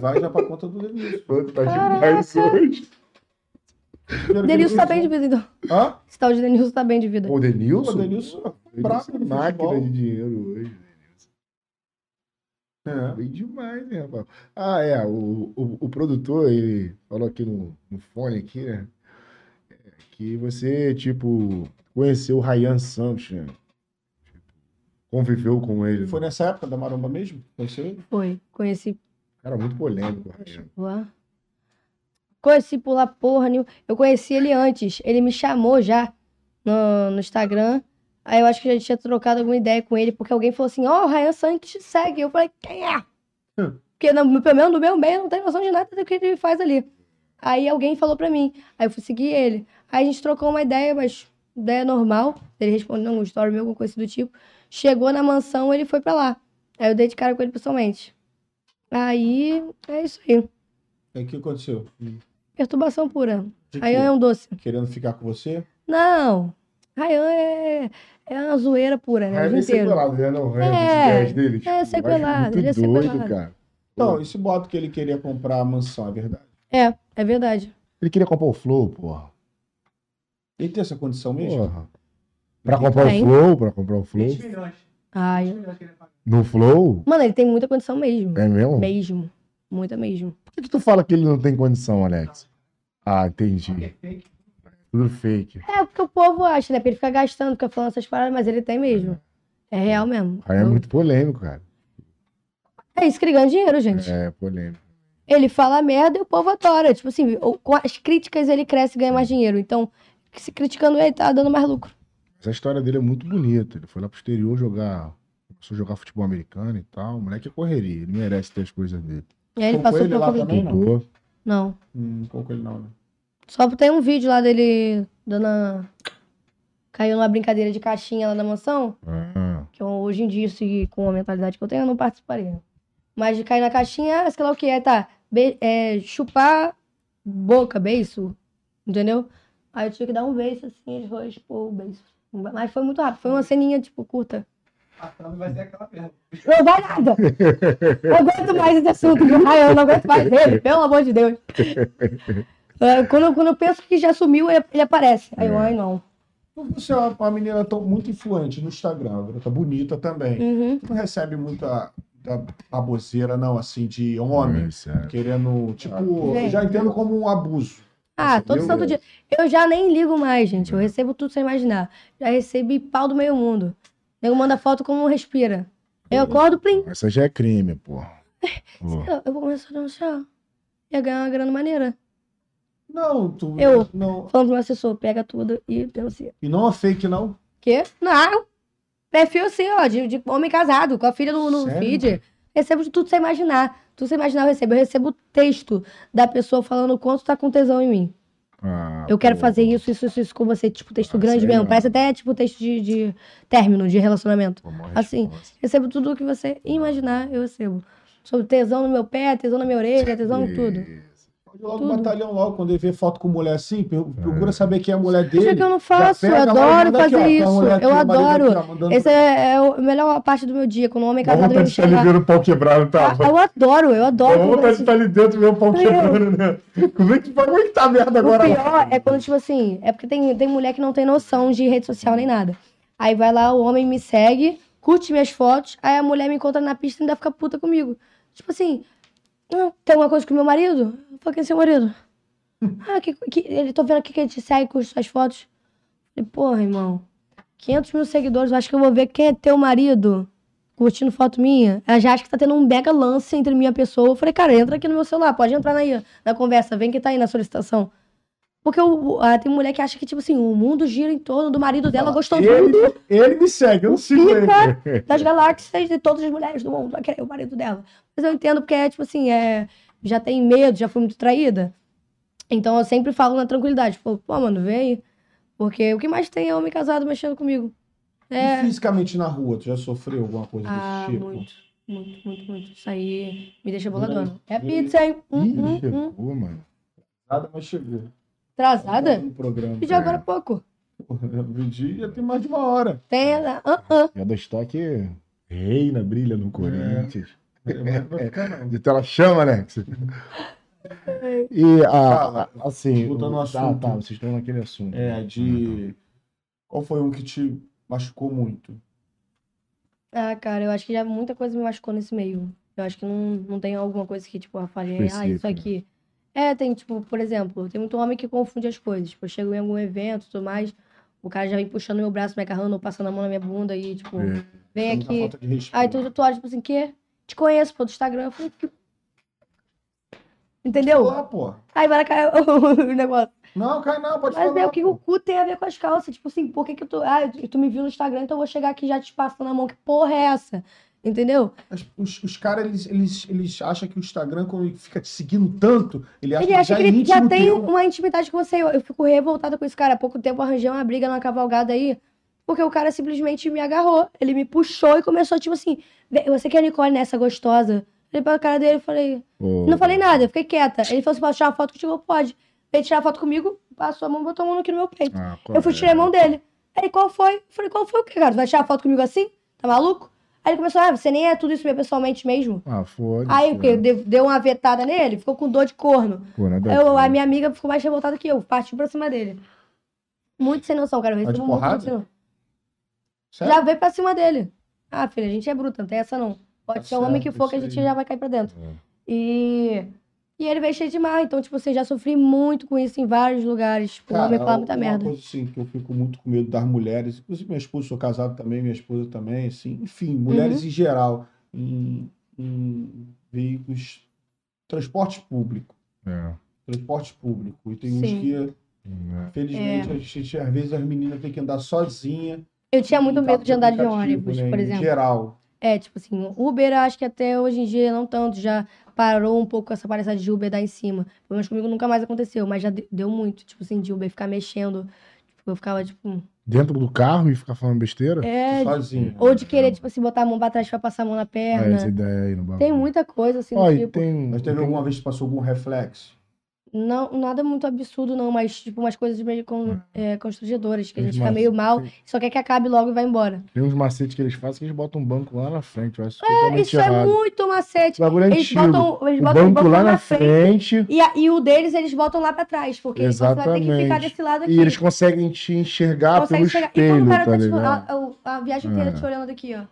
S2: vai já pra conta do Denilson.
S1: Pô, Tá demais hoje.
S3: Denilson tá bem de vida, então.
S2: um- Hã?
S3: Esse tal de Denilson tá bem de vida.
S1: Pô, o Denilson?
S2: O Denilson é
S1: Denilson
S2: brabo
S1: é
S2: no
S1: máquina de
S2: futebol.
S1: dinheiro hoje.
S2: É.
S1: Bem demais, né, rapaz? Ah, é, o, o, o produtor, ele falou aqui no, no fone aqui, né? é, Que você, tipo, conheceu o Rayan Santos, né? Tipo, Conviveu com ele.
S2: Foi nessa época da Maromba mesmo? Conheceu ele?
S3: Foi. Conheci.
S1: Um Cara, muito polêmico, o Rayan.
S3: Uá. Conheci pular porra, nenhuma. Eu conheci ele antes. Ele me chamou já no, no Instagram. Aí eu acho que eu já tinha trocado alguma ideia com ele, porque alguém falou assim: Ó, o Ryan Santos te segue. Eu falei: Quem é?
S2: Hum.
S3: Porque, no, pelo menos no meu meio, não tem noção de nada do que ele faz ali. Aí alguém falou pra mim. Aí eu fui seguir ele. Aí a gente trocou uma ideia, mas ideia normal. Ele respondeu um story meu, alguma coisa do tipo. Chegou na mansão, ele foi pra lá. Aí eu dei de cara com ele pessoalmente. Aí é isso aí.
S2: Aí É, o que aconteceu?
S3: Perturbação pura.
S2: De
S3: Rayan é
S2: quê?
S3: um doce.
S2: Querendo ficar com você?
S3: Não. Rayan é, é uma zoeira pura, né? O
S1: Rayan
S3: dia
S1: é
S3: inteiro.
S1: sequelado, né? Não, o Rayan,
S3: É,
S1: as ideias dele, tipo, eu acho
S3: sequelado,
S1: muito
S3: ele é
S1: doido,
S3: sequelado.
S1: cara.
S2: Então, esse boato que ele queria comprar a mansão, é verdade.
S3: É, é verdade.
S1: Ele queria comprar o Flow, porra.
S2: Ele tem essa condição mesmo?
S1: Porra. Pra comprar
S3: Tem.
S1: o Flow, pra comprar o Flow.
S4: 20 milhões. 20
S3: Ai.
S4: milhões que ele paga.
S1: No Flow?
S3: Mano, ele tem muita condição mesmo.
S1: É mesmo?
S3: Mesmo. Muita mesmo.
S1: Por que, que tu fala que ele não tem condição, Alex? Ah, entendi.
S4: É fake.
S1: Tudo fake.
S3: É porque o povo acha, né? Porque ele fica gastando, fica falando essas paradas, mas ele tem mesmo. É real mesmo.
S1: Rayan é muito polêmico, cara.
S3: É isso que ele ganha dinheiro, gente.
S1: É, polêmico.
S3: Ele fala merda e o povo adora. Tipo assim, o- com as críticas ele cresce e ganha mais dinheiro. Então, se criticando ele, tá dando mais lucro.
S1: Essa história dele é muito bonita. Ele foi lá pro exterior jogar. Começou a jogar futebol americano e tal. O moleque é correria. Ele merece ter as coisas dele.
S3: E aí
S2: Ficou
S3: ele
S2: com
S3: passou
S2: ele
S3: por
S2: lá
S3: Covid.
S2: também? não.
S1: Tudo.
S3: Não.
S2: Hum, não ficou com ele não, né?
S3: Só tem um vídeo lá dele dando. a- Caiu numa brincadeira de caixinha lá na mansão,
S1: Ah,
S3: que eu, hoje em dia, se, com a mentalidade que eu tenho, eu não participaria. Mas de cair na caixinha, ah, sei lá o que é, tá. Be- é, chupar boca, beijo. Entendeu? Aí eu tive que dar um beijo assim, eles foram, tipo, beijo. Mas foi muito rápido, foi uma ceninha, tipo, curta.
S4: A trama Ah, tá, vai ser aquela merda.
S3: Não vai nada! Não aguento mais esse assunto, Ai, eu não aguento mais ele, pelo amor de Deus. É, Quando, eu- quando eu penso que já sumiu, ele ele aparece. Aí eu, ai, não.
S2: Você é uma, uma menina tão, muito influente no Instagram, uma garota bonita também.
S3: Uhum.
S2: Não recebe muita, muita baboseira, não, assim, de homem.
S1: sério.
S2: Querendo, tipo,
S3: Gente.
S2: já entendo como um abuso.
S3: Ah, todo
S2: Meu
S3: santo
S2: Deus.
S3: dia. Eu já nem ligo mais, gente. Eu recebo tudo sem imaginar. Já recebi pau do meio mundo. Eu mando foto como respira. Eu acordo, plim.
S1: Essa já é crime, porra. Pô.
S3: Eu, eu começo a denunciar. Ia ganhar uma grana maneira.
S2: Não, tu.
S3: Eu.
S2: Não,
S3: Falando pro meu assessor, pega tudo e denuncia.
S2: e não é fake, não.
S3: Quê? Não. ah, Perfil assim, ó, de, de homem casado, com a filha no, no
S2: Sério?
S3: feed. Recebo de tudo sem imaginar. Tudo sem imaginar eu recebo. Eu recebo texto da pessoa falando o quanto tá com tesão em mim.
S1: Ah,
S3: Eu quero
S1: pô.
S3: fazer isso, isso, isso, isso com você. Tipo, texto
S1: Ah,
S3: grande
S1: sei
S3: mesmo.
S1: lá.
S3: Parece até, tipo, texto de, de término, de relacionamento.
S1: Pô, mó
S3: Assim.
S1: resposta.
S3: Recebo tudo o que você imaginar, eu recebo. Sobre tesão no meu pé, tesão na minha orelha, tesão em tudo.
S1: Isso.
S2: Pode logo
S3: Tudo.
S2: batalhão logo, quando ele vê foto com mulher assim, per- procura saber quem é a mulher
S3: Acha
S2: dele.
S3: que eu não
S2: já
S3: faço, eu
S2: pega, vai
S3: adoro
S2: mandando aqui, ó, tem
S3: fazer
S2: uma
S3: isso.
S2: mulher aqui,
S3: eu
S2: o marido
S3: adoro.
S2: aqui, ó, mandando-
S3: Essa é, é a melhor parte do meu dia, quando o homem
S1: Dá
S3: casado vem
S1: vontade
S3: me
S1: de estar ali
S3: chamar.
S1: vendo o pau quebrado, tá?
S3: Ah, Eu adoro, eu adoro.
S1: Dá
S3: quando
S1: vontade de estar tá, ali dentro e ver o pau
S3: Eu.
S1: quebrando, né? Como é que vai aguentar a merda
S3: um- O
S1: agora?
S3: pior é quando, tipo assim, é porque tem, tem mulher que não tem noção de rede social nem nada. Aí vai lá, o homem me segue, curte minhas fotos, aí a mulher me encontra na pista e ainda fica puta comigo. Tipo assim, "Ah, tem alguma coisa com meu marido? Foi quem é
S1: *laughs*
S3: seu marido? Ah, que, que, ele tô vendo aqui que ele te segue, curte suas fotos. Falei, porra, irmão, 500 mil seguidores, eu acho que eu vou ver quem é teu marido curtindo foto minha. Ela já acha que tá tendo um mega lance entre minha pessoa. Eu falei, cara, entra aqui no meu celular, pode entrar aí na conversa, vem que tá aí na solicitação. Porque o- o- ah, tem mulher que acha que, tipo assim, o mundo gira em torno do marido dela gostosinho
S2: Ele, ele me segue, eu não sigo ele.
S3: das galáxias de todas as mulheres do mundo. Aquele é o marido dela. Mas eu entendo porque é, tipo assim, é, já tem medo, já fui muito traída. Então eu sempre falo na tranquilidade, tipo, pô, mano, vem aí. Porque o que mais tem é homem casado mexendo comigo.
S2: E
S3: É.
S2: fisicamente na rua, tu já sofreu alguma coisa
S3: Ah,
S2: desse tipo?
S3: muito, muito, muito, muito. Isso aí me deixa
S2: Vira aí,
S3: boladona. É
S2: vira aí.
S3: pizza, hein?
S1: Ih,
S3: Hum, hum, hum.
S1: chegou, mano.
S2: Nada, mas chegou.
S3: Atrasada?
S2: No programa. *laughs*
S3: Pedi agora há pouco.
S2: Porra, Vendi já tem mais de uma hora.
S3: Tem. Ah, ah.
S1: E a do estoque reina, brilha no Corinthians.
S2: É,
S1: É,
S2: Mas não vai ficar, não.
S1: Então ela chama, *laughs* Alex.
S3: É.
S1: E a,
S2: Fala.
S1: a- assim.
S2: Voltando
S1: o-
S2: ao assunto.
S1: Tá, tá, vocês estão naquele assunto.
S2: É, de. Qual foi um que te machucou muito?
S3: Ah, cara, eu acho que já muita coisa me machucou nesse meio. Eu acho que não, não tem alguma coisa que, tipo, eu falei, ah, isso
S1: Específica, né?
S3: aqui. É, tem, tipo, por exemplo, tem muito homem que confunde as coisas. Tipo, eu chego em algum evento e tudo mais, o cara já vem puxando meu braço, me agarrando, ou passando a mão na minha bunda e, tipo,
S1: É.
S3: vem
S2: Muita
S3: aqui.
S2: Falta de respeito.
S3: Aí tu, tu olha, tipo assim, que? Te conheço, pô, do Instagram. Eu falei, que... Entendeu?
S2: Lá, pô.
S3: Aí vai lá cair *laughs* o negócio.
S2: Não, cai não, pode
S3: Mas
S2: falar.
S3: é o que
S2: pô.
S3: o cu tem a ver com as calças. Tipo assim, por que que tu. Ah, tu me viu no Instagram, então eu vou chegar aqui já te passando a mão. Que porra é essa? Entendeu?
S2: As- Os, os caras, eles, eles, eles acham que o Instagram, quando ele fica te seguindo tanto, ele acha
S3: Ele
S2: que
S3: acha
S2: já
S3: que
S2: é
S3: ele já
S2: íntimo
S3: tem um
S2: teu.
S3: uma intimidade com você. Eu, eu fico revoltada com esse cara. Há pouco tempo eu arranjei uma briga numa cavalgada aí, porque o cara simplesmente me agarrou. Ele me puxou e começou, tipo assim, "Vê, você que é a Nicole, né? Essa gostosa. Falei pra cara dele, falei.
S1: Pô,
S3: Não falei nada, eu fiquei quieta. Ele falou assim: posso tirar uma foto contigo? Eu, Pode. Veio tirar foto comigo, passou a mão, botou a mão aqui no meu peito.
S1: ah, qual
S3: Eu fui
S1: é?
S3: tirar a mão dele. Aí ele, qual foi? Eu falei, qual foi o que, cara? Tu vai tirar foto comigo assim? Tá maluco? Aí ele começou, ah, você nem é tudo isso meu pessoalmente mesmo.
S1: Ah, foda-se. é.
S3: Aí o quê? Deu deu uma vetada nele, ficou com dor de corno.
S1: Pô, né, nada
S3: Eu-
S1: a
S3: a
S1: ver.
S3: minha amiga ficou mais revoltada que eu, partiu pra cima dele. Muito sem noção, cara. Eu
S2: Mas de
S3: recebo muito,
S2: porrada?
S3: muito sem noção.
S2: Sério?
S3: Já veio pra cima dele. Ah, filha, a gente é bruta, não tem essa não. Pode
S2: Tá
S3: ser o homem que
S2: certo,
S3: for, que a
S2: isso
S3: gente
S2: aí.
S3: já vai cair pra dentro.
S1: É.
S3: E. E ele veio cheio de mar, então, tipo, você já sofri muito com isso em vários lugares. Tipo, o homem fala muita
S2: uma
S3: merda.
S2: coisa assim que eu fico muito com medo das mulheres, inclusive minha esposa, sou casado também, minha esposa também, assim, enfim, mulheres
S3: Uhum.
S2: em geral, em, em veículos, transporte público,
S1: É.
S2: transporte público. E tem uns
S3: Sim. É.
S2: que,
S1: Né?
S2: felizmente, a gente, às vezes as meninas têm que andar sozinha.
S3: Eu tinha muito
S2: em
S3: medo de andar de
S2: aplicativo,
S3: ônibus,
S2: né,
S3: por
S2: em
S3: exemplo.
S2: geral.
S3: É, tipo assim, o Uber, eu acho que até hoje em dia não tanto, já parou um pouco essa palhaçada de Uber dar em cima. Pelo menos comigo nunca mais aconteceu, mas já de- deu muito, tipo assim, de Uber ficar mexendo. Tipo, Tipo, eu ficava, tipo.
S1: Dentro do carro e ficar falando besteira?
S3: É,
S2: Sozinho.
S3: ou de querer, tipo assim, botar a mão pra trás pra passar a mão
S1: Ah,
S3: na
S1: essa
S3: perna.
S1: ideia aí no bagulho.
S3: É, né. Tem muita coisa, assim, do
S1: Ó, e
S3: tipo.
S1: tem...
S2: Mas teve alguma vez que passou algum reflexo?
S3: Não, nada muito absurdo, não, mas tipo umas coisas meio con,
S1: Ah.
S3: é, constrangedoras, que a
S1: Mas-
S3: gente fica
S1: mas-
S3: meio mal, só quer que acabe logo e vai embora.
S1: Tem uns macetes que eles fazem que eles botam um banco lá na frente. Eu acho totalmente
S3: Isso é
S1: errado.
S3: muito macete.
S1: Esse bagulho é
S3: Eles
S1: antigo.
S3: botam, eles
S1: O
S3: botam um
S1: banco lá na frente,
S3: E, a- e o deles eles botam lá pra trás, porque eles botam lá, tem que ficar
S1: Exatamente.
S3: desse lado aqui.
S1: e eles conseguem te enxergar
S3: Consegue
S1: pelo
S3: chegar- e
S1: espelho,
S3: quando o cara
S1: tá
S3: tá te,
S1: ligado?
S3: a, a- a viagem inteira
S1: É.
S3: te olhando aqui, ó.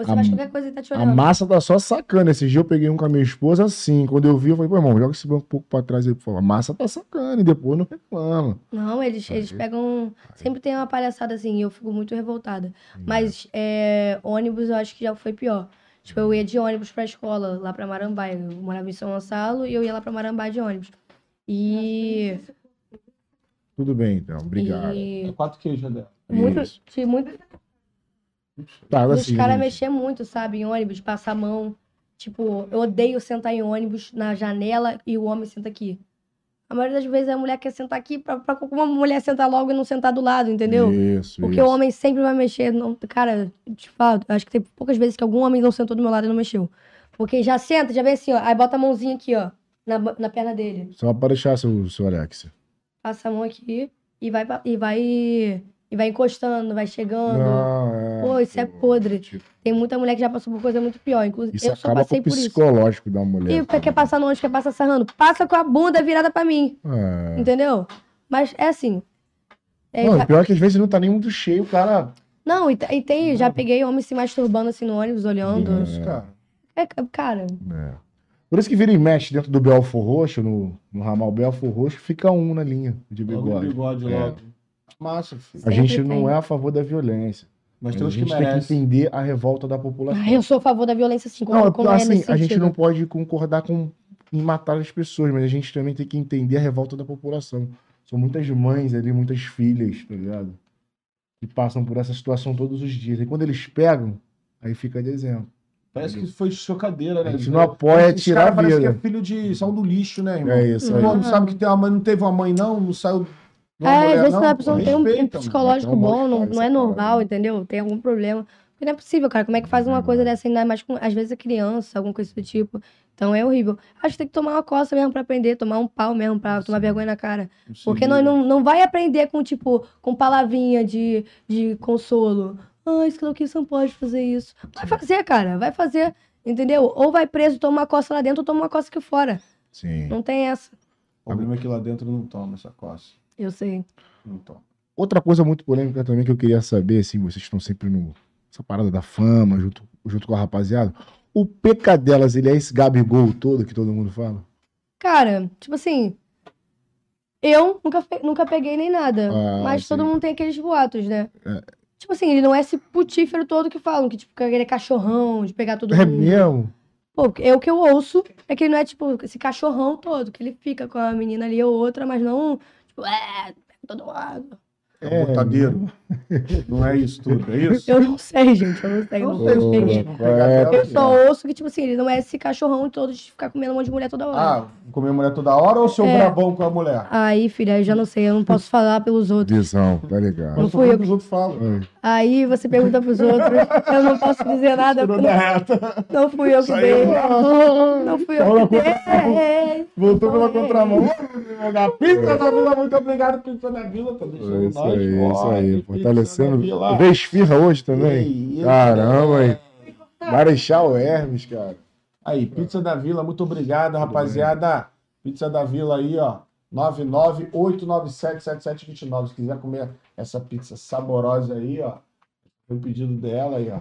S3: Você
S1: A-
S3: faz qualquer coisa e tá te
S1: A
S3: olhando.
S1: massa tá só sacando. Esse dia eu peguei um com a minha esposa assim. Quando eu vi, eu falei, pô, irmão, joga esse banco um pouco pra trás aí, por favor. A massa tá sacando e depois não reclama.
S3: Não, eles, eles
S1: Aí-
S3: pegam. um, Sempre tem uma palhaçada assim, e eu fico muito revoltada.
S1: Uhum.
S3: Mas é, ônibus eu acho que já foi pior. Tipo, eu ia de ônibus pra escola, lá pra Marambá. Eu morava em São Gonçalo e eu ia lá pra Marambá de ônibus. E.
S1: Tudo bem, então. Obrigado.
S3: e
S2: É Quatro queijos, André.
S3: muito,
S1: Isso.
S3: tinha muito
S1: Tá,
S3: dos
S1: assim,
S3: caras
S1: gente.
S3: mexer muito, sabe, em ônibus, passar a mão. Tipo, eu odeio sentar em ônibus na janela e o homem senta aqui. A maioria das vezes a mulher quer sentar aqui pra, pra uma mulher sentar logo e não sentar do lado, entendeu?
S1: Isso,
S3: Porque
S1: isso.
S3: o homem sempre vai mexer. Não, cara, te falo, acho que tem poucas vezes que algum homem não sentou do meu lado e não mexeu. Porque já senta, já vem assim, ó. Aí bota a mãozinha aqui, ó. Na, ba- na perna dele.
S1: Só pra deixar, seu, seu Alex.
S3: Passa a mão aqui e vai. pra- E vai, e vai encostando, vai chegando.
S1: Não, é,
S3: Pô, isso é
S1: pô,
S3: podre.
S1: tipo,
S3: Tem muita mulher que já passou por coisa muito pior. Inclusive,
S1: isso
S3: eu só
S1: acaba com
S3: passei
S1: o
S3: por isso.
S1: psicológico da mulher.
S3: E é quer, quer passar no ônibus, quer passar sarrando? Passa com a bunda virada pra mim,
S1: É.
S3: entendeu? Mas é assim. Então, é,
S1: Não,
S3: já-
S1: o pior é que às vezes não tá nem muito cheio, o cara.
S3: não, e, te- e tem, já peguei homem se masturbando assim no ônibus, olhando.
S1: Uhum.
S2: Isso, cara.
S3: É, ca- cara,
S1: É. Por isso que vira e mexe dentro do Belfor Roxo, no, no ramal Belfor Roxo, fica um na linha de
S2: Logo
S1: bigode.
S2: bigode,
S1: É.
S2: logo. Massa, filho.
S1: A
S3: Sempre
S1: gente não
S3: tem.
S1: é a favor da violência.
S2: Mas
S1: mas
S2: tem
S1: a
S2: uns que
S1: gente tem que
S2: merecem.
S1: entender a revolta da população.
S3: eu sou a favor da violência assim, como,
S1: Não,
S3: como é
S1: assim,
S3: nesse
S1: a gente
S3: sentido.
S1: não pode concordar com em matar as pessoas, mas a gente também tem que entender a revolta da população. São muitas mães ali, muitas filhas, tá ligado? Que passam por essa situação todos os dias. E quando eles pegam, aí fica de exemplo.
S2: Parece que foi chocadeira, né?
S1: A gente não apoia
S2: Esses
S1: tirar
S2: caras
S1: a
S2: Parece que
S1: vida.
S2: é filho de. São do lixo, né, irmão?
S1: É isso aí.
S2: Pô,
S3: Uhum.
S2: não sabe que tem uma mãe, não teve uma mãe, não? Não saiu. de uma
S3: É,
S2: mulher,
S3: às vezes a pessoa não tem um
S2: Respeita, mano.
S3: psicológico
S1: Então,
S3: bom, não,
S1: mostra
S3: não é
S1: essa
S3: normal,
S1: parada.
S3: entendeu? Tem algum problema. Porque não é possível, cara. Como é que faz uma
S1: Uhum.
S3: coisa dessa ainda mais com, às vezes, a criança, alguma coisa do tipo? Então é horrível. Acho que tem que tomar uma coça mesmo pra aprender, tomar um pau mesmo pra tomar
S1: Sim.
S3: vergonha na cara.
S2: Se
S3: Porque nós
S2: liga.
S3: não, não vai aprender com, tipo, com palavrinha de, de consolo. Ah, isso que não quis, você não pode fazer isso. Vai fazer, cara. Vai fazer. Entendeu? Ou vai preso, toma uma coça lá dentro, ou toma uma coça aqui fora.
S1: Sim.
S3: Não tem essa.
S2: O problema é que lá dentro não toma essa coça.
S3: Eu sei.
S2: Não toma.
S1: Outra coisa muito polêmica também que eu queria saber, assim, vocês estão sempre no essa parada da fama, junto, junto com a rapaziada. O Pecadelas, ele é esse Gabigol todo que todo mundo fala?
S3: Cara, tipo assim. Eu nunca, fe- nunca peguei nem nada.
S1: Ah,
S3: mas todo
S1: sim.
S3: mundo tem aqueles boatos, né? Tipo assim, ele não é esse putífero todo que falam, que tipo, que ele é cachorrão, de pegar todo
S1: É
S3: mundo.
S1: mesmo?
S3: Pô, é o que eu ouço, é que ele não é, tipo, esse cachorrão todo, que ele fica com a menina ali ou outra, mas não, tipo, é, pega todo lado.
S2: É um botadeiro. Não é isso tudo, é isso?
S3: Eu não sei, gente, eu não sei. Eu, não sei,
S1: Ô,
S3: gente.
S1: qual é?
S3: eu só ouço que, tipo assim, ele não é esse cachorrão todo de ficar comendo um monte de mulher toda hora.
S2: Ah, comer mulher toda hora ou seu
S3: É.
S2: brabão com a mulher?
S3: Aí, filha, eu já não sei, eu não posso falar pelos outros.
S1: Visão, tá ligado.
S3: Não
S2: Eu sou
S3: fui
S2: o
S3: eu
S2: que os outros falam.
S3: Aí você pergunta pros outros, eu não posso dizer nada,
S2: Tirou
S3: porque
S2: da
S3: não,
S2: reta.
S3: não fui eu que dei. Não fui
S2: Saiu na
S3: eu que dei.
S2: Voltou pela contramão. Da pizza da Vila, muito obrigado, pizza da Vila. Tá deixando
S1: É isso
S2: nós.
S1: aí, é isso aí.
S2: Olha, pizza da Vila.
S1: Fortalecendo. Vê esfirra hoje também.
S2: Ei, eu-
S1: Caramba, hein? Marechal Hermes, cara.
S2: Aí, Pizza da Vila, muito obrigado, rapaziada. Pizza da Vila aí, ó. 998977729. Se quiser comer essa pizza saborosa aí, ó. Foi o pedido dela aí, ó.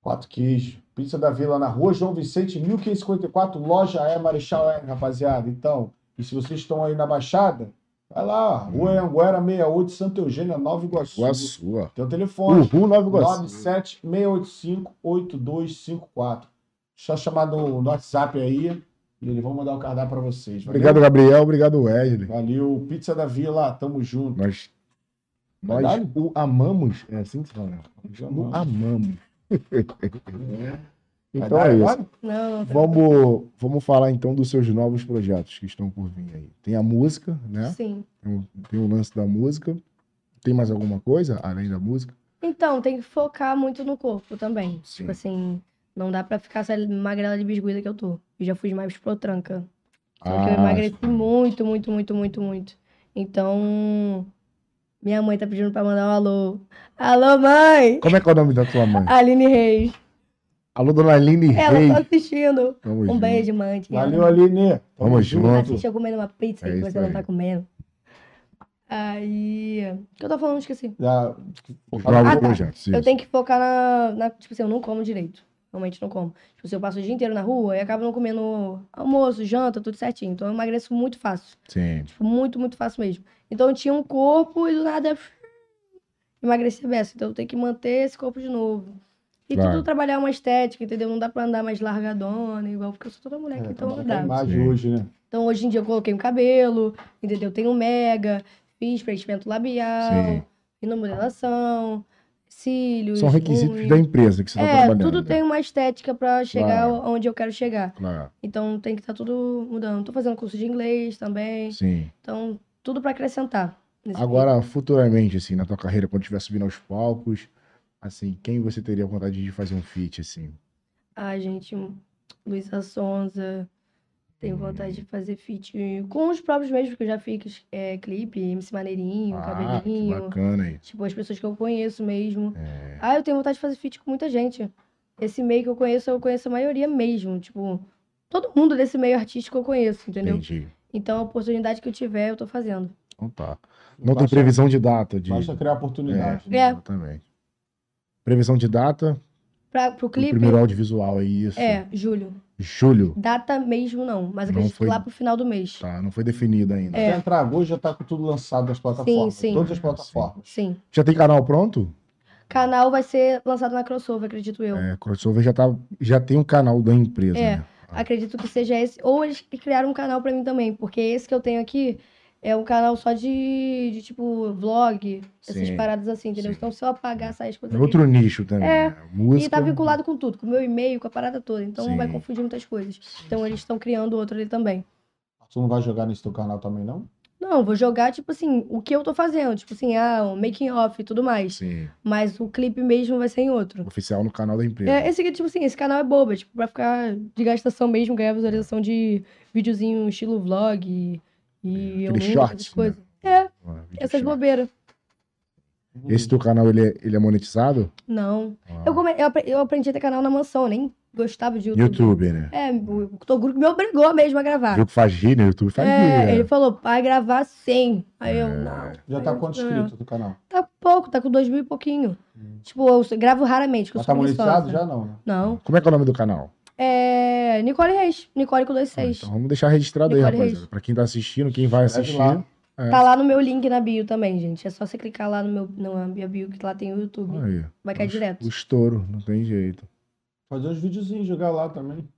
S2: Quatro queijos. Pizza da Vila na rua João Vicente, 1554, loja é Marechal é, rapaziada. Então, e se vocês estão aí na Baixada, vai lá, ó. Rua Anguera 68, Santa Eugênia, Nova Iguaçu.
S1: Igual a sua.
S2: Tem o telefone.
S1: Uhul, Nova Iguaçu.
S2: 976858254. Só chamar no, no WhatsApp aí e eles vão mandar o cardápio pra vocês. Valeu?
S1: Obrigado, Gabriel. Obrigado, Wesley.
S2: Valeu, Pizza da Vila, tamo junto.
S1: Nós, nós
S2: Verdade? *laughs*
S1: o amamos. É assim que se fala. né? O amamos. Vai
S2: Então
S1: dar
S2: é isso.
S1: agora?
S3: Não, não.
S1: Vamos, vamos falar então dos seus novos projetos que estão por vir aí. Tem a música, né?
S3: Sim.
S1: Tem o, tem o lance da música. Tem mais alguma coisa além da música?
S3: Então, tem que focar muito no corpo também.
S1: Sim.
S3: Tipo assim, não dá pra ficar essa magrela de bisguida que eu tô. Eu já fui mais pro tranca. Só
S1: Ah,
S3: que eu emagreci muito, muito, muito, muito, muito. Então, minha mãe tá pedindo pra mandar um alô. Alô, mãe!
S1: Como é que é o nome da tua mãe?
S3: Aline Reis.
S1: Alô, dona Aline
S3: Ela
S1: Reis. é.
S3: tá assistindo.
S1: Tamo
S3: Um
S1: junto.
S3: beijo, mãe. te amo.
S2: Valeu, Aline.
S1: Vamos
S3: Tá
S1: junto.
S3: assistindo eu comendo uma pizza
S1: É
S3: que
S1: isso
S3: você não tá
S1: aí.
S3: comendo. Aí. O que eu tô falando? Esqueci.
S2: Já-
S1: Focar no
S3: Ah, tá.
S1: projeto, sim.
S3: Eu tenho que focar na, na- Tipo assim, eu não como direito. Realmente não como. Tipo, se eu passo o dia inteiro na rua e acabo não comendo almoço, janta, tudo certinho. Então eu emagreço muito fácil.
S1: Sim.
S3: Tipo, muito, muito fácil mesmo. Então eu tinha um corpo e do nada emagreci a beça. Então eu tenho que manter esse corpo de novo. E
S1: Claro.
S3: tudo trabalhar uma estética, entendeu? Não dá pra andar mais largadona, igual, porque eu sou toda moleque,
S1: tá
S2: É,
S3: então não
S2: trabalha com
S3: dá.
S2: imagem
S1: Sim.
S2: hoje, né?
S3: Então hoje em dia eu coloquei um cabelo, entendeu? Tenho um mega, fiz preenchimento labial,
S1: Sim.
S3: rinomodelação, cílios.
S1: São requisitos
S3: unhas.
S1: da empresa que você está
S3: um É,
S1: trabalhando.
S3: tudo
S1: né?
S3: tem uma estética pra chegar
S1: Claro.
S3: onde eu quero chegar.
S1: Claro,
S3: Então tem que estar tudo mudando. Tô fazendo curso de inglês também.
S1: sim.
S3: Então, tudo pra acrescentar. nesse
S1: Agora, futuramente, assim, na tua carreira, quando estiver subindo aos palcos, assim, quem você teria vontade de fazer um feat, assim?
S3: Ai, gente, Luísa Sonza. Tenho vontade de fazer feat com os próprios mesmos, que eu já fiz é, clipe, MC Maneirinho,
S1: ah, que
S3: Um Cabelinho.
S1: bacana isso.
S3: Tipo, as pessoas que eu conheço mesmo.
S1: É,
S3: Ah, eu tenho vontade de fazer feat com muita gente. Esse meio que eu conheço, eu conheço a maioria mesmo. Tipo, todo mundo desse meio artístico eu conheço, entendeu?
S1: entendi.
S3: Então, a oportunidade que eu tiver, eu tô fazendo.
S1: Então tá. Não tem
S2: Basta-
S1: previsão de data de.
S2: Basta criar oportunidade.
S1: É,
S2: né?
S3: É.
S1: exatamente. Previsão de data,
S3: Pra, pro
S1: o
S3: clipe,
S1: primeiro audiovisual, é isso.
S3: é, julho.
S1: Julho,
S3: Data mesmo não, mas
S1: Não
S3: acredito
S1: foi-
S3: que lá pro final do mês.
S1: tá? Não foi definido ainda.
S3: É.
S2: Já entrar agora já tá com tudo lançado nas plataformas.
S3: Sim, sim.
S2: Todas as plataformas.
S3: Sim.
S1: Já tem canal pronto?
S3: Canal vai ser lançado na crossover, acredito eu.
S1: É, crossover já, tá, já tem um canal da empresa,
S3: É.
S1: né?
S3: Acredito que seja esse. Ou eles criaram um canal pra mim também, porque esse que eu tenho aqui é um canal só de, de, tipo, vlog, essas
S1: Sim,
S3: paradas assim, entendeu?
S1: sim.
S3: Então, se eu apagar essas coisas.
S1: É
S3: aqui-
S1: outro nicho também.
S3: É,
S1: né? Música.
S3: E tá vinculado com tudo, com o meu e-mail, com a parada toda. Então, vai
S1: Sim.
S3: confundir muitas coisas.
S1: Sim,
S3: Então,
S1: sim.
S3: eles estão criando outro ali também.
S2: Tu não vai jogar nesse teu canal também, não?
S3: Não, vou jogar, tipo assim, o que eu tô fazendo. Tipo assim, ah, o making off e tudo mais.
S1: Sim.
S3: Mas o clipe mesmo vai ser em outro.
S1: Oficial no canal da empresa.
S3: É, esse aqui, tipo assim, esse canal é bobo, é, tipo, pra ficar de gastação mesmo, ganhar visualização de videozinho estilo vlog e, e
S1: aqueles
S3: eu
S1: shorts,
S3: essas coisas. É,
S1: Ah, vídeo
S3: essas
S1: short.
S3: bobeiras.
S1: Esse teu canal, ele é, ele é monetizado?
S3: Não.
S1: Ah,
S3: Eu, come- eu, apre- eu aprendi a ter canal na mansão, eu nem gostava de YouTube.
S1: YouTube, né?
S3: É, o Toguro que me obrigou mesmo a gravar.
S1: Viu que faz rir, né? YouTube faz
S3: Ah. é,
S1: rir.
S3: ele
S1: né?
S3: falou, vai gravar 100. Aí eu,
S1: É.
S3: não.
S2: Já
S3: Aí
S2: tá
S3: eu,
S2: quanto
S3: "Ah,
S2: inscrito do canal?
S3: Tá pouco, tá com dois mil e pouquinho.
S2: Hum.
S3: Tipo, eu gravo raramente, que eu
S2: Mas
S3: sou
S2: tá monetizado
S3: preguiçosa.
S2: já não, né?
S3: Não.
S1: Como é que é o nome do canal?
S3: É. Nicole Reis, Nicole com dois
S1: Ah,
S3: seis.
S1: então vamos deixar registrado aí,
S3: Nicole
S1: rapaziada.
S3: Reis.
S1: Pra quem tá assistindo, quem vai
S2: Escreve
S1: assistir.
S2: lá.
S1: É.
S3: Tá lá no meu link na bio também, gente. É só você clicar lá no meu, na minha bio, que lá tem o YouTube.
S2: Ah,
S1: Aí.
S3: Vai
S1: O-
S3: cair
S2: então
S3: direto.
S1: O estouro, não tem jeito.
S2: Fazer uns videozinhos, jogar lá também.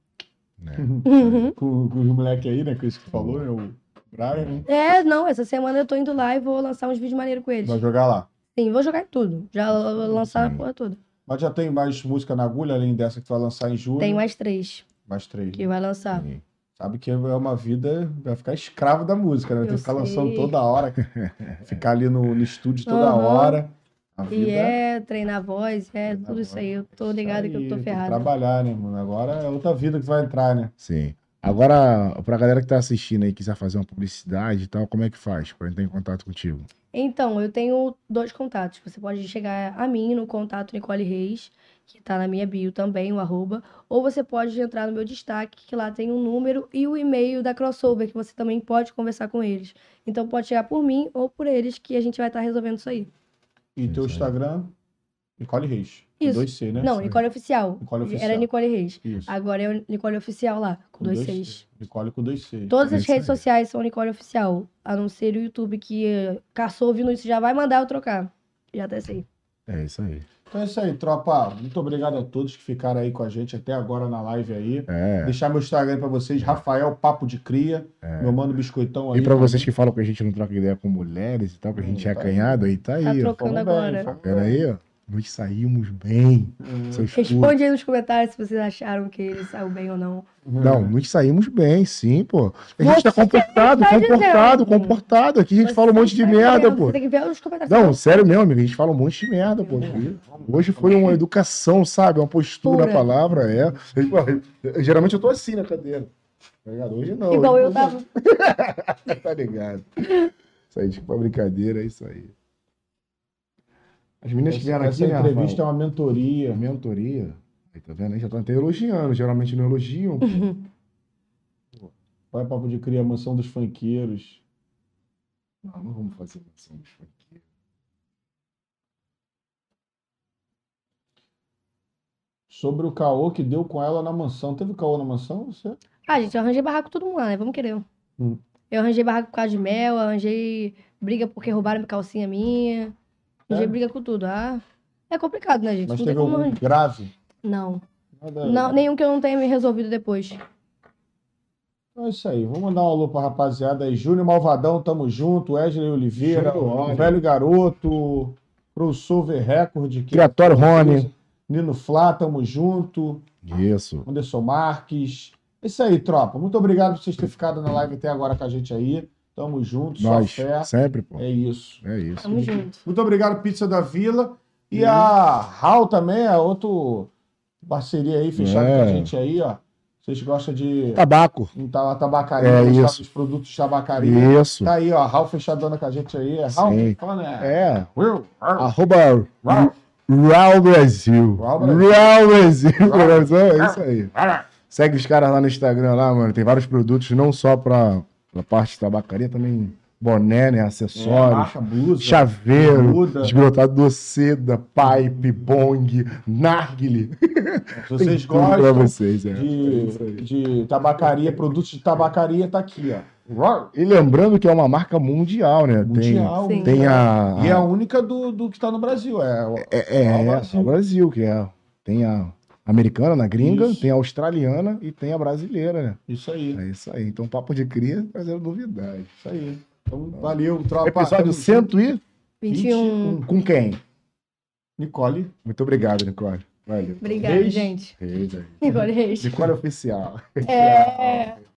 S1: né?
S3: Uhum.
S2: Com, com os moleques aí, né? Com isso que tu falou, né? O Brian. né?
S3: É, não, essa semana eu tô indo lá e vou lançar uns vídeos maneiros com eles.
S2: Vai jogar lá.
S3: Sim, vou jogar em tudo. Já l- l- lançar
S1: Sim.
S3: a porra toda.
S2: Mas já tem mais música na agulha, além dessa que tu vai lançar em julho.
S3: Tem mais três
S2: Mais três.
S3: que vai lançar.
S1: Sim.
S2: Sabe que é uma vida, vai ficar escravo da música, né? Vai ter
S3: Eu
S2: que ficar lançando
S3: sei.
S2: toda
S3: *laughs*
S2: hora, ficar ali no, no estúdio toda
S3: Aham.
S2: hora. A
S3: E
S2: vida
S3: é treinar a voz, é
S2: Treinar a
S3: tudo isso
S2: voz,
S3: aí. Eu tô
S2: isso
S3: ligada que
S2: aí,
S3: eu tô
S2: tem
S3: ferrada.
S2: Trabalhar, né, mano? Agora é outra vida que tu vai entrar, né?
S1: Sim. Agora, pra galera que tá assistindo aí, quiser fazer uma publicidade e tal, como é que faz pra entrar em contato contigo?
S3: Então, eu tenho dois contatos. Você pode chegar a mim no contato Nicole Reis, que tá na minha bio também, o arroba. Ou você pode entrar no meu destaque, que lá tem o número e o e-mail da crossover, que você também pode conversar com eles. Então pode chegar por mim ou por eles, que a gente vai estar resolvendo isso aí.
S2: E teu
S1: Isso aí.
S2: Instagram, Nicole Reis. Com
S3: Isso.
S2: Dois C, né?
S3: Não, Nicole Oficial.
S2: Nicole Oficial.
S3: Era Nicole Reis.
S2: Isso.
S3: Agora é o Nicole Oficial lá, com dois seis.
S2: Nicole com dois C.
S3: Todas
S1: É
S3: as
S1: isso
S3: redes
S1: aí.
S3: sociais são Nicole Oficial, a não ser o YouTube, que eh, caçou ouvindo isso, já vai mandar eu trocar. Já até sei.
S1: É isso aí.
S2: Então é isso aí, tropa. Muito obrigado a todos que ficaram aí com a gente até agora na live aí.
S1: É.
S2: Deixar meu Instagram pra vocês, Rafael Papo de Cria. Meu mano Biscoitão aí.
S1: E pra vocês que falam que a gente não troca ideia com mulheres e tal, que a gente é
S2: Tá
S1: acanhado, aí tá
S3: Tá
S1: aí, ó.
S3: trocando
S2: Falou bem,
S3: agora.
S2: falou bem.
S1: Pera Tá aí, ó. Nós saímos bem. Seus putos.
S3: Responde aí nos comentários se vocês acharam que ele saiu bem ou não.
S2: É. Uhum.
S1: Não, nós saímos bem, sim, pô. A gente tá
S3: Você
S1: comportado,
S3: tá dizendo.
S1: comportado, comportado. Aqui a gente
S3: Você
S1: fala um monte de
S3: tá
S1: merda,
S3: vendo?
S1: pô.
S3: Você tem que ver nos comentários.
S1: Não, sério mesmo, amigo. A gente fala um monte de merda, pô. Hoje foi uma educação, sabe? Uma postura,
S3: Pura.
S1: a palavra é. Eu- eu- geralmente eu tô assim na cadeira. Tá ligado? Hoje não.
S3: Igual
S1: hoje
S3: eu tava.
S1: Tá ligado? Isso aí, tipo, é brincadeira, é isso aí. As meninas que vieram aqui,
S2: Essa
S1: né, Rafael?
S2: entrevista é uma mentoria.
S1: mentoria. Aí, tá vendo? Aí já estão até elogiando. Geralmente não elogiam. pô.
S2: Vai papo de cria, mansão dos funkeiros.
S1: Não, não vamos fazer mansão dos funkeiros.
S2: Sobre o caô que deu com ela na mansão. Teve caô na mansão? Você?
S3: *laughs* Ah, gente, eu arranjei barraco com todo mundo lá, né? Vamos querer.
S2: Hum.
S3: Eu arranjei barraco por causa de mel, arranjei briga porque roubaram minha calcinha minha. Arranjei
S2: É?
S3: briga com tudo. Ah, é complicado, né, gente?
S2: Mas
S3: não
S2: teve
S3: tem como.
S2: algum grave?
S3: Não.
S1: É.
S2: Nada-
S3: não. Nenhum que eu não tenha me resolvido depois.
S2: Então é isso aí. Vamos mandar um alô pra rapaziada aí. Júnior Malvadão, tamo junto. Wesley Oliveira,
S1: Júnior,
S2: o
S1: olha.
S2: Velho Garoto, Crossover Record. que-
S1: Criatório Rony.
S2: Nino Flá, tamo junto.
S1: Isso.
S2: Anderson Marques. É Isso aí, tropa. Muito obrigado por vocês terem ficado na live até agora com a gente aí. Tamo junto,
S1: Nós.
S2: só fé.
S1: Sempre, pô.
S2: É isso.
S1: É isso.
S3: Tamo junto.
S2: Muito obrigado, Pizza da Vila. E a Hal também é outro parceria aí, fechado
S1: É.
S2: com a gente aí, ó. Vocês gostam de
S1: Tabaco.
S2: montar a tabacaria,
S1: É
S2: gostar
S1: isso.
S2: dos produtos de tabacaria.
S1: Isso.
S2: Tá aí, ó. Hal fechadona com a gente aí. É Hal?
S1: Sim.
S2: Fala, né?
S1: É. hum.
S2: Will?
S1: Arroba
S2: Will?
S1: Real Brasil.
S2: Real
S1: Real
S2: Brasil. Ah.
S1: Brasil. É isso aí. Segue os caras lá no Instagram lá, mano. Tem vários produtos, não só pra, pra parte de tabacaria, também boné, né?
S2: É,
S1: Acessórios.
S2: marca, blusa.
S1: Chaveiro,
S2: bermuda.
S1: desbrotado doceda, pipe, bong, narguile.
S2: Se vocês
S1: Tem tudo pra
S2: gostam
S1: vocês, é. É isso
S2: de,
S1: aí.
S2: de tabacaria, produtos de tabacaria, tá aqui, ó. Um Uau!
S1: E lembrando que é uma marca mundial, né?
S2: Mundial.
S1: Tem,
S3: Sim.
S1: tem a.
S2: E é a única do, do que tá no Brasil. É, o-
S1: É, é,
S2: Ao
S1: é,
S2: Brasil.
S1: ao Brasil, que é. Tem a americana, na gringa,
S2: Isso.
S1: tem a australiana e tem a brasileira, né?
S2: isso aí.
S1: É isso aí. Então, papo de cria, trazendo novidade.
S2: Isso aí. Então, valeu, tropa.
S1: Episódio
S2: Tamo
S1: 100 e
S3: 21.
S1: com quem?
S2: junto. Nicole.
S1: Muito obrigado, Nicole. Valeu.
S3: Obrigada,
S2: Reis.
S3: gente. *laughs*
S1: Beijo.
S3: Nicole Reis.
S1: Nicole Oficial.
S3: É.